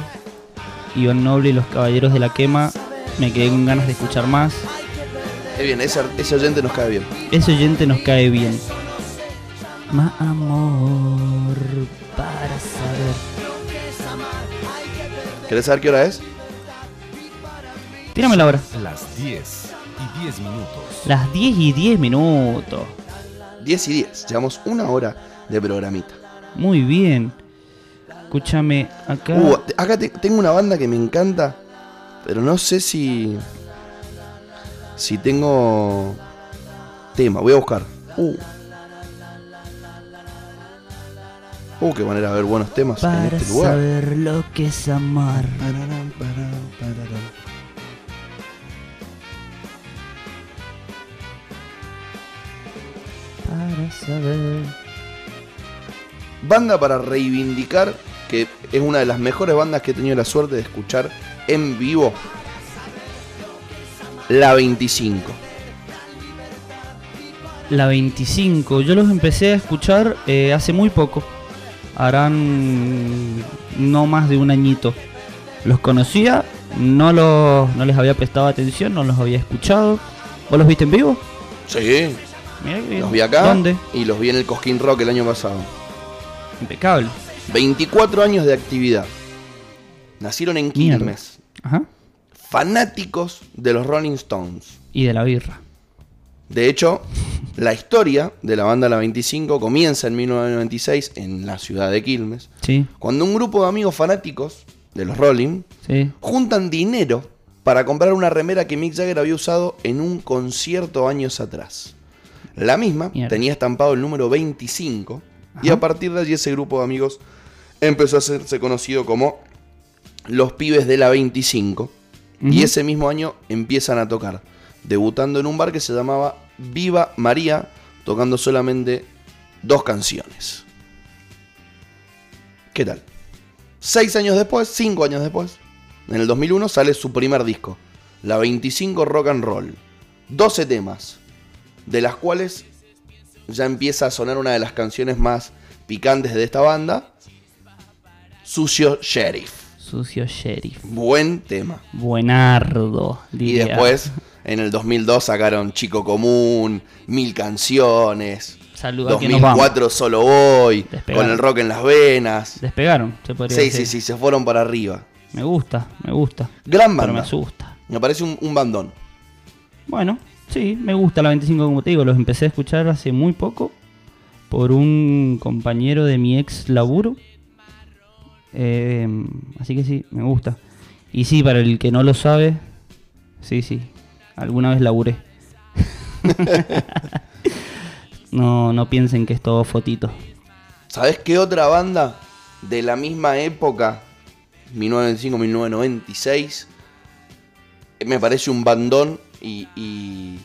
[SPEAKER 2] Iván Noble y los Caballeros de la Quema. Me quedé con ganas de escuchar más.
[SPEAKER 1] Es bien, ese, ese oyente nos cae bien.
[SPEAKER 2] Ese oyente nos cae bien. Más amor para saber.
[SPEAKER 1] ¿Querés saber qué hora es?
[SPEAKER 2] Tírame la hora.
[SPEAKER 3] Las 10 y 10 minutos.
[SPEAKER 2] Las 10 y 10 minutos.
[SPEAKER 1] 10 y 10. Llevamos una hora de programita.
[SPEAKER 2] Muy bien. Escúchame acá.
[SPEAKER 1] Uh, te- acá te- tengo una banda que me encanta, pero no sé si. Si tengo. Tema, voy a buscar. Uh. Uh, qué manera de ver buenos temas en
[SPEAKER 2] para
[SPEAKER 1] este lugar.
[SPEAKER 2] saber lo que es amar.
[SPEAKER 1] Pararán, pararán, pararán.
[SPEAKER 2] Para saber.
[SPEAKER 1] Banda para reivindicar, que es una de las mejores bandas que he tenido la suerte de escuchar en vivo. La 25.
[SPEAKER 2] La 25. Yo los empecé a escuchar eh, hace muy poco. Harán no más de un añito. Los conocía, no, los, no les había prestado atención, no los había escuchado. ¿Vos los viste en vivo?
[SPEAKER 1] Sí.
[SPEAKER 2] Mirá que bien.
[SPEAKER 1] Los vi acá
[SPEAKER 2] ¿Dónde?
[SPEAKER 1] y los vi en el Cosquín Rock el año pasado.
[SPEAKER 2] Impecable.
[SPEAKER 1] 24 años de actividad. Nacieron en
[SPEAKER 2] Mierda.
[SPEAKER 1] Quilmes.
[SPEAKER 2] Ajá.
[SPEAKER 1] Fanáticos de los Rolling Stones.
[SPEAKER 2] Y de la birra.
[SPEAKER 1] De hecho, la historia de la banda La 25 comienza en 1996 en la ciudad de Quilmes,
[SPEAKER 2] Sí,
[SPEAKER 1] cuando un grupo de amigos fanáticos de los Rolling
[SPEAKER 2] sí.
[SPEAKER 1] juntan dinero para comprar una remera que Mick Jagger había usado en un concierto años atrás. La misma
[SPEAKER 2] Mierda.
[SPEAKER 1] tenía estampado el número 25 y
[SPEAKER 2] Ajá.
[SPEAKER 1] a partir de allí ese grupo de amigos empezó a hacerse conocido como los pibes de la 25 y
[SPEAKER 2] Ujú.
[SPEAKER 1] ese mismo año empiezan a tocar, debutando en un bar que se llamaba Viva María, tocando solamente dos canciones. ¿Qué tal? Seis años después, cinco años después, en el 2001 sale su primer disco, la 25 Rock and Roll. 12 temas, de las cuales ya empieza a sonar una de las canciones más picantes de esta banda, Sucio Sheriff.
[SPEAKER 2] Sucio Sheriff.
[SPEAKER 1] Buen tema.
[SPEAKER 2] Buenardo,
[SPEAKER 1] Y
[SPEAKER 2] diría.
[SPEAKER 1] después, en el 2002 sacaron Chico Común, Mil Canciones,
[SPEAKER 2] Saluda que nos vamos.
[SPEAKER 1] 2004 Solo Voy,
[SPEAKER 2] Despegaron.
[SPEAKER 1] con el rock en las venas.
[SPEAKER 2] Despegaron, se podría
[SPEAKER 1] Sí, sí,
[SPEAKER 2] decir.
[SPEAKER 1] sí, se fueron para arriba.
[SPEAKER 2] Me gusta, me gusta.
[SPEAKER 1] Gran
[SPEAKER 2] Pero me
[SPEAKER 1] banda.
[SPEAKER 2] asusta.
[SPEAKER 1] Me parece un, un bandón.
[SPEAKER 2] Bueno, sí, me gusta la 25, como te digo. Los empecé a escuchar hace muy poco por un compañero de mi ex laburo. Eh, así que sí, me gusta. Y sí, para el que no lo sabe, sí, sí, alguna vez laburé. [LAUGHS] no, no piensen que es todo fotito.
[SPEAKER 1] ¿Sabés qué otra banda de la misma época, 1995-1996, me parece un bandón y, y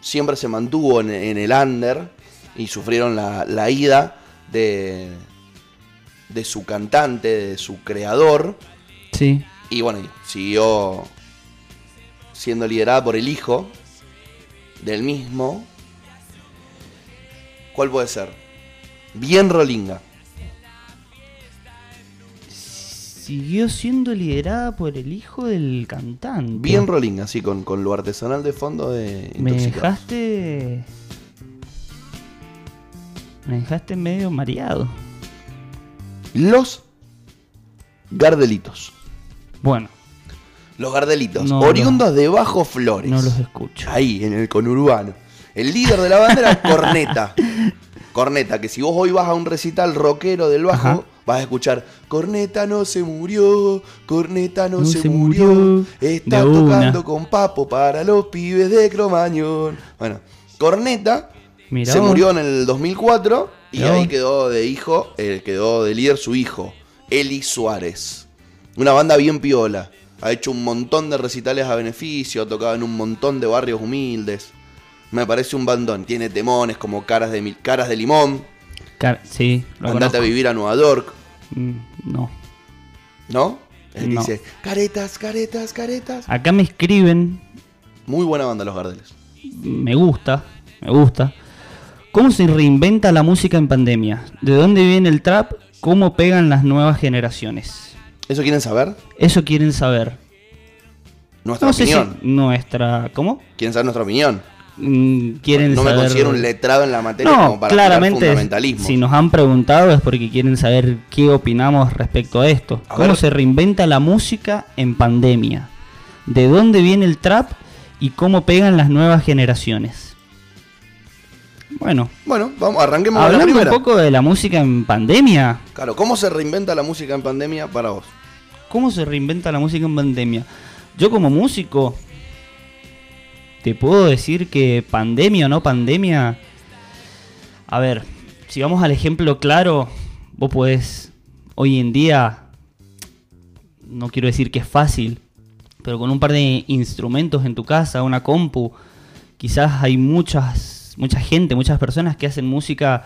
[SPEAKER 1] siempre se mantuvo en, en el under y sufrieron la, la ida de, de su cantante, de su creador?
[SPEAKER 2] Sí,
[SPEAKER 1] Y bueno, y siguió siendo liderada por el hijo del mismo. ¿Cuál puede ser? Bien Rolinga.
[SPEAKER 2] siguió siendo liderada por el hijo del cantante.
[SPEAKER 1] Bien Rolinga, así con, con lo artesanal de fondo de
[SPEAKER 2] Me
[SPEAKER 1] Intoxicados.
[SPEAKER 2] dejaste. Me dejaste medio mareado.
[SPEAKER 1] Los Gardelitos.
[SPEAKER 2] Bueno,
[SPEAKER 1] Los Gardelitos,
[SPEAKER 2] No,
[SPEAKER 1] oriundos de Bajo Flores.
[SPEAKER 2] no los escucho.
[SPEAKER 1] Ahí, en el conurbano. El líder de la banda
[SPEAKER 2] [LAUGHS]
[SPEAKER 1] era Corneta. Corneta, que si vos hoy vas a un recital rockero del bajo,
[SPEAKER 2] Ajá.
[SPEAKER 1] vas a escuchar Corneta no se murió, Corneta no,
[SPEAKER 2] No
[SPEAKER 1] se,
[SPEAKER 2] se
[SPEAKER 1] murió,
[SPEAKER 2] murió.
[SPEAKER 1] está
[SPEAKER 2] De una.
[SPEAKER 1] tocando con papo para los pibes de Cromañón. Bueno, Corneta
[SPEAKER 2] Mirá
[SPEAKER 1] se
[SPEAKER 2] vos.
[SPEAKER 1] murió en el 2004 y
[SPEAKER 2] Mirá
[SPEAKER 1] ahí
[SPEAKER 2] vos.
[SPEAKER 1] quedó de hijo, eh, quedó de líder su hijo, Eli Suárez. Una banda bien piola. ha hecho un montón de recitales a beneficio, ha tocado en un montón de barrios humildes. Me parece un bandón. Tiene temones como Caras de, Mil- Caras de Limón,
[SPEAKER 2] Car- sí, lo
[SPEAKER 1] Andate a
[SPEAKER 2] conozco.
[SPEAKER 1] vivir a Nueva York,
[SPEAKER 2] Mm, No.
[SPEAKER 1] ¿no? Él
[SPEAKER 2] No.
[SPEAKER 1] dice, caretas, caretas, caretas.
[SPEAKER 2] Acá me escriben,
[SPEAKER 1] Muy buena banda Los Gardeles.
[SPEAKER 2] me gusta, me gusta. ¿Cómo se reinventa la música en pandemia? ¿De dónde viene el trap? ¿Cómo pegan las nuevas generaciones?
[SPEAKER 1] ¿Eso quieren saber?
[SPEAKER 2] Eso quieren saber.
[SPEAKER 1] Nuestra
[SPEAKER 2] No sé si
[SPEAKER 1] opinión.
[SPEAKER 2] nuestra... ¿Cómo?
[SPEAKER 1] ¿Quieren saber nuestra opinión?
[SPEAKER 2] Mm, Quieren
[SPEAKER 1] No me
[SPEAKER 2] saber...
[SPEAKER 1] considero un letrado en la materia
[SPEAKER 2] No,
[SPEAKER 1] como para tirar
[SPEAKER 2] claramente,
[SPEAKER 1] fundamentalismo.
[SPEAKER 2] si nos han preguntado es porque quieren saber qué opinamos respecto a esto.
[SPEAKER 1] A
[SPEAKER 2] ¿Cómo
[SPEAKER 1] ver.
[SPEAKER 2] se reinventa la música en pandemia? ¿De dónde viene el trap y cómo pegan las nuevas generaciones? Bueno,
[SPEAKER 1] Bueno, vamos, arranquemos con la
[SPEAKER 2] hablando un
[SPEAKER 1] primera.
[SPEAKER 2] poco de la música en pandemia,
[SPEAKER 1] Claro, ¿cómo se reinventa la música en pandemia para vos?
[SPEAKER 2] ¿cómo se reinventa la música en pandemia? Yo como músico, te puedo decir que pandemia o no pandemia, a ver, si vamos al ejemplo claro, vos podés, hoy en día, no quiero decir que es fácil, pero con un par de instrumentos en tu casa, una compu, quizás hay muchas, mucha gente, muchas personas que hacen música,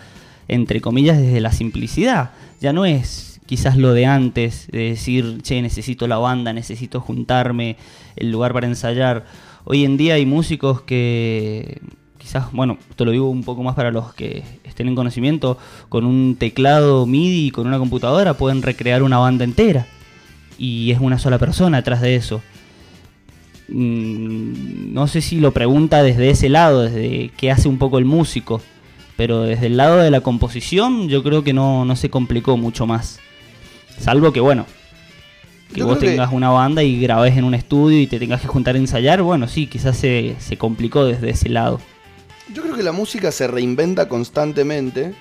[SPEAKER 2] entre comillas, desde la simplicidad. Ya no es quizás lo de antes, de decir, che, necesito la banda, necesito juntarme, el lugar para ensayar. Hoy en día hay músicos que quizás, bueno, te lo digo un poco más para los que estén en conocimiento, con un teclado MIDI y con una computadora pueden recrear una banda entera. Y es una sola persona atrás de eso. Mm, no sé si lo pregunta desde ese lado, desde que hace un poco el músico, pero desde el lado de la composición yo creo que no, no se complicó mucho más. Salvo que, bueno, que
[SPEAKER 1] Yo
[SPEAKER 2] vos
[SPEAKER 1] creo que-
[SPEAKER 2] tengas una banda y grabes en un estudio y te tengas que juntar a ensayar, bueno, sí, quizás se, se complicó desde ese lado.
[SPEAKER 1] Yo creo que la música se reinventa constantemente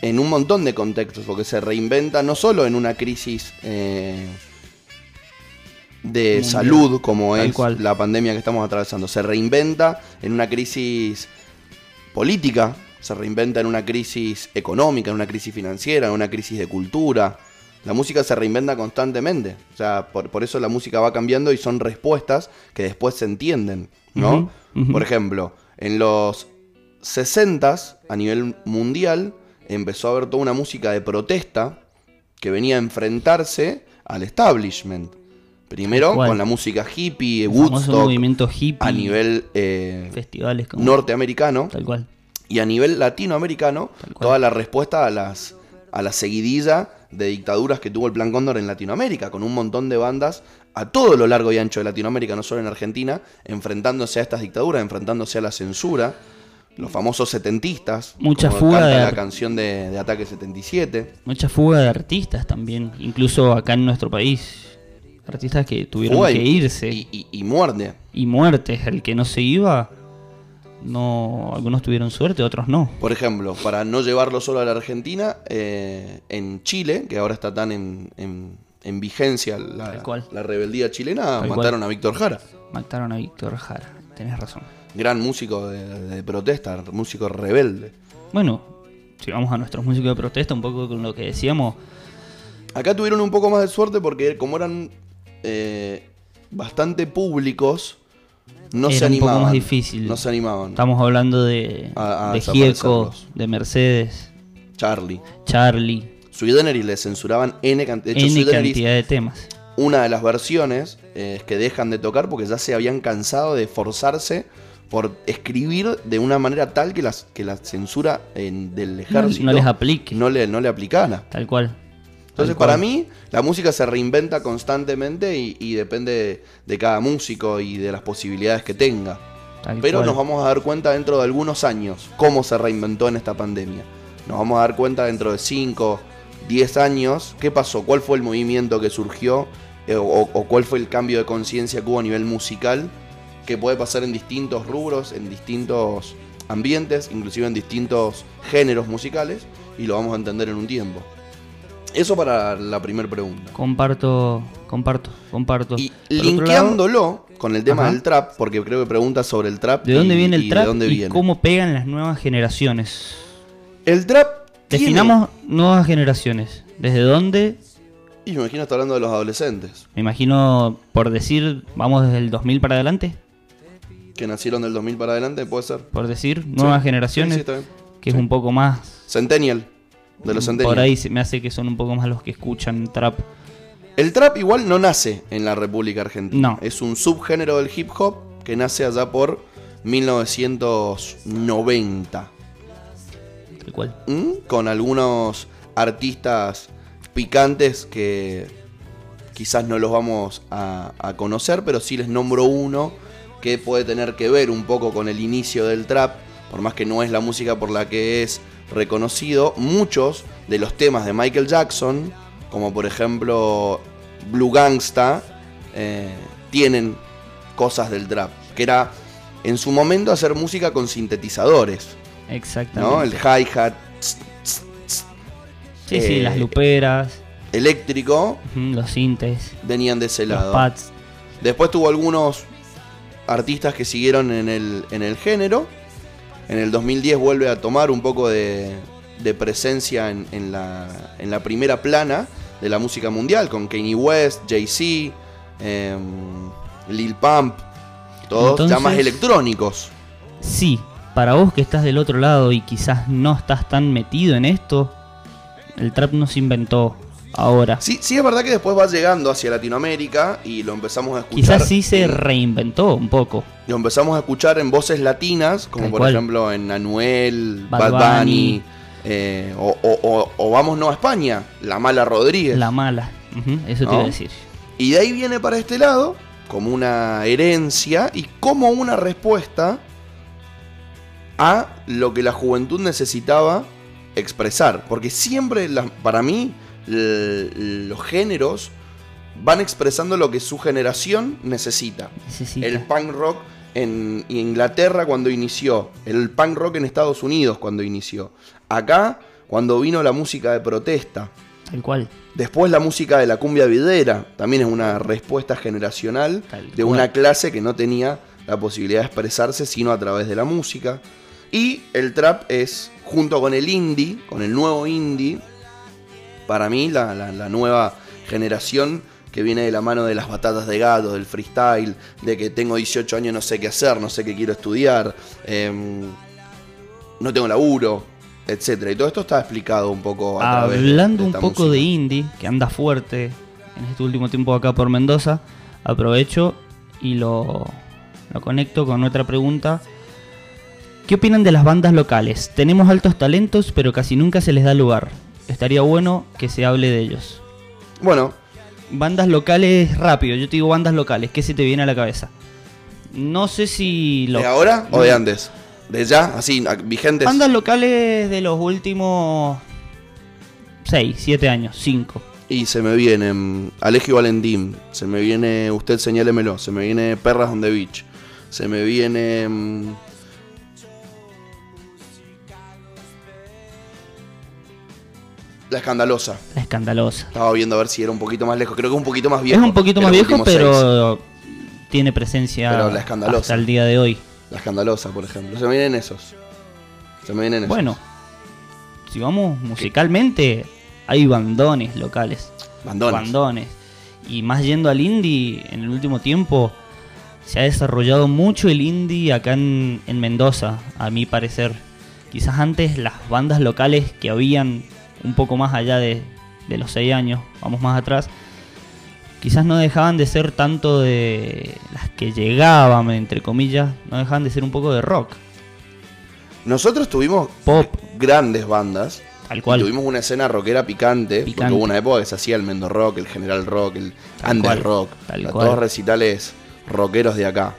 [SPEAKER 1] en un montón de contextos, porque se reinventa no solo en una crisis eh, de
[SPEAKER 2] Mundial.
[SPEAKER 1] salud como
[SPEAKER 2] Tal
[SPEAKER 1] es
[SPEAKER 2] cual.
[SPEAKER 1] la pandemia que estamos atravesando, se reinventa en una crisis política, se reinventa en una crisis económica, en una crisis financiera, en una crisis de cultura. La música se reinventa constantemente, o sea, por, por eso la música va cambiando y son respuestas que después se entienden, ¿no?
[SPEAKER 2] Ujú, ujú.
[SPEAKER 1] Por ejemplo, en los 60 a nivel mundial empezó a haber toda una música de protesta que venía a enfrentarse al establishment. Primero
[SPEAKER 2] Tal cual.
[SPEAKER 1] con la música hippie,
[SPEAKER 2] El famoso
[SPEAKER 1] Woodstock,
[SPEAKER 2] movimiento hippie,
[SPEAKER 1] a nivel eh,
[SPEAKER 2] festivales como-
[SPEAKER 1] norteamericano
[SPEAKER 2] Tal cual.
[SPEAKER 1] y a nivel latinoamericano,
[SPEAKER 2] cual.
[SPEAKER 1] toda la respuesta a las a la seguidilla de dictaduras que tuvo el Plan Cóndor en Latinoamérica, con un montón de bandas a todo lo largo y ancho de Latinoamérica, no solo en Argentina, enfrentándose a estas dictaduras, enfrentándose a la censura, los famosos setentistas,
[SPEAKER 2] Mucha
[SPEAKER 1] como
[SPEAKER 2] fuga
[SPEAKER 1] canta
[SPEAKER 2] de
[SPEAKER 1] la
[SPEAKER 2] ar-
[SPEAKER 1] canción de, de Ataque 77,
[SPEAKER 2] Mucha fuga de artistas también, incluso acá en nuestro país. Artistas que tuvieron
[SPEAKER 1] Fuga y-
[SPEAKER 2] que irse.
[SPEAKER 1] y, y- y muerte.
[SPEAKER 2] y muertes. El que no se iba, no, algunos tuvieron suerte, otros no.
[SPEAKER 1] Por ejemplo, para no llevarlo solo a la Argentina, eh, en Chile, que ahora está tan en, en- en vigencia la,
[SPEAKER 2] Tal cual.
[SPEAKER 1] la rebeldía chilena,
[SPEAKER 2] cual.
[SPEAKER 1] mataron a Víctor Jara,
[SPEAKER 2] Mataron a Víctor Jara, tenés razón.
[SPEAKER 1] gran músico de, de protesta, músico rebelde.
[SPEAKER 2] Bueno, si vamos a nuestros músicos de protesta, un poco con lo que decíamos,
[SPEAKER 1] Acá tuvieron un poco más de suerte porque como eran eh, bastante públicos, no
[SPEAKER 2] Era
[SPEAKER 1] se
[SPEAKER 2] un poco
[SPEAKER 1] animaban.
[SPEAKER 2] más difícil.
[SPEAKER 1] No se animaban.
[SPEAKER 2] estamos hablando de,
[SPEAKER 1] A- a
[SPEAKER 2] de Gieco,
[SPEAKER 1] desaparecerlos.
[SPEAKER 2] de Mercedes,
[SPEAKER 1] Charlie.
[SPEAKER 2] Charlie,
[SPEAKER 1] Sui Generis le censuraban N cantidad. De hecho, Sui
[SPEAKER 2] N
[SPEAKER 1] Generis
[SPEAKER 2] cantidad de temas.
[SPEAKER 1] una de las versiones eh, es que dejan de tocar porque ya se habían cansado de forzarse por escribir de una manera tal que, las, que la censura en- del
[SPEAKER 2] No,
[SPEAKER 1] ejército
[SPEAKER 2] no les aplique,
[SPEAKER 1] no le, no le aplicara.
[SPEAKER 2] tal cual.
[SPEAKER 1] Entonces,
[SPEAKER 2] Tal cual.
[SPEAKER 1] para mí, la música se reinventa constantemente y, y depende de, de cada músico y de las posibilidades que tenga.
[SPEAKER 2] Tal
[SPEAKER 1] Pero
[SPEAKER 2] cual.
[SPEAKER 1] nos vamos a dar cuenta dentro de algunos años cómo se reinventó en esta pandemia. Nos vamos a dar cuenta dentro de 5, 10 años qué pasó, cuál fue el movimiento que surgió eh, o, o cuál fue el cambio de conciencia que hubo a nivel musical, que puede pasar en distintos rubros, en distintos ambientes, inclusive en distintos géneros musicales, y lo vamos a entender en un tiempo. Eso para la primera pregunta.
[SPEAKER 2] Comparto, comparto, comparto.
[SPEAKER 1] Y
[SPEAKER 2] Por otro lado,
[SPEAKER 1] linkeándolo con el tema
[SPEAKER 2] Ajá.
[SPEAKER 1] del trap, porque creo que pregunta sobre el trap.
[SPEAKER 2] ¿De dónde
[SPEAKER 1] y-
[SPEAKER 2] viene
[SPEAKER 1] y
[SPEAKER 2] el
[SPEAKER 1] de
[SPEAKER 2] trap
[SPEAKER 1] dónde
[SPEAKER 2] y
[SPEAKER 1] viene.
[SPEAKER 2] cómo pegan las nuevas generaciones?
[SPEAKER 1] El trap tiene-
[SPEAKER 2] Definamos nuevas generaciones. ¿Desde dónde
[SPEAKER 1] Y yo me imagino está hablando de los adolescentes,
[SPEAKER 2] Me imagino, por decir, vamos desde el 2000 para adelante,
[SPEAKER 1] que nacieron del 2000 para adelante, puede ser.
[SPEAKER 2] por decir, nuevas
[SPEAKER 1] Sí,
[SPEAKER 2] generaciones,
[SPEAKER 1] sí, sí, está bien.
[SPEAKER 2] que es un poco más...
[SPEAKER 1] Centennial, de los centennial.
[SPEAKER 2] Mm, Por ahí se me hace que son un poco más los que escuchan trap.
[SPEAKER 1] El trap igual no nace en la República Argentina.
[SPEAKER 2] No.
[SPEAKER 1] Es un subgénero del hip hop que nace allá por 1990.
[SPEAKER 2] Tal cual.
[SPEAKER 1] ¿Mm? Con algunos artistas picantes que quizás no los vamos a, a conocer, pero sí les nombro uno que puede tener que ver un poco con el inicio del trap, por más que no es la música por la que es reconocido, muchos de los temas de Michael Jackson, como por ejemplo Blue Gangsta, eh, tienen cosas del trap, que era en su momento hacer música con sintetizadores,
[SPEAKER 2] Exactamente.
[SPEAKER 1] ¿no? El hi-hat tss,
[SPEAKER 2] sí, sí,
[SPEAKER 1] eh,
[SPEAKER 2] las luperas,
[SPEAKER 1] eléctrico
[SPEAKER 2] ujú, los sintes,
[SPEAKER 1] venían de ese
[SPEAKER 2] los
[SPEAKER 1] lado.
[SPEAKER 2] pads.
[SPEAKER 1] Después tuvo algunos artistas que siguieron en el, en el género. En el 2010 vuelve a tomar un poco de, de presencia en, en la, en la primera plana de la música mundial, con Kanye West, Jay-Z, em, Lil Pump, todos
[SPEAKER 2] Entonces-
[SPEAKER 1] ya más electrónicos.
[SPEAKER 2] Sí, para vos que estás del otro lado y quizás no estás tan metido en esto, el trap no se inventó ahora.
[SPEAKER 1] Sí, sí es verdad que después va llegando hacia Latinoamérica y lo empezamos a escuchar.
[SPEAKER 2] Quizás sí se
[SPEAKER 1] en-
[SPEAKER 2] reinventó un poco.
[SPEAKER 1] Lo empezamos a escuchar en voces latinas, como
[SPEAKER 2] Tal
[SPEAKER 1] por
[SPEAKER 2] cual.
[SPEAKER 1] ejemplo en Anuel, Bad,
[SPEAKER 2] Bad
[SPEAKER 1] Bunny,
[SPEAKER 2] Bunny.
[SPEAKER 1] eh, o, o- o- o vamos no a España, La Mala Rodríguez.
[SPEAKER 2] La mala. Ujú, eso
[SPEAKER 1] ¿No?
[SPEAKER 2] te iba a decir.
[SPEAKER 1] Y de ahí viene para este lado, como una herencia y como una respuesta a lo que la juventud necesitaba expresar. Porque siempre, la- para mí, l- los géneros van expresando lo que su generación necesita.
[SPEAKER 2] Necesita.
[SPEAKER 1] el punk rock en Inglaterra cuando inició, el punk rock en Estados Unidos cuando inició, acá cuando vino la música de protesta,
[SPEAKER 2] Tal cual.
[SPEAKER 1] después la música de la cumbia videra, también es una respuesta generacional
[SPEAKER 2] Tal
[SPEAKER 1] de
[SPEAKER 2] cual.
[SPEAKER 1] una clase que no tenía la posibilidad de expresarse sino a través de la música. Y el trap es, junto con el indie, con el nuevo indie, para mí la, la- la nueva generación que viene de la mano de las batatas de gato, del freestyle, de que tengo 18 años, no sé qué hacer, no sé qué quiero estudiar, em, no tengo laburo, etc. Y todo esto está explicado un poco a través de-
[SPEAKER 2] Hablando
[SPEAKER 1] de
[SPEAKER 2] un
[SPEAKER 1] esta
[SPEAKER 2] poco de
[SPEAKER 1] música.
[SPEAKER 2] indie, que anda fuerte en este último tiempo acá por Mendoza, aprovecho y lo, lo conecto con otra pregunta. ¿Qué opinan de las bandas locales? Tenemos altos talentos, pero casi nunca se les da lugar. Estaría bueno que se hable de ellos.
[SPEAKER 1] Bueno,
[SPEAKER 2] Bandas locales rápido, yo te digo bandas locales, ¿qué se te viene a la cabeza? No sé si... lo- Mm.
[SPEAKER 1] ¿de ahora o de
[SPEAKER 2] No.
[SPEAKER 1] antes? ¿De ya? Así, a- vigentes.
[SPEAKER 2] Bandas locales de los últimos 6, 7 años, 5.
[SPEAKER 1] Y se me vienen Alejio Valentín, se me viene Usted Señálemelo, se me viene Perras on the Beach, se me viene... mm, La Escandalosa.
[SPEAKER 2] La escandalosa.
[SPEAKER 1] Estaba viendo a ver si era un poquito más lejos. Creo que un poquito más viejo.
[SPEAKER 2] es un poquito
[SPEAKER 1] que
[SPEAKER 2] más
[SPEAKER 1] los
[SPEAKER 2] viejo,
[SPEAKER 1] últimos seis.
[SPEAKER 2] pero tiene presencia
[SPEAKER 1] Pero la escandalosa.
[SPEAKER 2] hasta el día de hoy.
[SPEAKER 1] La Escandalosa, por ejemplo. Se me vienen esos. Se me vienen esos.
[SPEAKER 2] Bueno, si vamos musicalmente, hay bandones locales.
[SPEAKER 1] Bandones.
[SPEAKER 2] Bandones. Y más yendo al indie, en el último tiempo se ha desarrollado mucho el indie acá en, en Mendoza, a mi parecer. Quizás antes las bandas locales que habían un poco más allá de, de los 6 años, vamos más atrás, quizás no dejaban de ser tanto de las que llegaban, entre comillas, no dejaban de ser un poco de rock,
[SPEAKER 1] Nosotros tuvimos
[SPEAKER 2] pop,
[SPEAKER 1] grandes bandas.
[SPEAKER 2] tal
[SPEAKER 1] Y
[SPEAKER 2] cual.
[SPEAKER 1] tuvimos una escena rockera picante, porque
[SPEAKER 2] Picante.
[SPEAKER 1] hubo una época que se hacía el Mendo Rock, el General Rock, el
[SPEAKER 2] Tal
[SPEAKER 1] Under
[SPEAKER 2] cual,
[SPEAKER 1] Rock,
[SPEAKER 2] tal
[SPEAKER 1] a
[SPEAKER 2] cual.
[SPEAKER 1] todos recitales rockeros de acá.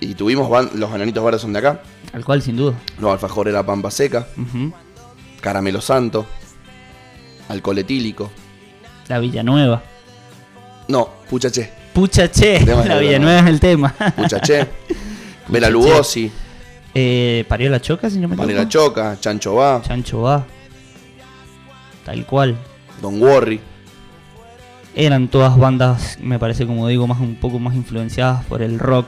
[SPEAKER 1] Y tuvimos ban- los Enanitos Verdes son de acá,
[SPEAKER 2] Tal cual, sin duda.
[SPEAKER 1] los Alfajor era Pampa Seca,
[SPEAKER 2] Ujú.
[SPEAKER 1] Caramelo Santo, Alcohol Etílico,
[SPEAKER 2] La Villanueva.
[SPEAKER 1] no, Puchaché,
[SPEAKER 2] Puchache,
[SPEAKER 1] Tema de
[SPEAKER 2] [LAUGHS] la
[SPEAKER 1] la
[SPEAKER 2] Villanueva es el tema.
[SPEAKER 1] [LAUGHS] Puchaché, Bela
[SPEAKER 2] Puchaché.
[SPEAKER 1] Lugosi,
[SPEAKER 2] Eh, ¿Parió la choca, si no me
[SPEAKER 1] Vanela
[SPEAKER 2] equivoco?
[SPEAKER 1] Choca, Chancho Va,
[SPEAKER 2] Chancho va. Tal cual.
[SPEAKER 1] Don Worry,
[SPEAKER 2] Eran todas bandas, me parece, como digo, más un poco más influenciadas por el rock.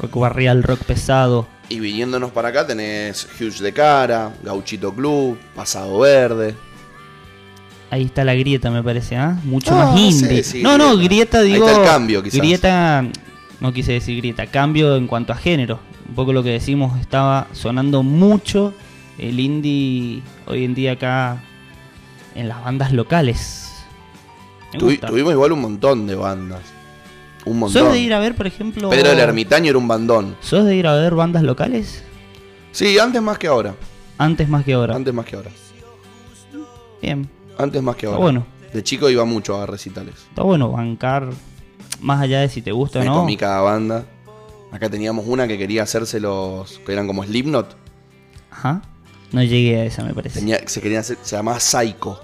[SPEAKER 2] Rock barrial, rock pesado.
[SPEAKER 1] y viniéndonos para acá tenés Huge de Cara, Gauchito Club, Pasado Verde,
[SPEAKER 2] Ahí está la grieta, me parece, ¿ah? Mucho
[SPEAKER 1] No,
[SPEAKER 2] más
[SPEAKER 1] no sé
[SPEAKER 2] indie.
[SPEAKER 1] si
[SPEAKER 2] no, no,
[SPEAKER 1] grieta.
[SPEAKER 2] grieta,
[SPEAKER 1] Ahí
[SPEAKER 2] digo.
[SPEAKER 1] está el cambio, quizás.
[SPEAKER 2] Grieta, no quise decir grieta, cambio en cuanto a género. Un poco lo que decimos, estaba sonando mucho el indie hoy en día acá en las bandas locales. Me
[SPEAKER 1] Tuvi-
[SPEAKER 2] gusta.
[SPEAKER 1] tuvimos igual un montón de bandas. Un montón.
[SPEAKER 2] ¿Sos de ir a ver, por ejemplo.
[SPEAKER 1] Pedro del Ermitaño era un bandón.
[SPEAKER 2] ¿Sos de ir a ver bandas locales?
[SPEAKER 1] Sí, antes más que ahora.
[SPEAKER 2] Antes más que ahora.
[SPEAKER 1] Antes más que ahora.
[SPEAKER 2] Bien,
[SPEAKER 1] Antes más que
[SPEAKER 2] está
[SPEAKER 1] ahora.
[SPEAKER 2] bueno.
[SPEAKER 1] De chico iba mucho a recitales.
[SPEAKER 2] Está bueno bancar, más allá de si te gusta o
[SPEAKER 1] Me
[SPEAKER 2] no.
[SPEAKER 1] comí cada banda. Acá teníamos una que quería hacerse los. que eran como Slipknot.
[SPEAKER 2] Ajá. No llegué a esa, me parece.
[SPEAKER 1] Tenía, se querían hacer. se llamaba Psycho.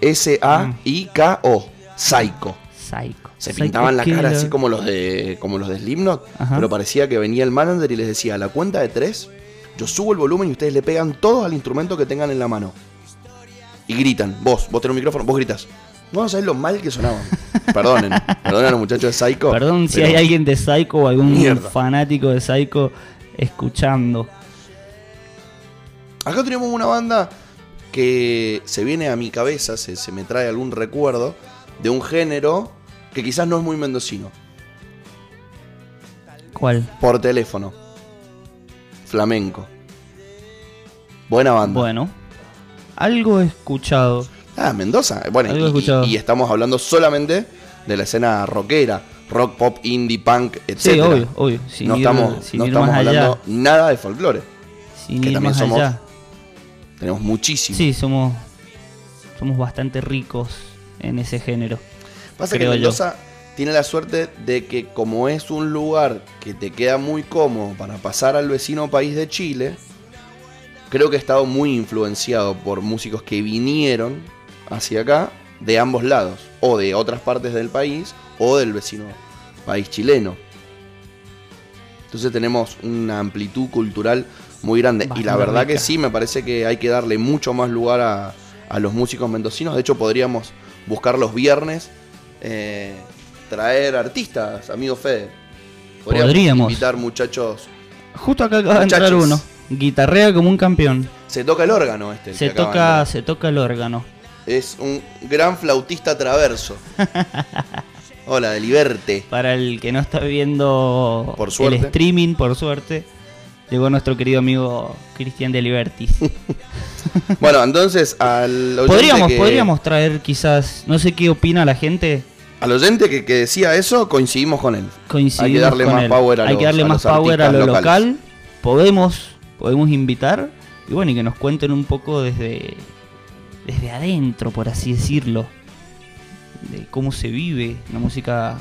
[SPEAKER 1] S-A-I-K-O. Psycho.
[SPEAKER 2] Psycho.
[SPEAKER 1] Se
[SPEAKER 2] Psycho
[SPEAKER 1] pintaban la cara
[SPEAKER 2] Killer.
[SPEAKER 1] así como los de. como los de Slipknot.
[SPEAKER 2] Ajá.
[SPEAKER 1] Pero parecía que venía el manager y les decía, a la cuenta de tres, yo subo el volumen y ustedes le pegan todos al instrumento que tengan en la mano. Y gritan, vos, vos tenés un micrófono, vos gritas. No sabés lo mal que
[SPEAKER 2] [LAUGHS]
[SPEAKER 1] sonaban. Perdonen, perdonen a los muchachos de Psycho.
[SPEAKER 2] Perdón si
[SPEAKER 1] pero-
[SPEAKER 2] hay alguien de Psycho o algún
[SPEAKER 1] Mierda.
[SPEAKER 2] fanático de Psycho escuchando.
[SPEAKER 1] Acá tenemos una banda que se viene a mi cabeza, se, se me trae algún recuerdo de un género que quizás no es muy mendocino.
[SPEAKER 2] ¿Cuál?
[SPEAKER 1] Por teléfono. Flamenco. Buena banda.
[SPEAKER 2] Bueno. Algo he escuchado.
[SPEAKER 1] Ah, Mendoza. Bueno,
[SPEAKER 2] Algo he
[SPEAKER 1] y- y,
[SPEAKER 2] escuchado.
[SPEAKER 1] y estamos hablando solamente de la escena rockera. Rock, pop, indie, punk, etc.
[SPEAKER 2] Sí, obvio, obvio. Sin
[SPEAKER 1] no
[SPEAKER 2] ir,
[SPEAKER 1] estamos,
[SPEAKER 2] sin
[SPEAKER 1] no
[SPEAKER 2] ir
[SPEAKER 1] estamos
[SPEAKER 2] más
[SPEAKER 1] hablando
[SPEAKER 2] allá.
[SPEAKER 1] nada de folclore.
[SPEAKER 2] Sin
[SPEAKER 1] que
[SPEAKER 2] ir
[SPEAKER 1] también
[SPEAKER 2] más
[SPEAKER 1] somos-
[SPEAKER 2] allá.
[SPEAKER 1] Tenemos muchísimo.
[SPEAKER 2] Sí, somos, somos bastante ricos en ese género.
[SPEAKER 1] Pasa que
[SPEAKER 2] creo yo.
[SPEAKER 1] Mendoza tiene la suerte de que como es un lugar que te queda muy cómodo para pasar al vecino país de Chile, creo que ha estado muy influenciado por músicos que vinieron hacia acá de ambos lados, o de otras partes del país, o del vecino país chileno. Entonces tenemos una amplitud cultural muy grande. y la
[SPEAKER 2] Bastante
[SPEAKER 1] verdad que
[SPEAKER 2] rica.
[SPEAKER 1] sí, me parece que hay que darle mucho más lugar a, a los músicos mendocinos. De hecho, podríamos buscar los viernes, eh, traer artistas, amigo Fede.
[SPEAKER 2] Podríamos.
[SPEAKER 1] invitar muchachos.
[SPEAKER 2] Justo acá acaba de entrar
[SPEAKER 1] Muchachos.
[SPEAKER 2] uno. Guitarrea como un campeón.
[SPEAKER 1] Se toca el órgano este. el
[SPEAKER 2] Se
[SPEAKER 1] que acaban de
[SPEAKER 2] toca,
[SPEAKER 1] ver.
[SPEAKER 2] se toca el órgano.
[SPEAKER 1] Es un gran flautista
[SPEAKER 2] [LAUGHS]
[SPEAKER 1] traverso. Hola, Deliberte.
[SPEAKER 2] Para el que no está viendo
[SPEAKER 1] Por suerte.
[SPEAKER 2] el streaming, por suerte, llegó nuestro querido amigo Cristian
[SPEAKER 1] [LAUGHS]
[SPEAKER 2] de Libertis.
[SPEAKER 1] Bueno, entonces al oyente
[SPEAKER 2] podríamos,
[SPEAKER 1] que-
[SPEAKER 2] podríamos traer quizás, no sé qué opina la gente.
[SPEAKER 1] Al oyente que, que decía eso, coincidimos con él.
[SPEAKER 2] Coincidimos
[SPEAKER 1] Hay que darle
[SPEAKER 2] con
[SPEAKER 1] más
[SPEAKER 2] él.
[SPEAKER 1] power a
[SPEAKER 2] Hay
[SPEAKER 1] los-
[SPEAKER 2] que darle
[SPEAKER 1] a
[SPEAKER 2] más
[SPEAKER 1] los
[SPEAKER 2] power a lo
[SPEAKER 1] artistas locales.
[SPEAKER 2] local. Podemos, podemos invitar y bueno, y que nos cuenten un poco desde, desde adentro, por así decirlo, de cómo se vive la música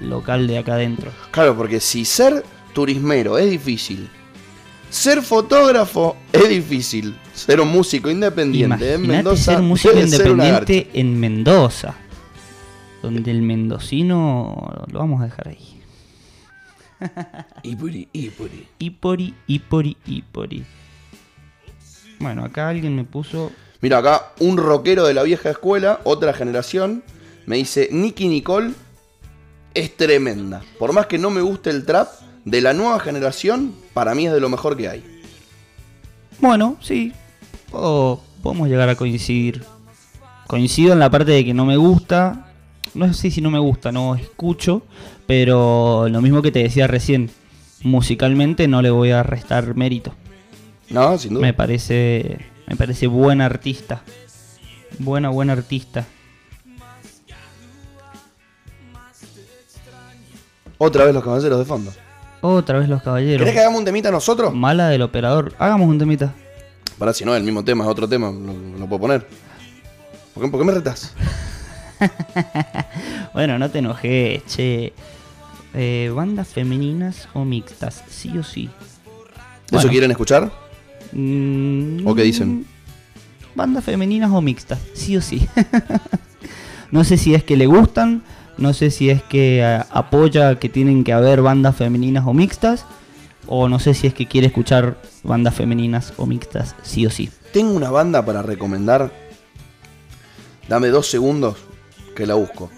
[SPEAKER 2] local de acá adentro.
[SPEAKER 1] Claro, porque si ser turismero es difícil, ser fotógrafo es difícil, ser un músico independiente en
[SPEAKER 2] Imagínate
[SPEAKER 1] Mendoza
[SPEAKER 2] ser músico
[SPEAKER 1] debe ser una garcha.
[SPEAKER 2] independiente en Mendoza. Donde el mendocino lo vamos a dejar ahí. Ipori, Ipori, Ipori. Bueno, acá alguien me puso.
[SPEAKER 1] Mira, acá un rockero de la vieja escuela, otra generación, me dice, Nicky Nicole es tremenda. Por más que no me guste el trap, de la nueva generación, para mí es de lo mejor que hay.
[SPEAKER 2] Bueno, sí. puedo- podemos llegar a coincidir. Coincido en la parte de que no me gusta. No sé si no me gusta, no escucho. Pero lo mismo que te decía recién. Musicalmente no le voy a restar mérito.
[SPEAKER 1] No, sin duda.
[SPEAKER 2] Me parece. Me parece buen artista. Buena, buena artista.
[SPEAKER 1] Otra vez los caballeros de fondo.
[SPEAKER 2] Otra vez los caballeros.
[SPEAKER 1] ¿Querés que hagamos un temita nosotros?
[SPEAKER 2] Mala del operador. Hagamos un temita.
[SPEAKER 1] Para si no, es el mismo tema, es otro tema, lo, lo puedo poner. ¿Por qué, por qué me retás?
[SPEAKER 2] Bueno, no te enojes, che. Eh, bandas femeninas o mixtas, sí o sí.
[SPEAKER 1] ¿Eso
[SPEAKER 2] Bueno.
[SPEAKER 1] quieren escuchar?
[SPEAKER 2] Mm,
[SPEAKER 1] ¿O qué dicen?
[SPEAKER 2] Bandas femeninas o mixtas, sí o sí. [LAUGHS] no sé si es que le gustan, no sé si es que eh, apoya que tienen que haber bandas femeninas o mixtas, o no sé si es que quiere escuchar bandas femeninas o mixtas, sí o sí.
[SPEAKER 1] Tengo una banda para recomendar. Dame dos segundos que la busco.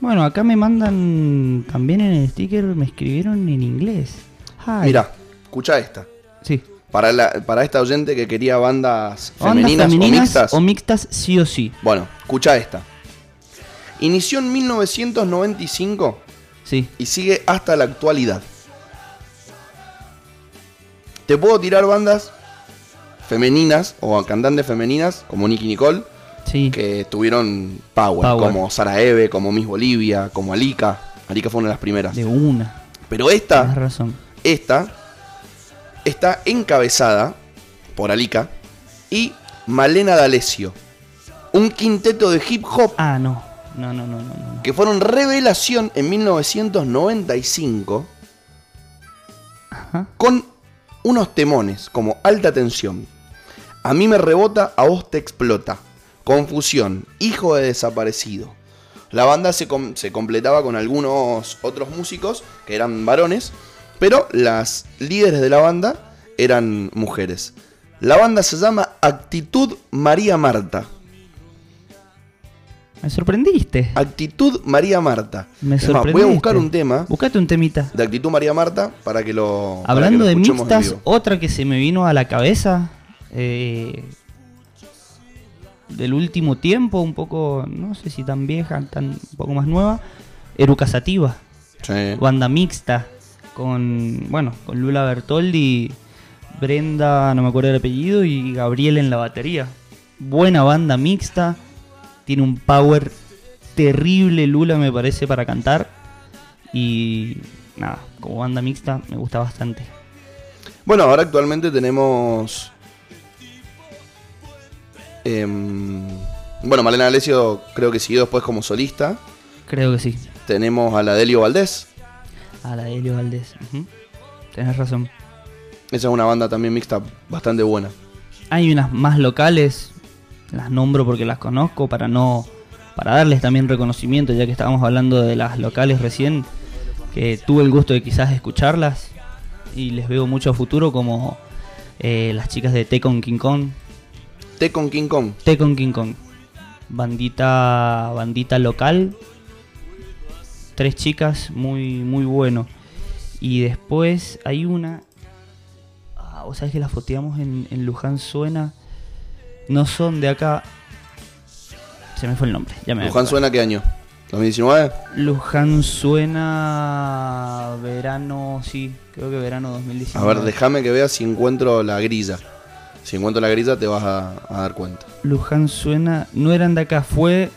[SPEAKER 2] Bueno, acá me mandan también en el sticker, me escribieron en inglés. Ay,
[SPEAKER 1] Mirá, escucha esta.
[SPEAKER 2] Sí.
[SPEAKER 1] Para, la- para esta oyente que quería bandas
[SPEAKER 2] Bandas
[SPEAKER 1] femeninas, o mixtas.
[SPEAKER 2] o mixtas sí o sí.
[SPEAKER 1] bueno, escucha esta. Inició en 1995
[SPEAKER 2] Sí.
[SPEAKER 1] y sigue hasta la actualidad. Te puedo tirar bandas femeninas o cantantes femeninas como Nicky Nicole
[SPEAKER 2] Sí.
[SPEAKER 1] que tuvieron power,
[SPEAKER 2] Power.
[SPEAKER 1] como Sara Eve, como Miss Bolivia, como Alika. Alika fue una de las primeras.
[SPEAKER 2] De una.
[SPEAKER 1] Pero
[SPEAKER 2] Tienes
[SPEAKER 1] esta,
[SPEAKER 2] razón.
[SPEAKER 1] esta, está encabezada por Alika y Malena D'Alessio. Un quinteto de hip hop
[SPEAKER 2] Ah, no. No, no, no, no. no.
[SPEAKER 1] que fueron revelación en 1995
[SPEAKER 2] Ajá.
[SPEAKER 1] con unos temones como alta tensión. A mí me rebota, a vos te explota. Confusión, hijo de desaparecido. La banda se, com- se completaba con algunos otros músicos que eran varones, pero las líderes de la banda eran mujeres. La banda se llama Actitud María Marta.
[SPEAKER 2] Me sorprendiste.
[SPEAKER 1] Actitud María Marta.
[SPEAKER 2] Me
[SPEAKER 1] Es más,
[SPEAKER 2] sorprendiste.
[SPEAKER 1] voy a buscar un tema
[SPEAKER 2] Buscate un temita.
[SPEAKER 1] de Actitud María Marta para que lo para que
[SPEAKER 2] Hablando
[SPEAKER 1] lo
[SPEAKER 2] de
[SPEAKER 1] escuchemos en
[SPEAKER 2] mixtas,
[SPEAKER 1] vivo.
[SPEAKER 2] otra que se me vino a la cabeza eh, del último tiempo, un poco, no sé si tan vieja, tan un poco más nueva, Eruca Sativa,
[SPEAKER 1] Sí.
[SPEAKER 2] banda mixta con, bueno, con Lula Bertoldi, Brenda, no me acuerdo el apellido y Gabriel en la batería. Buena banda mixta, tiene un power terrible Lula me parece para cantar y nada, como banda mixta me gusta bastante.
[SPEAKER 1] Bueno, ahora actualmente tenemos. em, bueno, Malena Alessio creo que siguió después como solista.
[SPEAKER 2] Creo que sí.
[SPEAKER 1] Tenemos a la Delio Valdés.
[SPEAKER 2] A la de Elio Valdés. ujú. Tenés razón.
[SPEAKER 1] Esa es una banda también mixta bastante buena.
[SPEAKER 2] Hay unas más locales. Las nombro porque las conozco para no. para darles también reconocimiento, ya que estábamos hablando de las locales recién. Que tuve el gusto de quizás escucharlas. Y les veo mucho futuro como eh, las chicas de Té con King Kong.
[SPEAKER 1] Té con King Kong.
[SPEAKER 2] Té con King Kong. Bandita. Bandita local. Tres chicas, muy, muy bueno. Y después hay una. Ah, vos sabés que la foteamos en, en Luján Suena. No son de acá. Se me fue el nombre. Ya me
[SPEAKER 1] Luján
[SPEAKER 2] acuerdo.
[SPEAKER 1] suena qué año? ¿2019?
[SPEAKER 2] Luján Suena. Verano. Sí, creo que verano
[SPEAKER 1] A
[SPEAKER 2] 2019.
[SPEAKER 1] ver, déjame que vea si encuentro la grilla. Si encuentro la grilla te vas a, a dar cuenta.
[SPEAKER 2] Luján Suena. No eran de acá. Fue.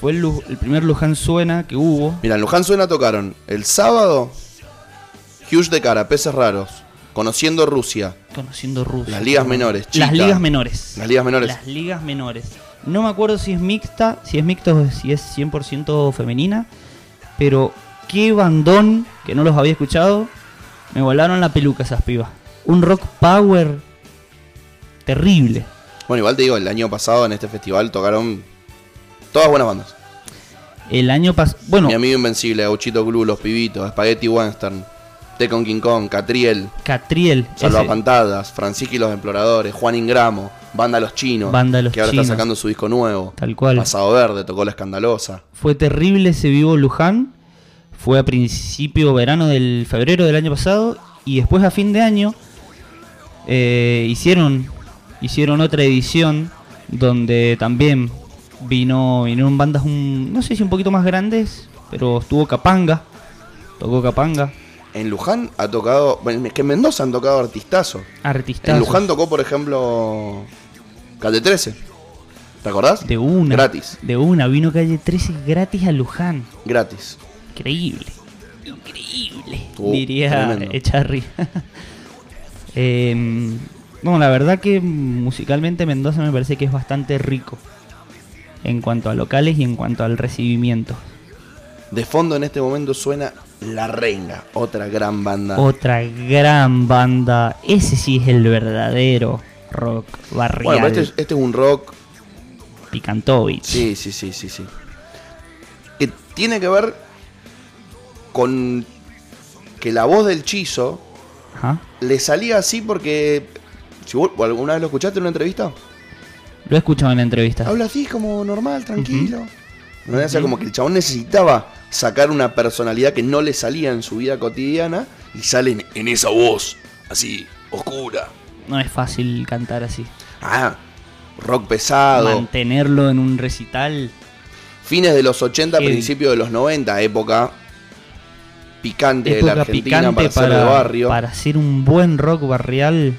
[SPEAKER 2] Fue el, Lu- el primer Luján Suena que hubo.
[SPEAKER 1] Mira, en Luján suena tocaron el sábado. Huge de cara, peces raros. Conociendo Rusia.
[SPEAKER 2] Conociendo Rusia.
[SPEAKER 1] Las ligas menores,
[SPEAKER 2] Las
[SPEAKER 1] chica.
[SPEAKER 2] ligas menores.
[SPEAKER 1] Las ligas menores.
[SPEAKER 2] Las ligas menores. No me acuerdo si es mixta, si es mixta o si es 100% femenina. Pero qué bandón, que no los había escuchado. Me volaron la peluca esas pibas. Un rock power terrible.
[SPEAKER 1] Bueno, igual te digo, el año pasado en este festival tocaron todas buenas bandas.
[SPEAKER 2] El año pasado... Bueno,
[SPEAKER 1] Mi amigo Invencible, Gauchito Blue, Los Pibitos, Spaghetti Western, Te con King Kong, Catriel,
[SPEAKER 2] Catriel.
[SPEAKER 1] Salva
[SPEAKER 2] ese-
[SPEAKER 1] Pantadas, Francisco y los Exploradores, Juan Ingramo, Banda Los Chinos,
[SPEAKER 2] Banda Los
[SPEAKER 1] que ahora
[SPEAKER 2] Chinos.
[SPEAKER 1] está sacando su disco nuevo.
[SPEAKER 2] Tal cual.
[SPEAKER 1] Pasado Verde, tocó La Escandalosa.
[SPEAKER 2] Fue terrible ese vivo Luján. Fue a principio verano del febrero del año pasado. Y después a fin de año eh, hicieron, hicieron otra edición donde también vino, vinieron bandas, un, no sé si un poquito más grandes, pero estuvo Capanga. Tocó Capanga.
[SPEAKER 1] En Luján ha tocado. Bueno, es que en Mendoza han tocado artistazos.
[SPEAKER 2] Artista.
[SPEAKER 1] En Luján tocó, por ejemplo, Calle 13. ¿Te acordás?
[SPEAKER 2] De una.
[SPEAKER 1] Gratis.
[SPEAKER 2] De una. Vino Calle 13 gratis a Luján.
[SPEAKER 1] Gratis.
[SPEAKER 2] Increíble. Increíble.
[SPEAKER 1] Oh,
[SPEAKER 2] diría
[SPEAKER 1] tremendo.
[SPEAKER 2] Echarri. [LAUGHS] Em, no, la verdad que musicalmente Mendoza me parece que es bastante rico. En cuanto a locales y en cuanto al recibimiento.
[SPEAKER 1] De fondo en este momento suena La Renga, otra gran banda.
[SPEAKER 2] Otra gran banda. Ese sí es el verdadero rock barrial.
[SPEAKER 1] Bueno, pero este, es- este es un rock.
[SPEAKER 2] Picantovich.
[SPEAKER 1] Sí, sí, sí, sí, sí. Que tiene que ver con que la voz del Chizo
[SPEAKER 2] Ajá.
[SPEAKER 1] le salía así porque. Si vos alguna vez lo escuchaste en una entrevista,
[SPEAKER 2] Lo he escuchado en entrevistas.
[SPEAKER 1] habla así como normal, tranquilo. ¿No? O sea, como que el chabón necesitaba sacar una personalidad que no le salía en su vida cotidiana y sale en, en esa voz, así, oscura,
[SPEAKER 2] no es fácil cantar así.
[SPEAKER 1] Ah, rock pesado.
[SPEAKER 2] Mantenerlo en un recital.
[SPEAKER 1] Fines de los 80,
[SPEAKER 2] Sí.
[SPEAKER 1] principios de los 90, época picante de la
[SPEAKER 2] época
[SPEAKER 1] Argentina
[SPEAKER 2] picante
[SPEAKER 1] para,
[SPEAKER 2] para,
[SPEAKER 1] ser de barrio.
[SPEAKER 2] para hacer un buen rock barrial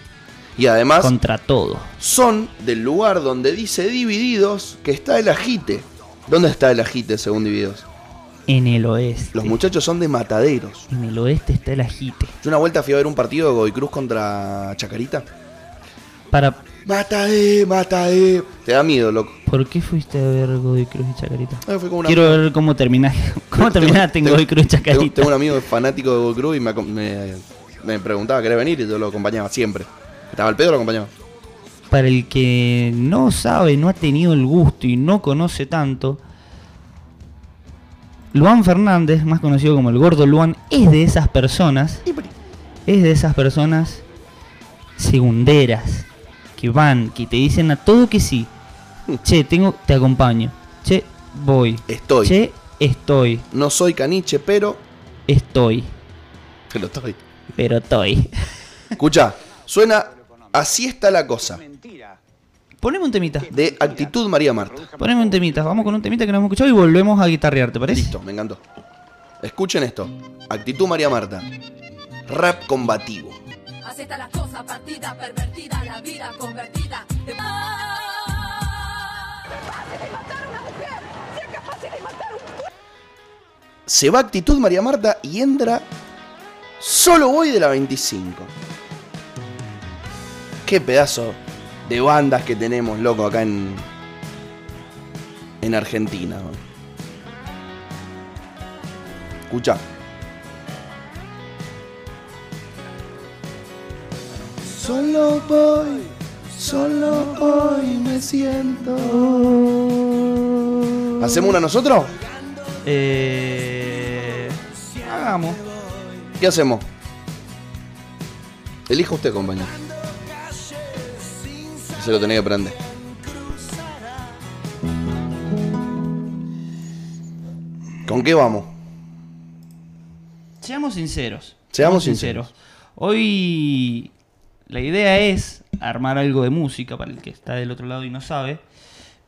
[SPEAKER 1] Y además
[SPEAKER 2] contra todo.
[SPEAKER 1] son del lugar donde dice Divididos que está el ajite. ¿Dónde está el ajite según Divididos?
[SPEAKER 2] En el oeste.
[SPEAKER 1] Los muchachos son de mataderos.
[SPEAKER 2] En el oeste está el ajite.
[SPEAKER 1] Yo una vuelta fui a ver un partido de Godoy Cruz contra Chacarita.
[SPEAKER 2] Para,
[SPEAKER 1] Matadé, matadé. Te da miedo, loco.
[SPEAKER 2] ¿Por qué fuiste a ver Godoy Cruz y Chacarita?
[SPEAKER 1] Ah, fui con una- [LAUGHS]
[SPEAKER 2] Quiero ver cómo terminaste, [LAUGHS] cómo terminaste en
[SPEAKER 1] Tengo-
[SPEAKER 2] Godoy Cruz y
[SPEAKER 1] Tengo,
[SPEAKER 2] Chacarita.
[SPEAKER 1] tengo un amigo fanático de Godoy Cruz y me, acom- me- me preguntaba, ¿querés venir? Y yo lo acompañaba siempre. Estaba al pedo, lo acompañaba.
[SPEAKER 2] Para el que no sabe, no ha tenido el gusto y no conoce tanto, Luan Fernández, más conocido como el gordo Luan, es de esas personas, es de esas personas segunderas, que van, que te dicen a todo que sí. Che, tengo, te acompaño. Che, voy.
[SPEAKER 1] Estoy.
[SPEAKER 2] Che, estoy,
[SPEAKER 1] No soy caniche, pero.
[SPEAKER 2] estoy,
[SPEAKER 1] Pero estoy.
[SPEAKER 2] pero estoy.
[SPEAKER 1] Escucha, suena. Así está la cosa.
[SPEAKER 2] Poneme un temita.
[SPEAKER 1] De actitud María Marta.
[SPEAKER 2] Poneme un temita. Vamos con un temita que no hemos escuchado y volvemos a guitarrear, ¿te parece?
[SPEAKER 1] Listo, me encantó. Escuchen esto. Actitud María Marta. Rap combativo.
[SPEAKER 4] Así está la cosa partida, pervertida, la vida convertida. De...
[SPEAKER 1] Se va actitud María Marta y entra Solo voy de la 25. Qué pedazo de bandas que tenemos, loco, acá en en Argentina. Escucha. Solo voy, solo voy me siento. ¿Hacemos una nosotros?
[SPEAKER 2] Eh, hagamos.
[SPEAKER 1] ¿Qué hacemos? Elija usted, compañero. Se lo tenía que aprender. ¿Con qué vamos?
[SPEAKER 2] Seamos sinceros.
[SPEAKER 1] Seamos
[SPEAKER 2] Hoy la idea es armar algo de música para el que está del otro lado y no sabe.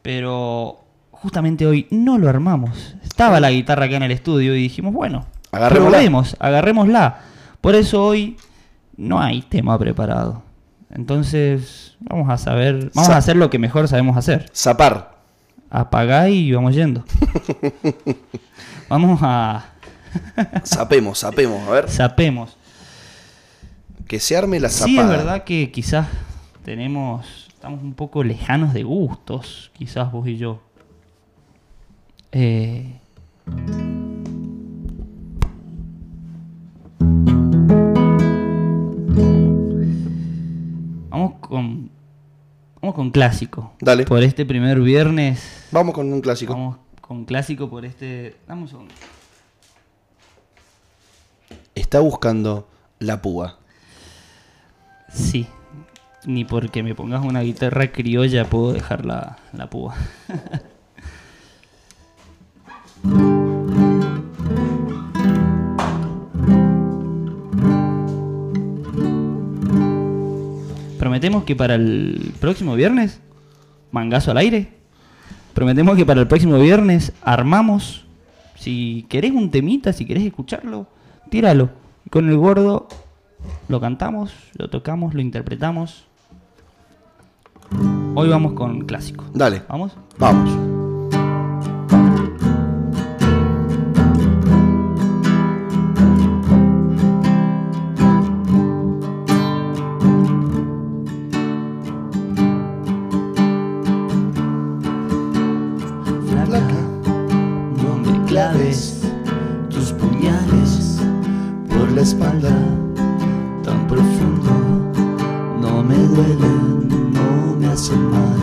[SPEAKER 2] Pero justamente hoy no lo armamos. Estaba la guitarra acá en el estudio y dijimos, bueno,
[SPEAKER 1] Agarrémosla.
[SPEAKER 2] probemos, agarrémosla. Por eso hoy no hay tema preparado. Entonces, vamos a saber, vamos
[SPEAKER 1] Sa-
[SPEAKER 2] a hacer lo que mejor sabemos hacer.
[SPEAKER 1] Zapar.
[SPEAKER 2] Apagá y
[SPEAKER 1] [LAUGHS]
[SPEAKER 2] vamos yendo. vamos a.
[SPEAKER 1] Sapemos, sapemos. A ver,
[SPEAKER 2] Sapemos.
[SPEAKER 1] que se arme la zapada.
[SPEAKER 2] Sí, es verdad que quizás tenemos. Estamos un poco lejanos de gustos, quizás vos y yo. Eh, Vamos con. Vamos con clásico.
[SPEAKER 1] Dale.
[SPEAKER 2] Por este primer viernes
[SPEAKER 1] Vamos con un clásico.
[SPEAKER 2] Vamos con clásico por este. Dame un segundo.
[SPEAKER 1] Está buscando la púa.
[SPEAKER 2] Sí. Ni porque me pongas una guitarra criolla puedo dejar la, la púa. Prometemos que para el próximo viernes, mangazo al aire. Prometemos que para el próximo viernes armamos. Si querés un temita, si querés escucharlo, tíralo. Y con el gordo lo cantamos, lo tocamos, lo interpretamos. Hoy vamos con clásico.
[SPEAKER 1] Dale.
[SPEAKER 2] ¿Vamos?
[SPEAKER 1] Vamos.
[SPEAKER 2] no me
[SPEAKER 1] claves tus puñales por la espalda tan profundo. No me duelen, no me hacen mal.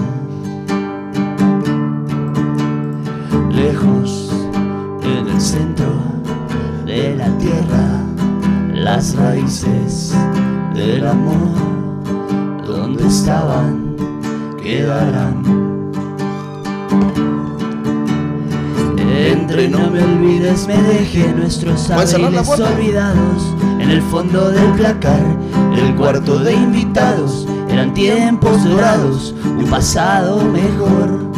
[SPEAKER 1] Lejos en el centro de la tierra, las raíces del amor, donde estaban, quedarán.
[SPEAKER 5] Entre no me olvides, me dejé nuestros
[SPEAKER 1] ¿Puedes cerrar la
[SPEAKER 5] abriles
[SPEAKER 1] puerta?
[SPEAKER 5] olvidados En el fondo del placar, el cuarto de invitados
[SPEAKER 2] Eran tiempos dorados, un pasado mejor.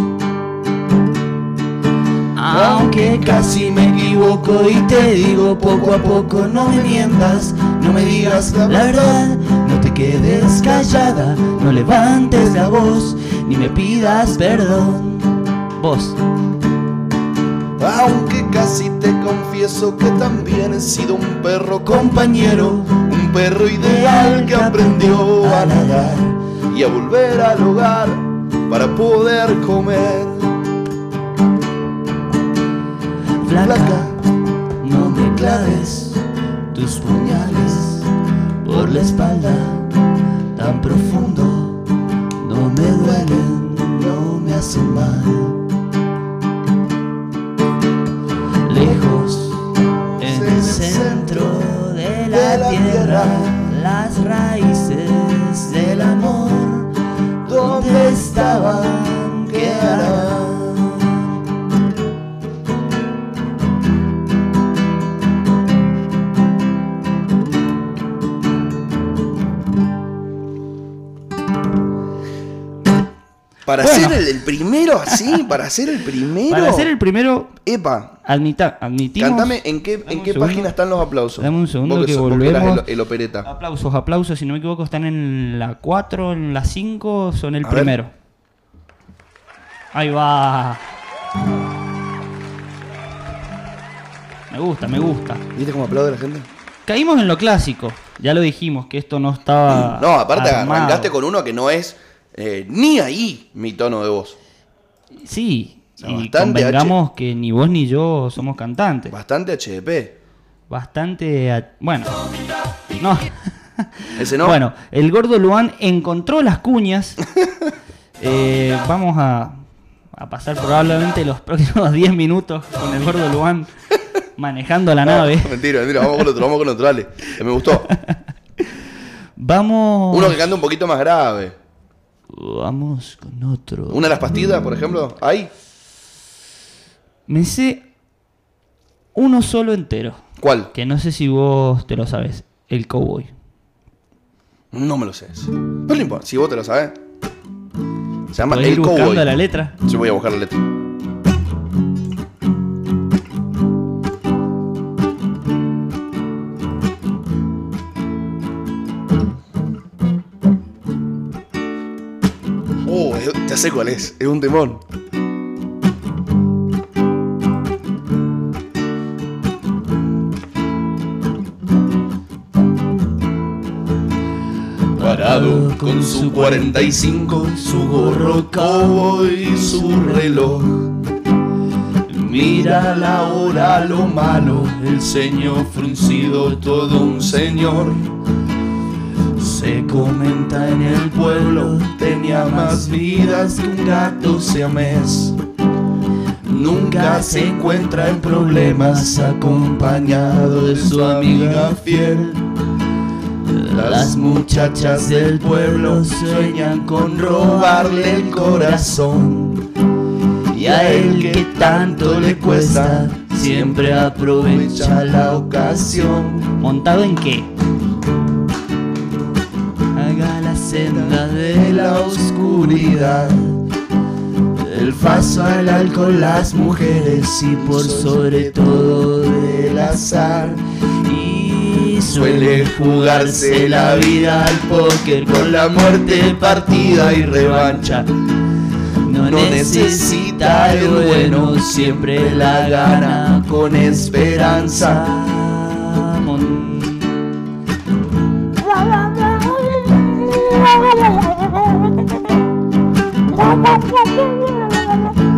[SPEAKER 2] Aunque casi me equivoco y te digo poco a poco no me mientas, no me digas la verdad, no te quedes callada, no levantes la voz, ni me pidas perdón.
[SPEAKER 6] Vos,
[SPEAKER 1] Aunque casi te confieso que también he sido un perro compañero, un perro ideal que aprendió a nadar y a volver al hogar para poder comer.
[SPEAKER 2] Flaca, no me claves tus puñales por la espalda tan profundo. No me duelen, no me hacen mal. Lejos, en el centro de la tierra, las raíces del amor, donde estaban, quedarán.
[SPEAKER 1] Para
[SPEAKER 6] Bueno.
[SPEAKER 1] ser el, el
[SPEAKER 6] [LAUGHS]
[SPEAKER 1] primero así, para ser el primero.
[SPEAKER 6] para ser el primero,
[SPEAKER 1] Epa,
[SPEAKER 6] admita, admitimos.
[SPEAKER 1] Cántame en qué,
[SPEAKER 6] Dame
[SPEAKER 1] en
[SPEAKER 6] un
[SPEAKER 1] qué
[SPEAKER 6] segundo.
[SPEAKER 1] página están los aplausos.
[SPEAKER 6] Dame un segundo
[SPEAKER 1] Vos
[SPEAKER 6] que
[SPEAKER 1] sos- vos eras
[SPEAKER 6] volvemos.
[SPEAKER 1] El, el opereta.
[SPEAKER 6] Aplausos, aplausos, si no me equivoco, están en la 4, en la 5, son el
[SPEAKER 1] A ver.
[SPEAKER 6] primero. Ahí va. Me gusta, me gusta.
[SPEAKER 1] ¿Viste cómo aplaude la gente?
[SPEAKER 6] Caímos en lo clásico. Ya lo dijimos, que esto no estaba.
[SPEAKER 1] [CLEARS THROAT] No, aparte
[SPEAKER 6] Ah, armado.
[SPEAKER 1] arrancaste con uno que no es eh, ni ahí mi tono de voz.
[SPEAKER 6] Sí,
[SPEAKER 1] sea,
[SPEAKER 6] y
[SPEAKER 1] bastante
[SPEAKER 6] convengamos que ni vos ni yo somos cantantes.
[SPEAKER 1] Bastante HDP.
[SPEAKER 6] Bastante. a- Bueno. No.
[SPEAKER 1] Ese no.
[SPEAKER 6] Bueno, el gordo Luan encontró las
[SPEAKER 1] [LAUGHS]
[SPEAKER 6] cuñas. Eh, vamos a, a pasar probablemente los próximos [LAUGHS] 10 minutos con el gordo Luan manejando la
[SPEAKER 1] No,
[SPEAKER 6] nave.
[SPEAKER 1] [LAUGHS] Mentira, mentira, vamos con otro, vamos con otro, dale. Eh,
[SPEAKER 6] [LAUGHS]
[SPEAKER 1] Me gustó.
[SPEAKER 6] Vamos.
[SPEAKER 1] Uno que canta un poquito más grave.
[SPEAKER 6] Vamos con otro.
[SPEAKER 1] Una de las pastillas, por ejemplo. Ahí.
[SPEAKER 6] Me sé uno solo entero.
[SPEAKER 1] ¿Cuál?
[SPEAKER 6] Que no sé si vos te lo sabes. El cowboy.
[SPEAKER 1] No me lo sé. ese. Pero no importa, si vos te lo sabes. Se llama
[SPEAKER 6] ¿Podés
[SPEAKER 1] El
[SPEAKER 6] ir buscando
[SPEAKER 1] Cowboy.
[SPEAKER 6] la letra?
[SPEAKER 1] Yo voy a buscar la letra. Oh, eh, ya sé cuál es. Es un timón. Parado con su 45, su gorro cowboy y su reloj. Mira la hora, lo malo, el ceño fruncido, todo un señor.
[SPEAKER 2] Se comenta en el pueblo, tenía más vidas que un gato siamés. Nunca se encuentra en problemas acompañado de su amiga fiel. Las muchachas del pueblo sueñan con robarle el corazón. Y a él que tanto le cuesta, siempre aprovecha la ocasión.
[SPEAKER 6] ¿Montado en qué?
[SPEAKER 2] Haga la senda de la oscuridad. El paso al alcohol, las mujeres y por sobre todo del azar. Y suele jugarse la vida al póker con la muerte, partida y revancha. No necesita el bueno, siempre la gana con esperanza.
[SPEAKER 6] Mon-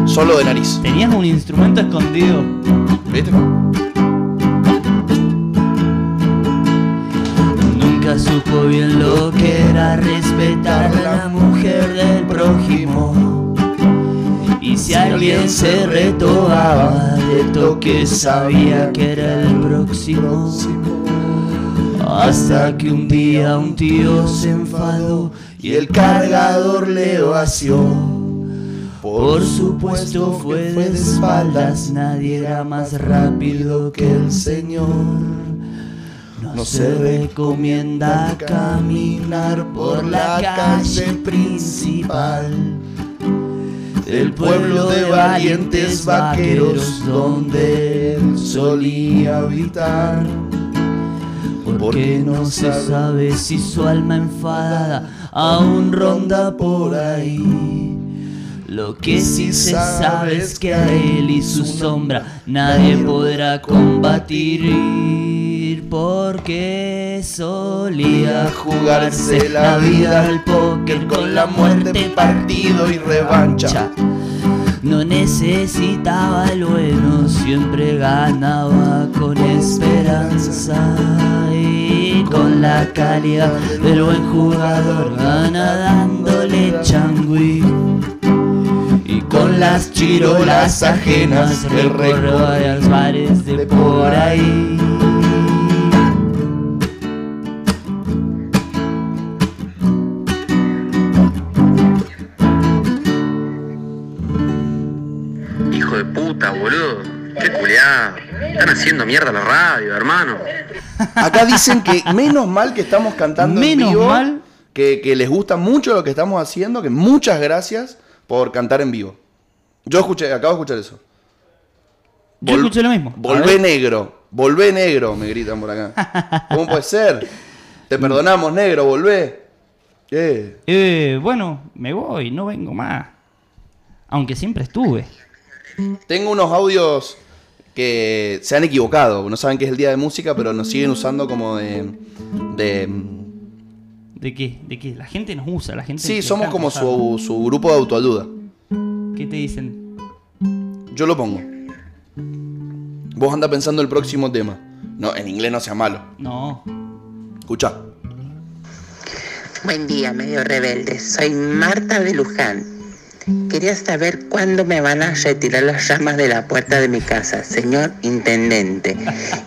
[SPEAKER 1] Solo de nariz.
[SPEAKER 6] Tenías un instrumento escondido.
[SPEAKER 1] ¿Viste?
[SPEAKER 2] Nunca supo bien lo que era respetar a la mujer del prójimo. Y si alguien se retobaba de toque, sabía que era el próximo. Hasta que un día un tío se enfadó y el cargador le vació. Por supuesto fue de espaldas, nadie era más rápido que el señor. No
[SPEAKER 5] No se recomienda caminar por la calle principal del pueblo de valientes vaqueros donde él solía habitar. Porque no se sabe si su alma enfadada aún ronda por ahí. Lo que sí se sabe es que a él y su sombra nadie podrá combatir. Porque solía jugarse la vida al póker con la muerte, partido y revancha. No necesitaba el bueno, siempre ganaba con esperanza y con la calidad del buen jugador gana dándole changüí. Y con las chirolas ajenas que recorre a los bares de por ahí.
[SPEAKER 7] Hijo de puta, boludo. Qué culiá. Están haciendo mierda la radio, hermano.
[SPEAKER 1] Acá dicen que menos mal que estamos cantando
[SPEAKER 2] Menos
[SPEAKER 1] en vivo.
[SPEAKER 2] mal.
[SPEAKER 1] Que, que les gusta mucho lo que estamos haciendo. Que muchas gracias por cantar en vivo. Yo escuché, acabo de escuchar eso.
[SPEAKER 2] Yo
[SPEAKER 1] Vol-
[SPEAKER 2] escuché lo mismo. A
[SPEAKER 1] Volvé
[SPEAKER 2] ver.
[SPEAKER 1] negro. Volvé negro, me gritan por acá. ¿Cómo
[SPEAKER 5] [LAUGHS]
[SPEAKER 1] puede ser? Te perdonamos, negro, volvé. Eh,
[SPEAKER 2] Eh, bueno, me voy, no vengo más. Aunque siempre estuve.
[SPEAKER 1] Tengo unos audios que se han equivocado. No saben que es el día de música, pero nos siguen usando como de. de
[SPEAKER 2] ¿De qué? ¿De qué? La gente nos usa, la gente.
[SPEAKER 1] Sí,
[SPEAKER 2] nos
[SPEAKER 1] somos
[SPEAKER 2] deja
[SPEAKER 1] como
[SPEAKER 2] usar.
[SPEAKER 1] su, su grupo de autoayuda.
[SPEAKER 2] ¿Qué te dicen?
[SPEAKER 1] Yo lo pongo. Vos anda pensando el próximo tema. No, en inglés no sea malo.
[SPEAKER 2] No.
[SPEAKER 1] Escucha.
[SPEAKER 8] Buen día, medio rebelde. Soy Marta de Luján. Quería saber cuándo me van a retirar las llamas de la puerta de mi casa, señor intendente.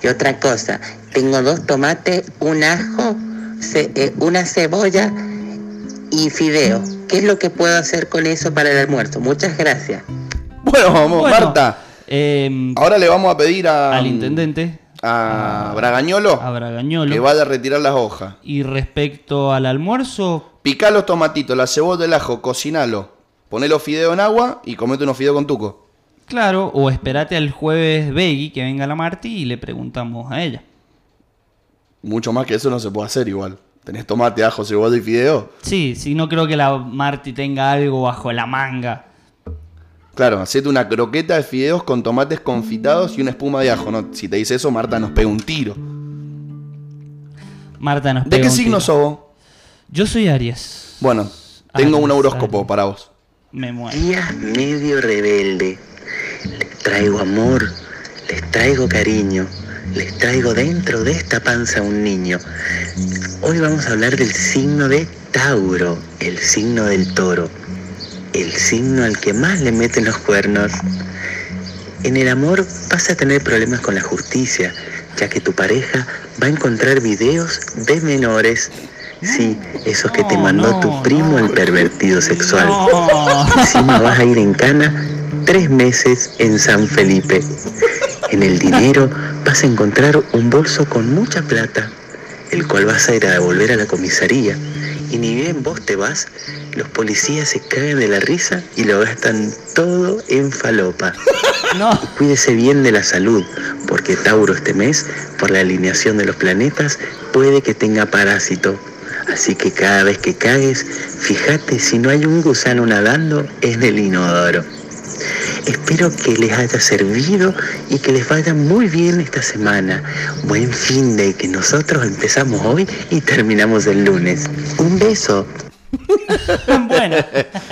[SPEAKER 8] Y otra cosa, tengo dos tomates, un ajo, ce- eh, una cebolla y fideo. ¿Qué es lo que puedo hacer con eso para el almuerzo? Muchas gracias.
[SPEAKER 1] Bueno, vamos,
[SPEAKER 2] Bueno,
[SPEAKER 1] Marta. Ah,
[SPEAKER 2] eh,
[SPEAKER 1] Ahora le vamos a pedir a,
[SPEAKER 2] al intendente,
[SPEAKER 1] a Bragañolo
[SPEAKER 2] a Bragañolo.
[SPEAKER 1] que vaya a retirar las hojas.
[SPEAKER 2] Y respecto al almuerzo,
[SPEAKER 1] Picá los tomatitos, la cebolla, el ajo, cocinalo. Poné los fideos en agua y comete unos fideos con tuco.
[SPEAKER 2] claro, o esperate al jueves Beggy que venga la Marti y le preguntamos a ella.
[SPEAKER 1] Mucho más que eso no se puede hacer igual. Tenés tomate, ajo, cebolla y fideo.
[SPEAKER 2] Sí, sí, no creo que la Marti tenga algo bajo la manga.
[SPEAKER 1] Claro, hacete una croqueta de fideos con tomates confitados y una espuma de ajo. No, si te dice eso, Marta nos pega un tiro.
[SPEAKER 2] Marta nos
[SPEAKER 1] ¿De
[SPEAKER 2] pega
[SPEAKER 1] qué
[SPEAKER 2] un
[SPEAKER 1] signo
[SPEAKER 2] tiro. Ah,
[SPEAKER 1] sos vos?
[SPEAKER 2] Yo soy Aries.
[SPEAKER 1] Bueno, tengo un
[SPEAKER 2] Aries,
[SPEAKER 1] horóscopo
[SPEAKER 2] Aries.
[SPEAKER 1] para vos.
[SPEAKER 2] Me muero.
[SPEAKER 8] Días medio rebelde. Les traigo amor, les traigo cariño, les traigo dentro de esta panza un niño. Hoy vamos a hablar del signo de Tauro, el signo del toro, el signo al que más le meten los cuernos. En el amor vas a tener problemas con la justicia, ya que tu pareja va a encontrar videos de menores. Sí, esos que te
[SPEAKER 2] No,
[SPEAKER 8] mandó
[SPEAKER 2] no,
[SPEAKER 8] tu primo
[SPEAKER 2] no.
[SPEAKER 8] el pervertido sexual.
[SPEAKER 2] No.
[SPEAKER 8] Encima vas a ir en cana tres meses en San Felipe. En el dinero vas a encontrar un bolso con mucha plata, el cual vas a ir a devolver a la comisaría. Y ni bien vos te vas, los policías se cagan de la risa y lo gastan todo en falopa.
[SPEAKER 2] No. [LAUGHS]
[SPEAKER 8] Cuídese bien de la salud, porque Tauro este mes, por la alineación de los planetas, puede que tenga parásito. Así que cada vez que cagues, fíjate si no hay un gusano nadando en el inodoro. Espero que les haya servido y que les vaya muy bien esta semana. Buen fin de que nosotros empezamos hoy y terminamos el lunes. Un beso.
[SPEAKER 2] [LAUGHS] Bueno.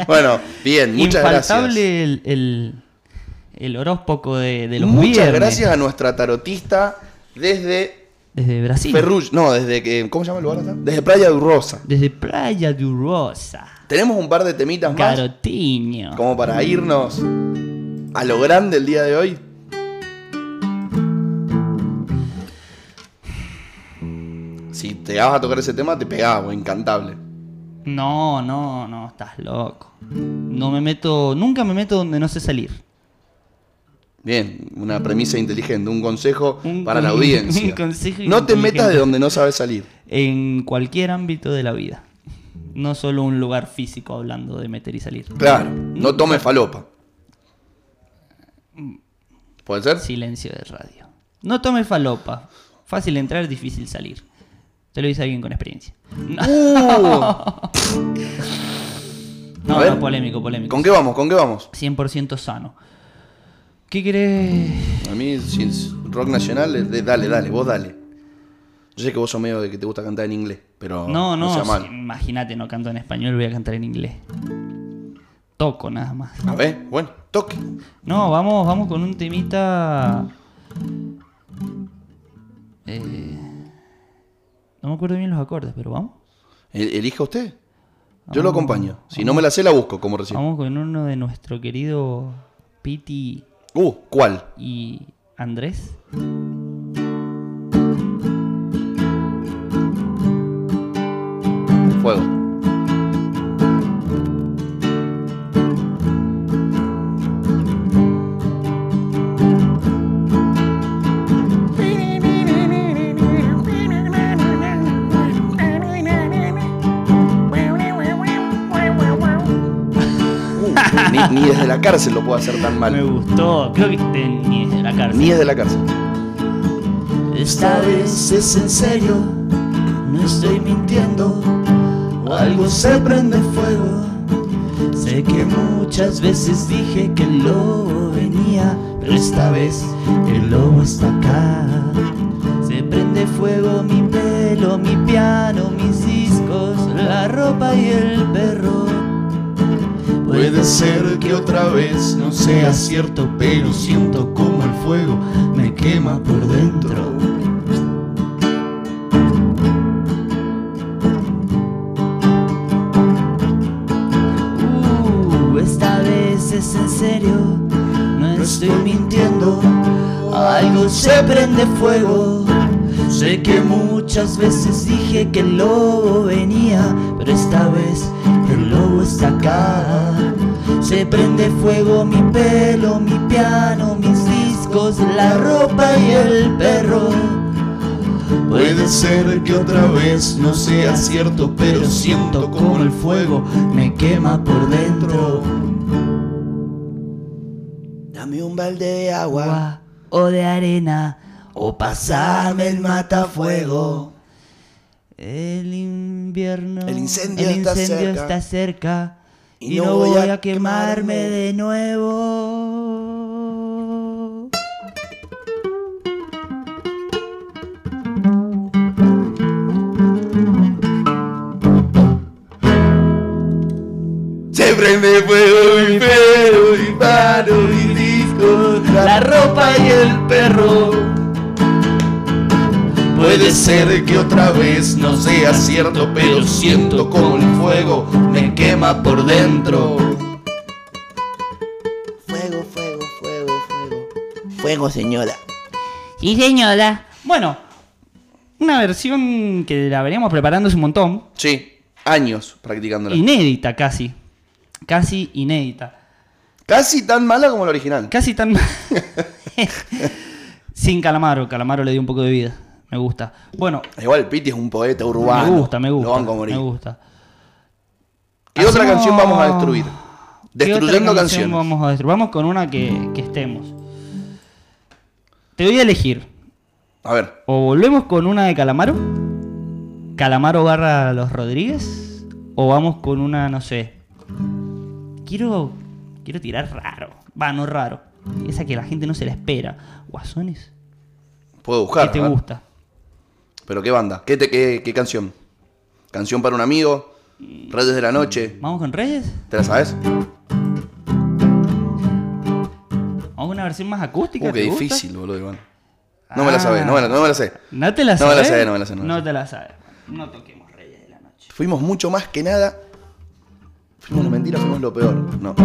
[SPEAKER 1] Bueno, bien, muchas gracias.
[SPEAKER 2] Infaltable el, el, el horóscopo de, de los
[SPEAKER 1] muchas
[SPEAKER 2] viernes.
[SPEAKER 1] gracias a nuestra tarotista desde
[SPEAKER 2] Desde Brasil.
[SPEAKER 1] Ferrugio. No, desde que. ¿Cómo se llama el lugar acá? Desde Playa de Rosa.
[SPEAKER 2] Desde Playa de Rosa.
[SPEAKER 1] Tenemos un par de temitas más.
[SPEAKER 2] Carotiño.
[SPEAKER 1] Como para irnos a lo grande el día de hoy. Si te vas a tocar ese tema, te pegás, güey, encantable.
[SPEAKER 2] No, no, no, estás loco. No me meto, nunca me meto donde no sé salir.
[SPEAKER 1] Bien, una premisa inteligente, un consejo
[SPEAKER 2] [LAUGHS] Un
[SPEAKER 1] para la
[SPEAKER 2] con-
[SPEAKER 1] audiencia.
[SPEAKER 2] un consejo
[SPEAKER 1] no te metas de
[SPEAKER 2] inteligente.
[SPEAKER 1] donde no sabes salir.
[SPEAKER 2] En cualquier ámbito de la vida. No solo un lugar físico hablando de meter y salir.
[SPEAKER 1] Claro, no tomes falopa.
[SPEAKER 2] Mm.
[SPEAKER 1] ¿Puede ser?
[SPEAKER 2] Silencio de radio. No tomes falopa. Fácil entrar, difícil salir. Te lo dice alguien con experiencia. No,
[SPEAKER 1] A ver.
[SPEAKER 2] no, polémico, polémico.
[SPEAKER 1] Uh. ¿Con qué vamos? ¿Con qué vamos?
[SPEAKER 2] 100% sano. ¿Qué querés?
[SPEAKER 1] A mí, si es rock nacional, es de dale, dale, vos dale. Yo sé que vos sos medio de que te gusta cantar en inglés, pero
[SPEAKER 2] No, no,
[SPEAKER 1] sea
[SPEAKER 2] sí,
[SPEAKER 1] mal.
[SPEAKER 2] imagínate, no canto en español, voy a cantar en inglés. Toco nada más.
[SPEAKER 1] A ver, bueno, toque.
[SPEAKER 2] No, vamos, vamos con un temita. Eh, no me acuerdo bien los acordes, pero vamos.
[SPEAKER 1] E- Elija usted. Yo
[SPEAKER 2] Ah.
[SPEAKER 1] lo acompaño. Si no me la sé, la busco, como recién.
[SPEAKER 2] Vamos con uno de nuestro querido Piti
[SPEAKER 1] Uh, ¿cuál?
[SPEAKER 2] y Andrés.
[SPEAKER 1] Fuego. Ni, ni desde la cárcel lo puedo hacer tan
[SPEAKER 2] Me
[SPEAKER 1] mal.
[SPEAKER 2] gustó, creo que de- ni desde la cárcel.
[SPEAKER 1] Ni desde la cárcel.
[SPEAKER 5] Esta vez es en serio, no estoy mintiendo. Algo se prende fuego. Sé que muchas veces dije que el lobo venía, pero esta vez el lobo está acá. Se prende fuego mi pelo, mi piano, mis discos, la ropa y el perro. Puede ser que otra vez no sea cierto, pero siento como el fuego me quema por dentro. Uh, esta vez es en serio, no estoy mintiendo. Algo se prende fuego. Sé que muchas veces dije que el lobo venía, pero esta vez el lobo está acá. Se prende fuego mi pelo, mi piano, mis discos, la ropa y el perro. Puede ser que otra vez no sea cierto, pero siento como el fuego me quema por dentro. Dame un balde de agua o de arena o pasame el matafuego.
[SPEAKER 2] El invierno.
[SPEAKER 5] El incendio
[SPEAKER 2] el
[SPEAKER 5] está
[SPEAKER 2] incendio
[SPEAKER 5] cerca.
[SPEAKER 2] está cerca,
[SPEAKER 5] Y no voy a quemarme
[SPEAKER 2] de nuevo.
[SPEAKER 1] Se prende fuego mi pelo, mi paro, mi disco,
[SPEAKER 5] La ropa y el perro.
[SPEAKER 1] Puede ser que otra vez no sea cierto, pero siento como el fuego me quema por dentro.
[SPEAKER 9] Fuego, fuego, fuego, fuego. Fuego, señora.
[SPEAKER 2] Sí, señora. Bueno, una versión que la veníamos preparando hace un montón.
[SPEAKER 1] Sí, años practicándola.
[SPEAKER 2] Inédita casi. Casi inédita.
[SPEAKER 1] Casi tan mala como la original.
[SPEAKER 2] Casi tan. Sin Calamaro. Calamaro le dio un poco de vida. Me gusta. Bueno,
[SPEAKER 1] Igual Piti es un poeta urbano.
[SPEAKER 2] me gusta, me gusta.
[SPEAKER 1] Lo van a morir.
[SPEAKER 2] Me gusta.
[SPEAKER 1] ¿Qué otra
[SPEAKER 2] Hacemos-
[SPEAKER 1] canción vamos a destruir?
[SPEAKER 2] ¿Qué otra
[SPEAKER 1] Destruyendo
[SPEAKER 2] canción
[SPEAKER 1] canciones.
[SPEAKER 2] Vamos a destruir. Vamos con una que, que estemos. Te voy a elegir.
[SPEAKER 1] A ver,
[SPEAKER 2] O volvemos con una de Calamaro. Calamaro barra los Rodríguez. O vamos con una, no sé. Quiero. Quiero tirar raro. Va, no raro. Esa que la gente no se la espera. Guasones.
[SPEAKER 1] puedo
[SPEAKER 2] ¿Qué
[SPEAKER 1] buscar.
[SPEAKER 2] te
[SPEAKER 1] a ver.
[SPEAKER 2] gusta?
[SPEAKER 1] Pero qué banda, qué, te- qué, qué canción. Canción para un amigo, Redes de la Noche.
[SPEAKER 2] ¿Vamos con Reyes?
[SPEAKER 1] ¿Te la sabes?
[SPEAKER 2] ¿Vamos con una versión más acústica?
[SPEAKER 1] Uh, qué
[SPEAKER 2] ¿Te gusta?
[SPEAKER 1] difícil, boludo, Iván. No me la sabés,
[SPEAKER 2] Ah.
[SPEAKER 1] no me la, no me la sé.
[SPEAKER 2] ¿No te la
[SPEAKER 1] No me
[SPEAKER 2] sabes?
[SPEAKER 1] la sé, no me la sé, no me la sé.
[SPEAKER 2] te la sabes. No toquemos Reyes de la Noche.
[SPEAKER 1] Fuimos mucho más que nada. Fuimos la mentira, fuimos lo peor. No.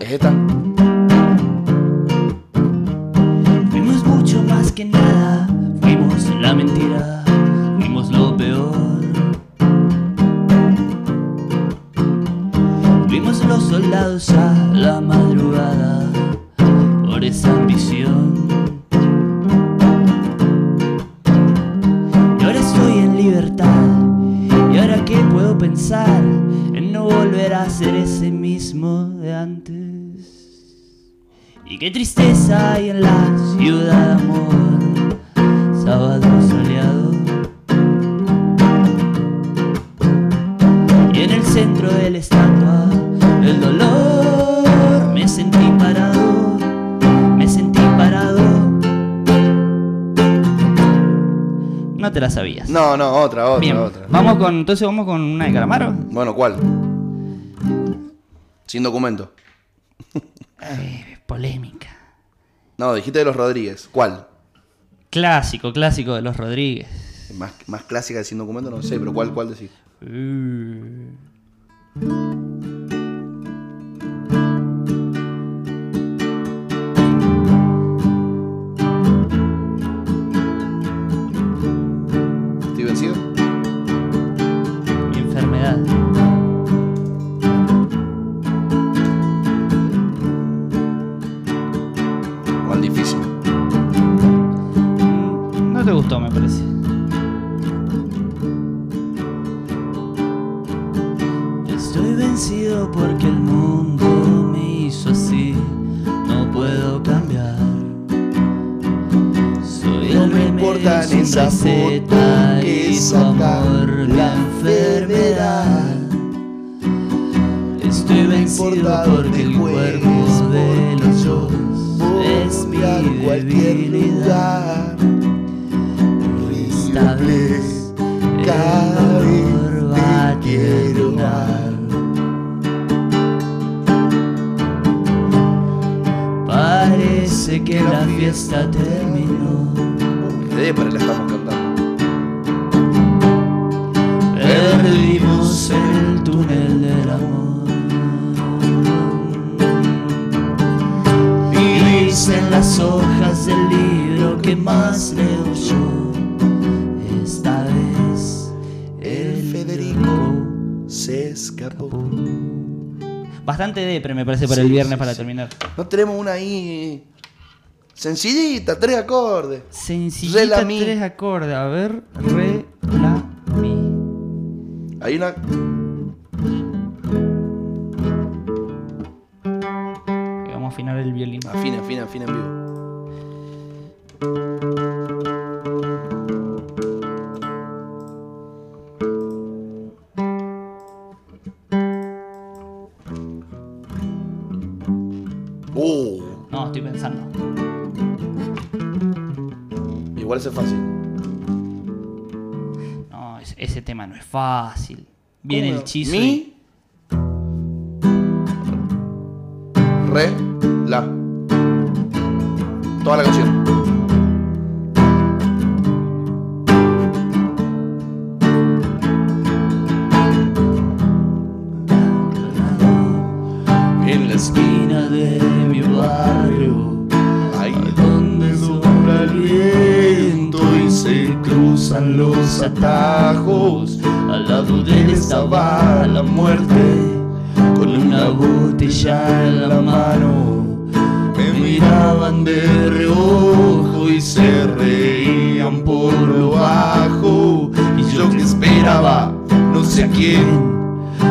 [SPEAKER 1] ¿Es esta?
[SPEAKER 5] Fuimos mucho más que nada, fuimos la mentira, fuimos lo peor. Fuimos los soldados a libertad. Y ahora que puedo pensar en no volver a ser ese mismo de antes. Y qué tristeza hay en la ciudad, amor. Sábado soleado. Y en el centro de la estatua, el dolor. Me sentí parado, me sentí parado. No te la sabías.
[SPEAKER 1] No, no, otra, otra,
[SPEAKER 2] Bien,
[SPEAKER 1] otra. Mm.
[SPEAKER 2] vamos con, entonces vamos con una de Calamaro.
[SPEAKER 1] Bueno, ¿cuál? Sin documento.
[SPEAKER 2] Eh, polémica.
[SPEAKER 1] No, dijiste de los Rodríguez. ¿Cuál?
[SPEAKER 2] Clásico, clásico de los Rodríguez.
[SPEAKER 1] Más, más clásica de sin documento, no sé, pero ¿cuál, cuál decís?
[SPEAKER 2] Uh.
[SPEAKER 1] ¿Estoy vencido?
[SPEAKER 2] Mi enfermedad.
[SPEAKER 1] ¿Cuál difícil?
[SPEAKER 2] Mm, No te gustó, me parece.
[SPEAKER 5] Estoy vencido porque el mundo me hizo así. No puedo cambiar. Soy
[SPEAKER 9] No
[SPEAKER 5] el
[SPEAKER 9] me importan
[SPEAKER 5] remedio sin
[SPEAKER 9] esa
[SPEAKER 5] receta
[SPEAKER 9] foto que
[SPEAKER 5] y tu
[SPEAKER 9] saca
[SPEAKER 5] amor la
[SPEAKER 9] la
[SPEAKER 5] enfermedad. Estoy
[SPEAKER 9] No me
[SPEAKER 5] vencido
[SPEAKER 9] importa
[SPEAKER 5] porque
[SPEAKER 9] dónde
[SPEAKER 5] el
[SPEAKER 9] juegues,
[SPEAKER 5] cuerpo de
[SPEAKER 9] porque
[SPEAKER 5] los
[SPEAKER 9] yo
[SPEAKER 5] dos es mi
[SPEAKER 9] Voy a cualquier
[SPEAKER 5] debilidad.
[SPEAKER 9] lugar.
[SPEAKER 5] Esta vez cada vez va a terminar Parece que la fiesta terminó
[SPEAKER 1] Eh, para la estamos cantando.
[SPEAKER 5] Perdimos el túnel del amor Y Dicen las hojas del libro que más leo yo Esta vez
[SPEAKER 9] El Federico se escapó.
[SPEAKER 2] Bastante depre, me parece, para el viernes para terminar.
[SPEAKER 1] No tenemos una ahí. Sencillita, tres acordes.
[SPEAKER 2] Sencillita,
[SPEAKER 1] Re la mi.
[SPEAKER 2] tres acordes. A ver, re, la, mi.
[SPEAKER 1] Hay una.
[SPEAKER 2] Que Vamos a afinar el violín.
[SPEAKER 1] Afina, afina, afina en vivo. Uh,
[SPEAKER 2] No, estoy pensando.
[SPEAKER 1] igual es fácil.
[SPEAKER 2] No, es- ese tema no es fácil. Viene el chisme.
[SPEAKER 1] Mi. Re. La. Toda la canción.
[SPEAKER 5] En la esquina de mi barrio
[SPEAKER 1] Ahí.
[SPEAKER 5] Donde sopla el viento y se cruzan los atajos Al lado de él estaba la muerte Con una botella en la mano Me miraban de reojo y se reían por lo bajo Y yo que esperaba no sé a quién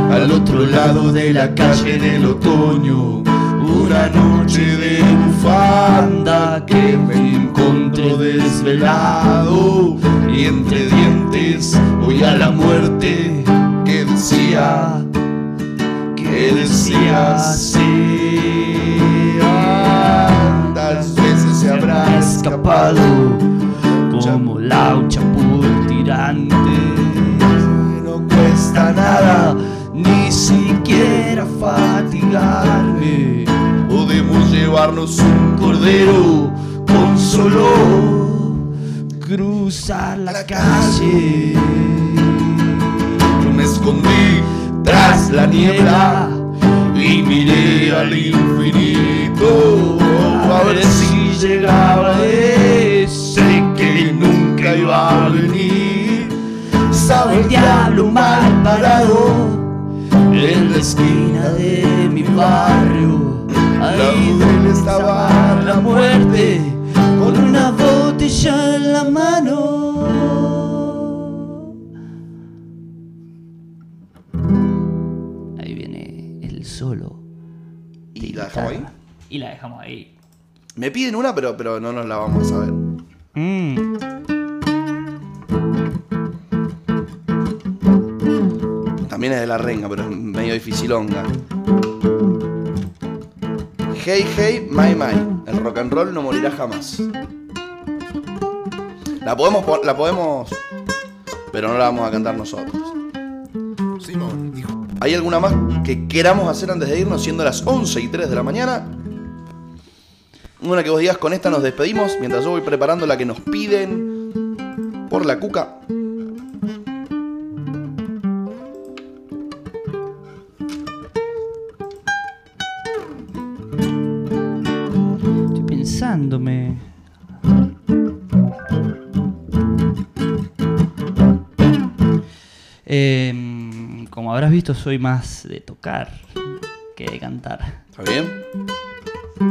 [SPEAKER 5] al otro lado de la calle en el otoño, una noche de bufanda que me encontró desvelado y entre dientes voy a la muerte que decía, que decía sí. Tantas veces se habrá escapado como laucha por tirantes no cuesta nada, ni siquiera fatigarme. Podemos llevarnos un cordero con solo cruzar la calle. Yo me escondí tras la niebla y miré al infinito a ver si llegaba ese que nunca iba a venir. Sabe el diablo mal parado en la esquina de mi barrio. Ahí donde estaba la muerte con una botella en la mano. solo. te
[SPEAKER 1] ¿Y la dejamos ahí?
[SPEAKER 5] invitaba.
[SPEAKER 2] Y la dejamos ahí.
[SPEAKER 1] Me piden una, pero, pero no nos la vamos a saber.
[SPEAKER 2] Mm.
[SPEAKER 1] También es de la renga, pero es medio dificilonga. Hey, hey, my, my. El rock and roll no morirá jamás. La podemos, pon- la podemos, pero no la vamos a cantar nosotros.
[SPEAKER 3] Simón y Ju-
[SPEAKER 1] ¿Hay alguna más que queramos hacer antes de irnos, siendo las 11 y 3 de la mañana? Una que vos digas, con esta nos despedimos, mientras yo voy preparando la que nos piden por la cuca.
[SPEAKER 2] Estoy pensándome. Em, como habrás visto, soy más de tocar que de cantar.
[SPEAKER 1] ¿Está bien?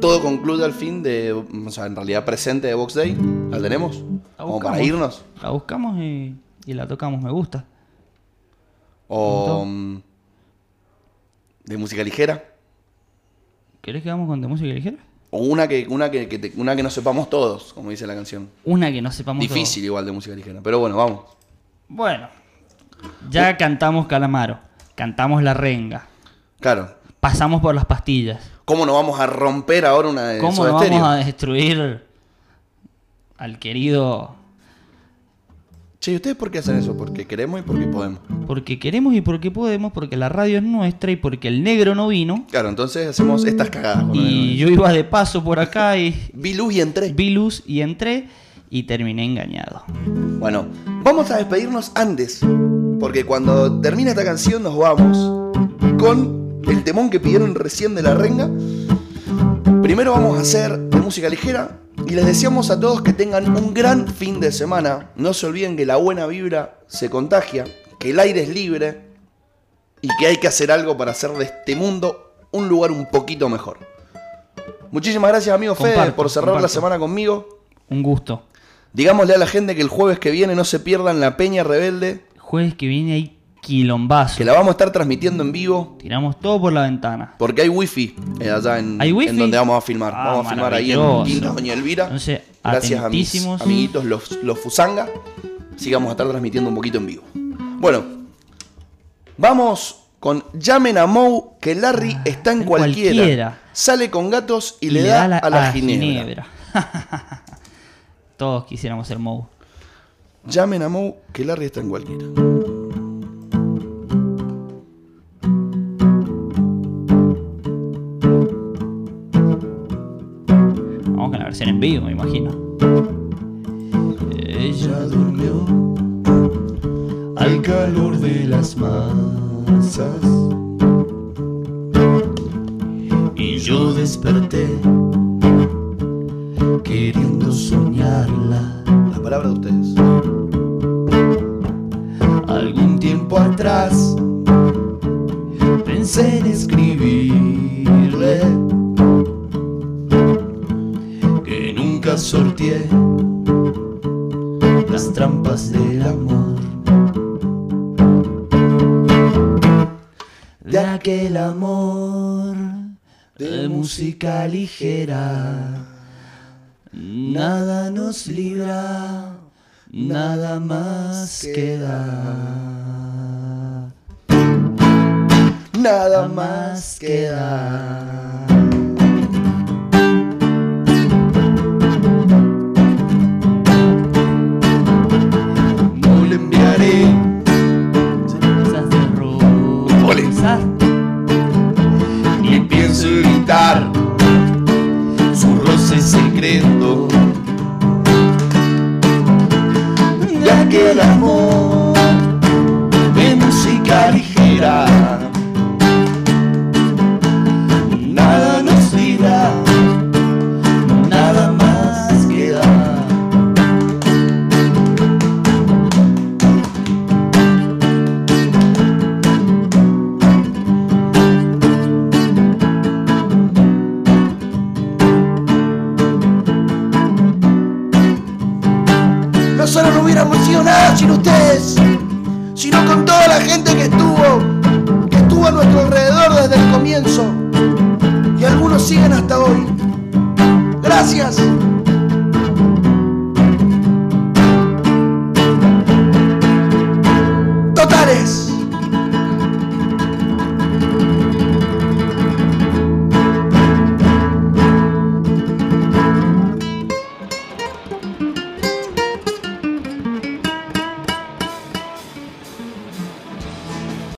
[SPEAKER 1] Todo concluye al fin de, o sea, en realidad presente de Box Day. ¿La tenemos?
[SPEAKER 2] La
[SPEAKER 1] Como
[SPEAKER 2] buscamos.
[SPEAKER 1] para irnos.
[SPEAKER 2] La buscamos y, y la tocamos, me gusta.
[SPEAKER 1] O mm, de música ligera.
[SPEAKER 2] ¿Querés que vamos con de música ligera?
[SPEAKER 1] O una que, una que, que te- una que no sepamos todos, como dice la canción.
[SPEAKER 2] Una que no sepamos todos.
[SPEAKER 1] Difícil igual de música ligera. Pero bueno, vamos.
[SPEAKER 2] Bueno, ya cantamos Calamaro, cantamos La Renga,
[SPEAKER 1] Claro.
[SPEAKER 2] pasamos por las pastillas.
[SPEAKER 1] ¿Cómo no vamos a romper ahora una de
[SPEAKER 2] ¿Cómo
[SPEAKER 1] Soda
[SPEAKER 2] no
[SPEAKER 1] Stereo?
[SPEAKER 2] vamos a destruir al querido?
[SPEAKER 1] Che, ¿y ustedes por qué hacen eso? Porque queremos y porque podemos.
[SPEAKER 2] Porque queremos y porque podemos, porque la radio es nuestra y porque el negro no vino.
[SPEAKER 1] Claro, entonces hacemos estas cagadas. con la
[SPEAKER 2] Y
[SPEAKER 1] nena.
[SPEAKER 2] yo iba de paso por acá y
[SPEAKER 1] Vi luz y entré.
[SPEAKER 2] vi luz y entré y terminé engañado.
[SPEAKER 1] Bueno, vamos a despedirnos antes. Porque cuando termina esta canción nos vamos con el temón que pidieron recién de la renga. Primero vamos a hacer de música ligera y les deseamos a todos que tengan un gran fin de semana. No se olviden que la buena vibra se contagia, que el aire es libre y que hay que hacer algo para hacer de este mundo un lugar un poquito mejor. Muchísimas gracias amigo Fede
[SPEAKER 2] Comparto,
[SPEAKER 1] por cerrar la
[SPEAKER 2] comparto.
[SPEAKER 1] semana conmigo.
[SPEAKER 2] Un gusto.
[SPEAKER 1] Digámosle a la gente que el jueves que viene no se pierdan la Peña Rebelde,
[SPEAKER 2] Jueves que viene hay quilombazo.
[SPEAKER 1] que la vamos a estar transmitiendo en vivo,
[SPEAKER 2] Tiramos todo por la ventana.
[SPEAKER 1] porque hay wifi eh, allá en,
[SPEAKER 2] ¿Hay wifi?
[SPEAKER 1] en donde vamos a filmar.
[SPEAKER 2] Ah,
[SPEAKER 1] vamos a filmar ahí en
[SPEAKER 2] maravilloso.
[SPEAKER 1] Quintas Doña Elvira.
[SPEAKER 2] Entonces,
[SPEAKER 1] Gracias a mis
[SPEAKER 2] atentísimos.
[SPEAKER 1] amiguitos los, los Fusanga. Así que vamos a estar transmitiendo un poquito en vivo. Bueno, vamos con Llamen a Mou, que Larry está en
[SPEAKER 2] en
[SPEAKER 1] cualquiera.
[SPEAKER 2] Ah, cualquiera.
[SPEAKER 1] Sale con gatos y, le, da,
[SPEAKER 2] la-
[SPEAKER 1] a la ginebra.
[SPEAKER 2] ginebra. [LAUGHS] Todos quisiéramos ser Mou.
[SPEAKER 1] Llamen a Mou, que Larry está en cualquiera.
[SPEAKER 2] Vamos con la versión en vivo, me imagino. Ella
[SPEAKER 5] durmió al calor de las masas y yo desperté queriendo soñarla
[SPEAKER 1] La palabra de ustedes.
[SPEAKER 5] algún tiempo atrás pensé en escribirle que nunca sortié las trampas del amor de aquel amor
[SPEAKER 2] Eh,
[SPEAKER 5] de música ligera nada nos libra nada más queda nada
[SPEAKER 1] Nada
[SPEAKER 5] más queda no le enviaré
[SPEAKER 2] Esas de rosas,
[SPEAKER 5] ni pienso evitar su roce secreto de aquel amor de música ligera
[SPEAKER 1] sido nada sin ustedes, sino con toda la gente que estuvo, que estuvo a nuestro alrededor desde el comienzo y algunos siguen hasta hoy. Gracias. Totales.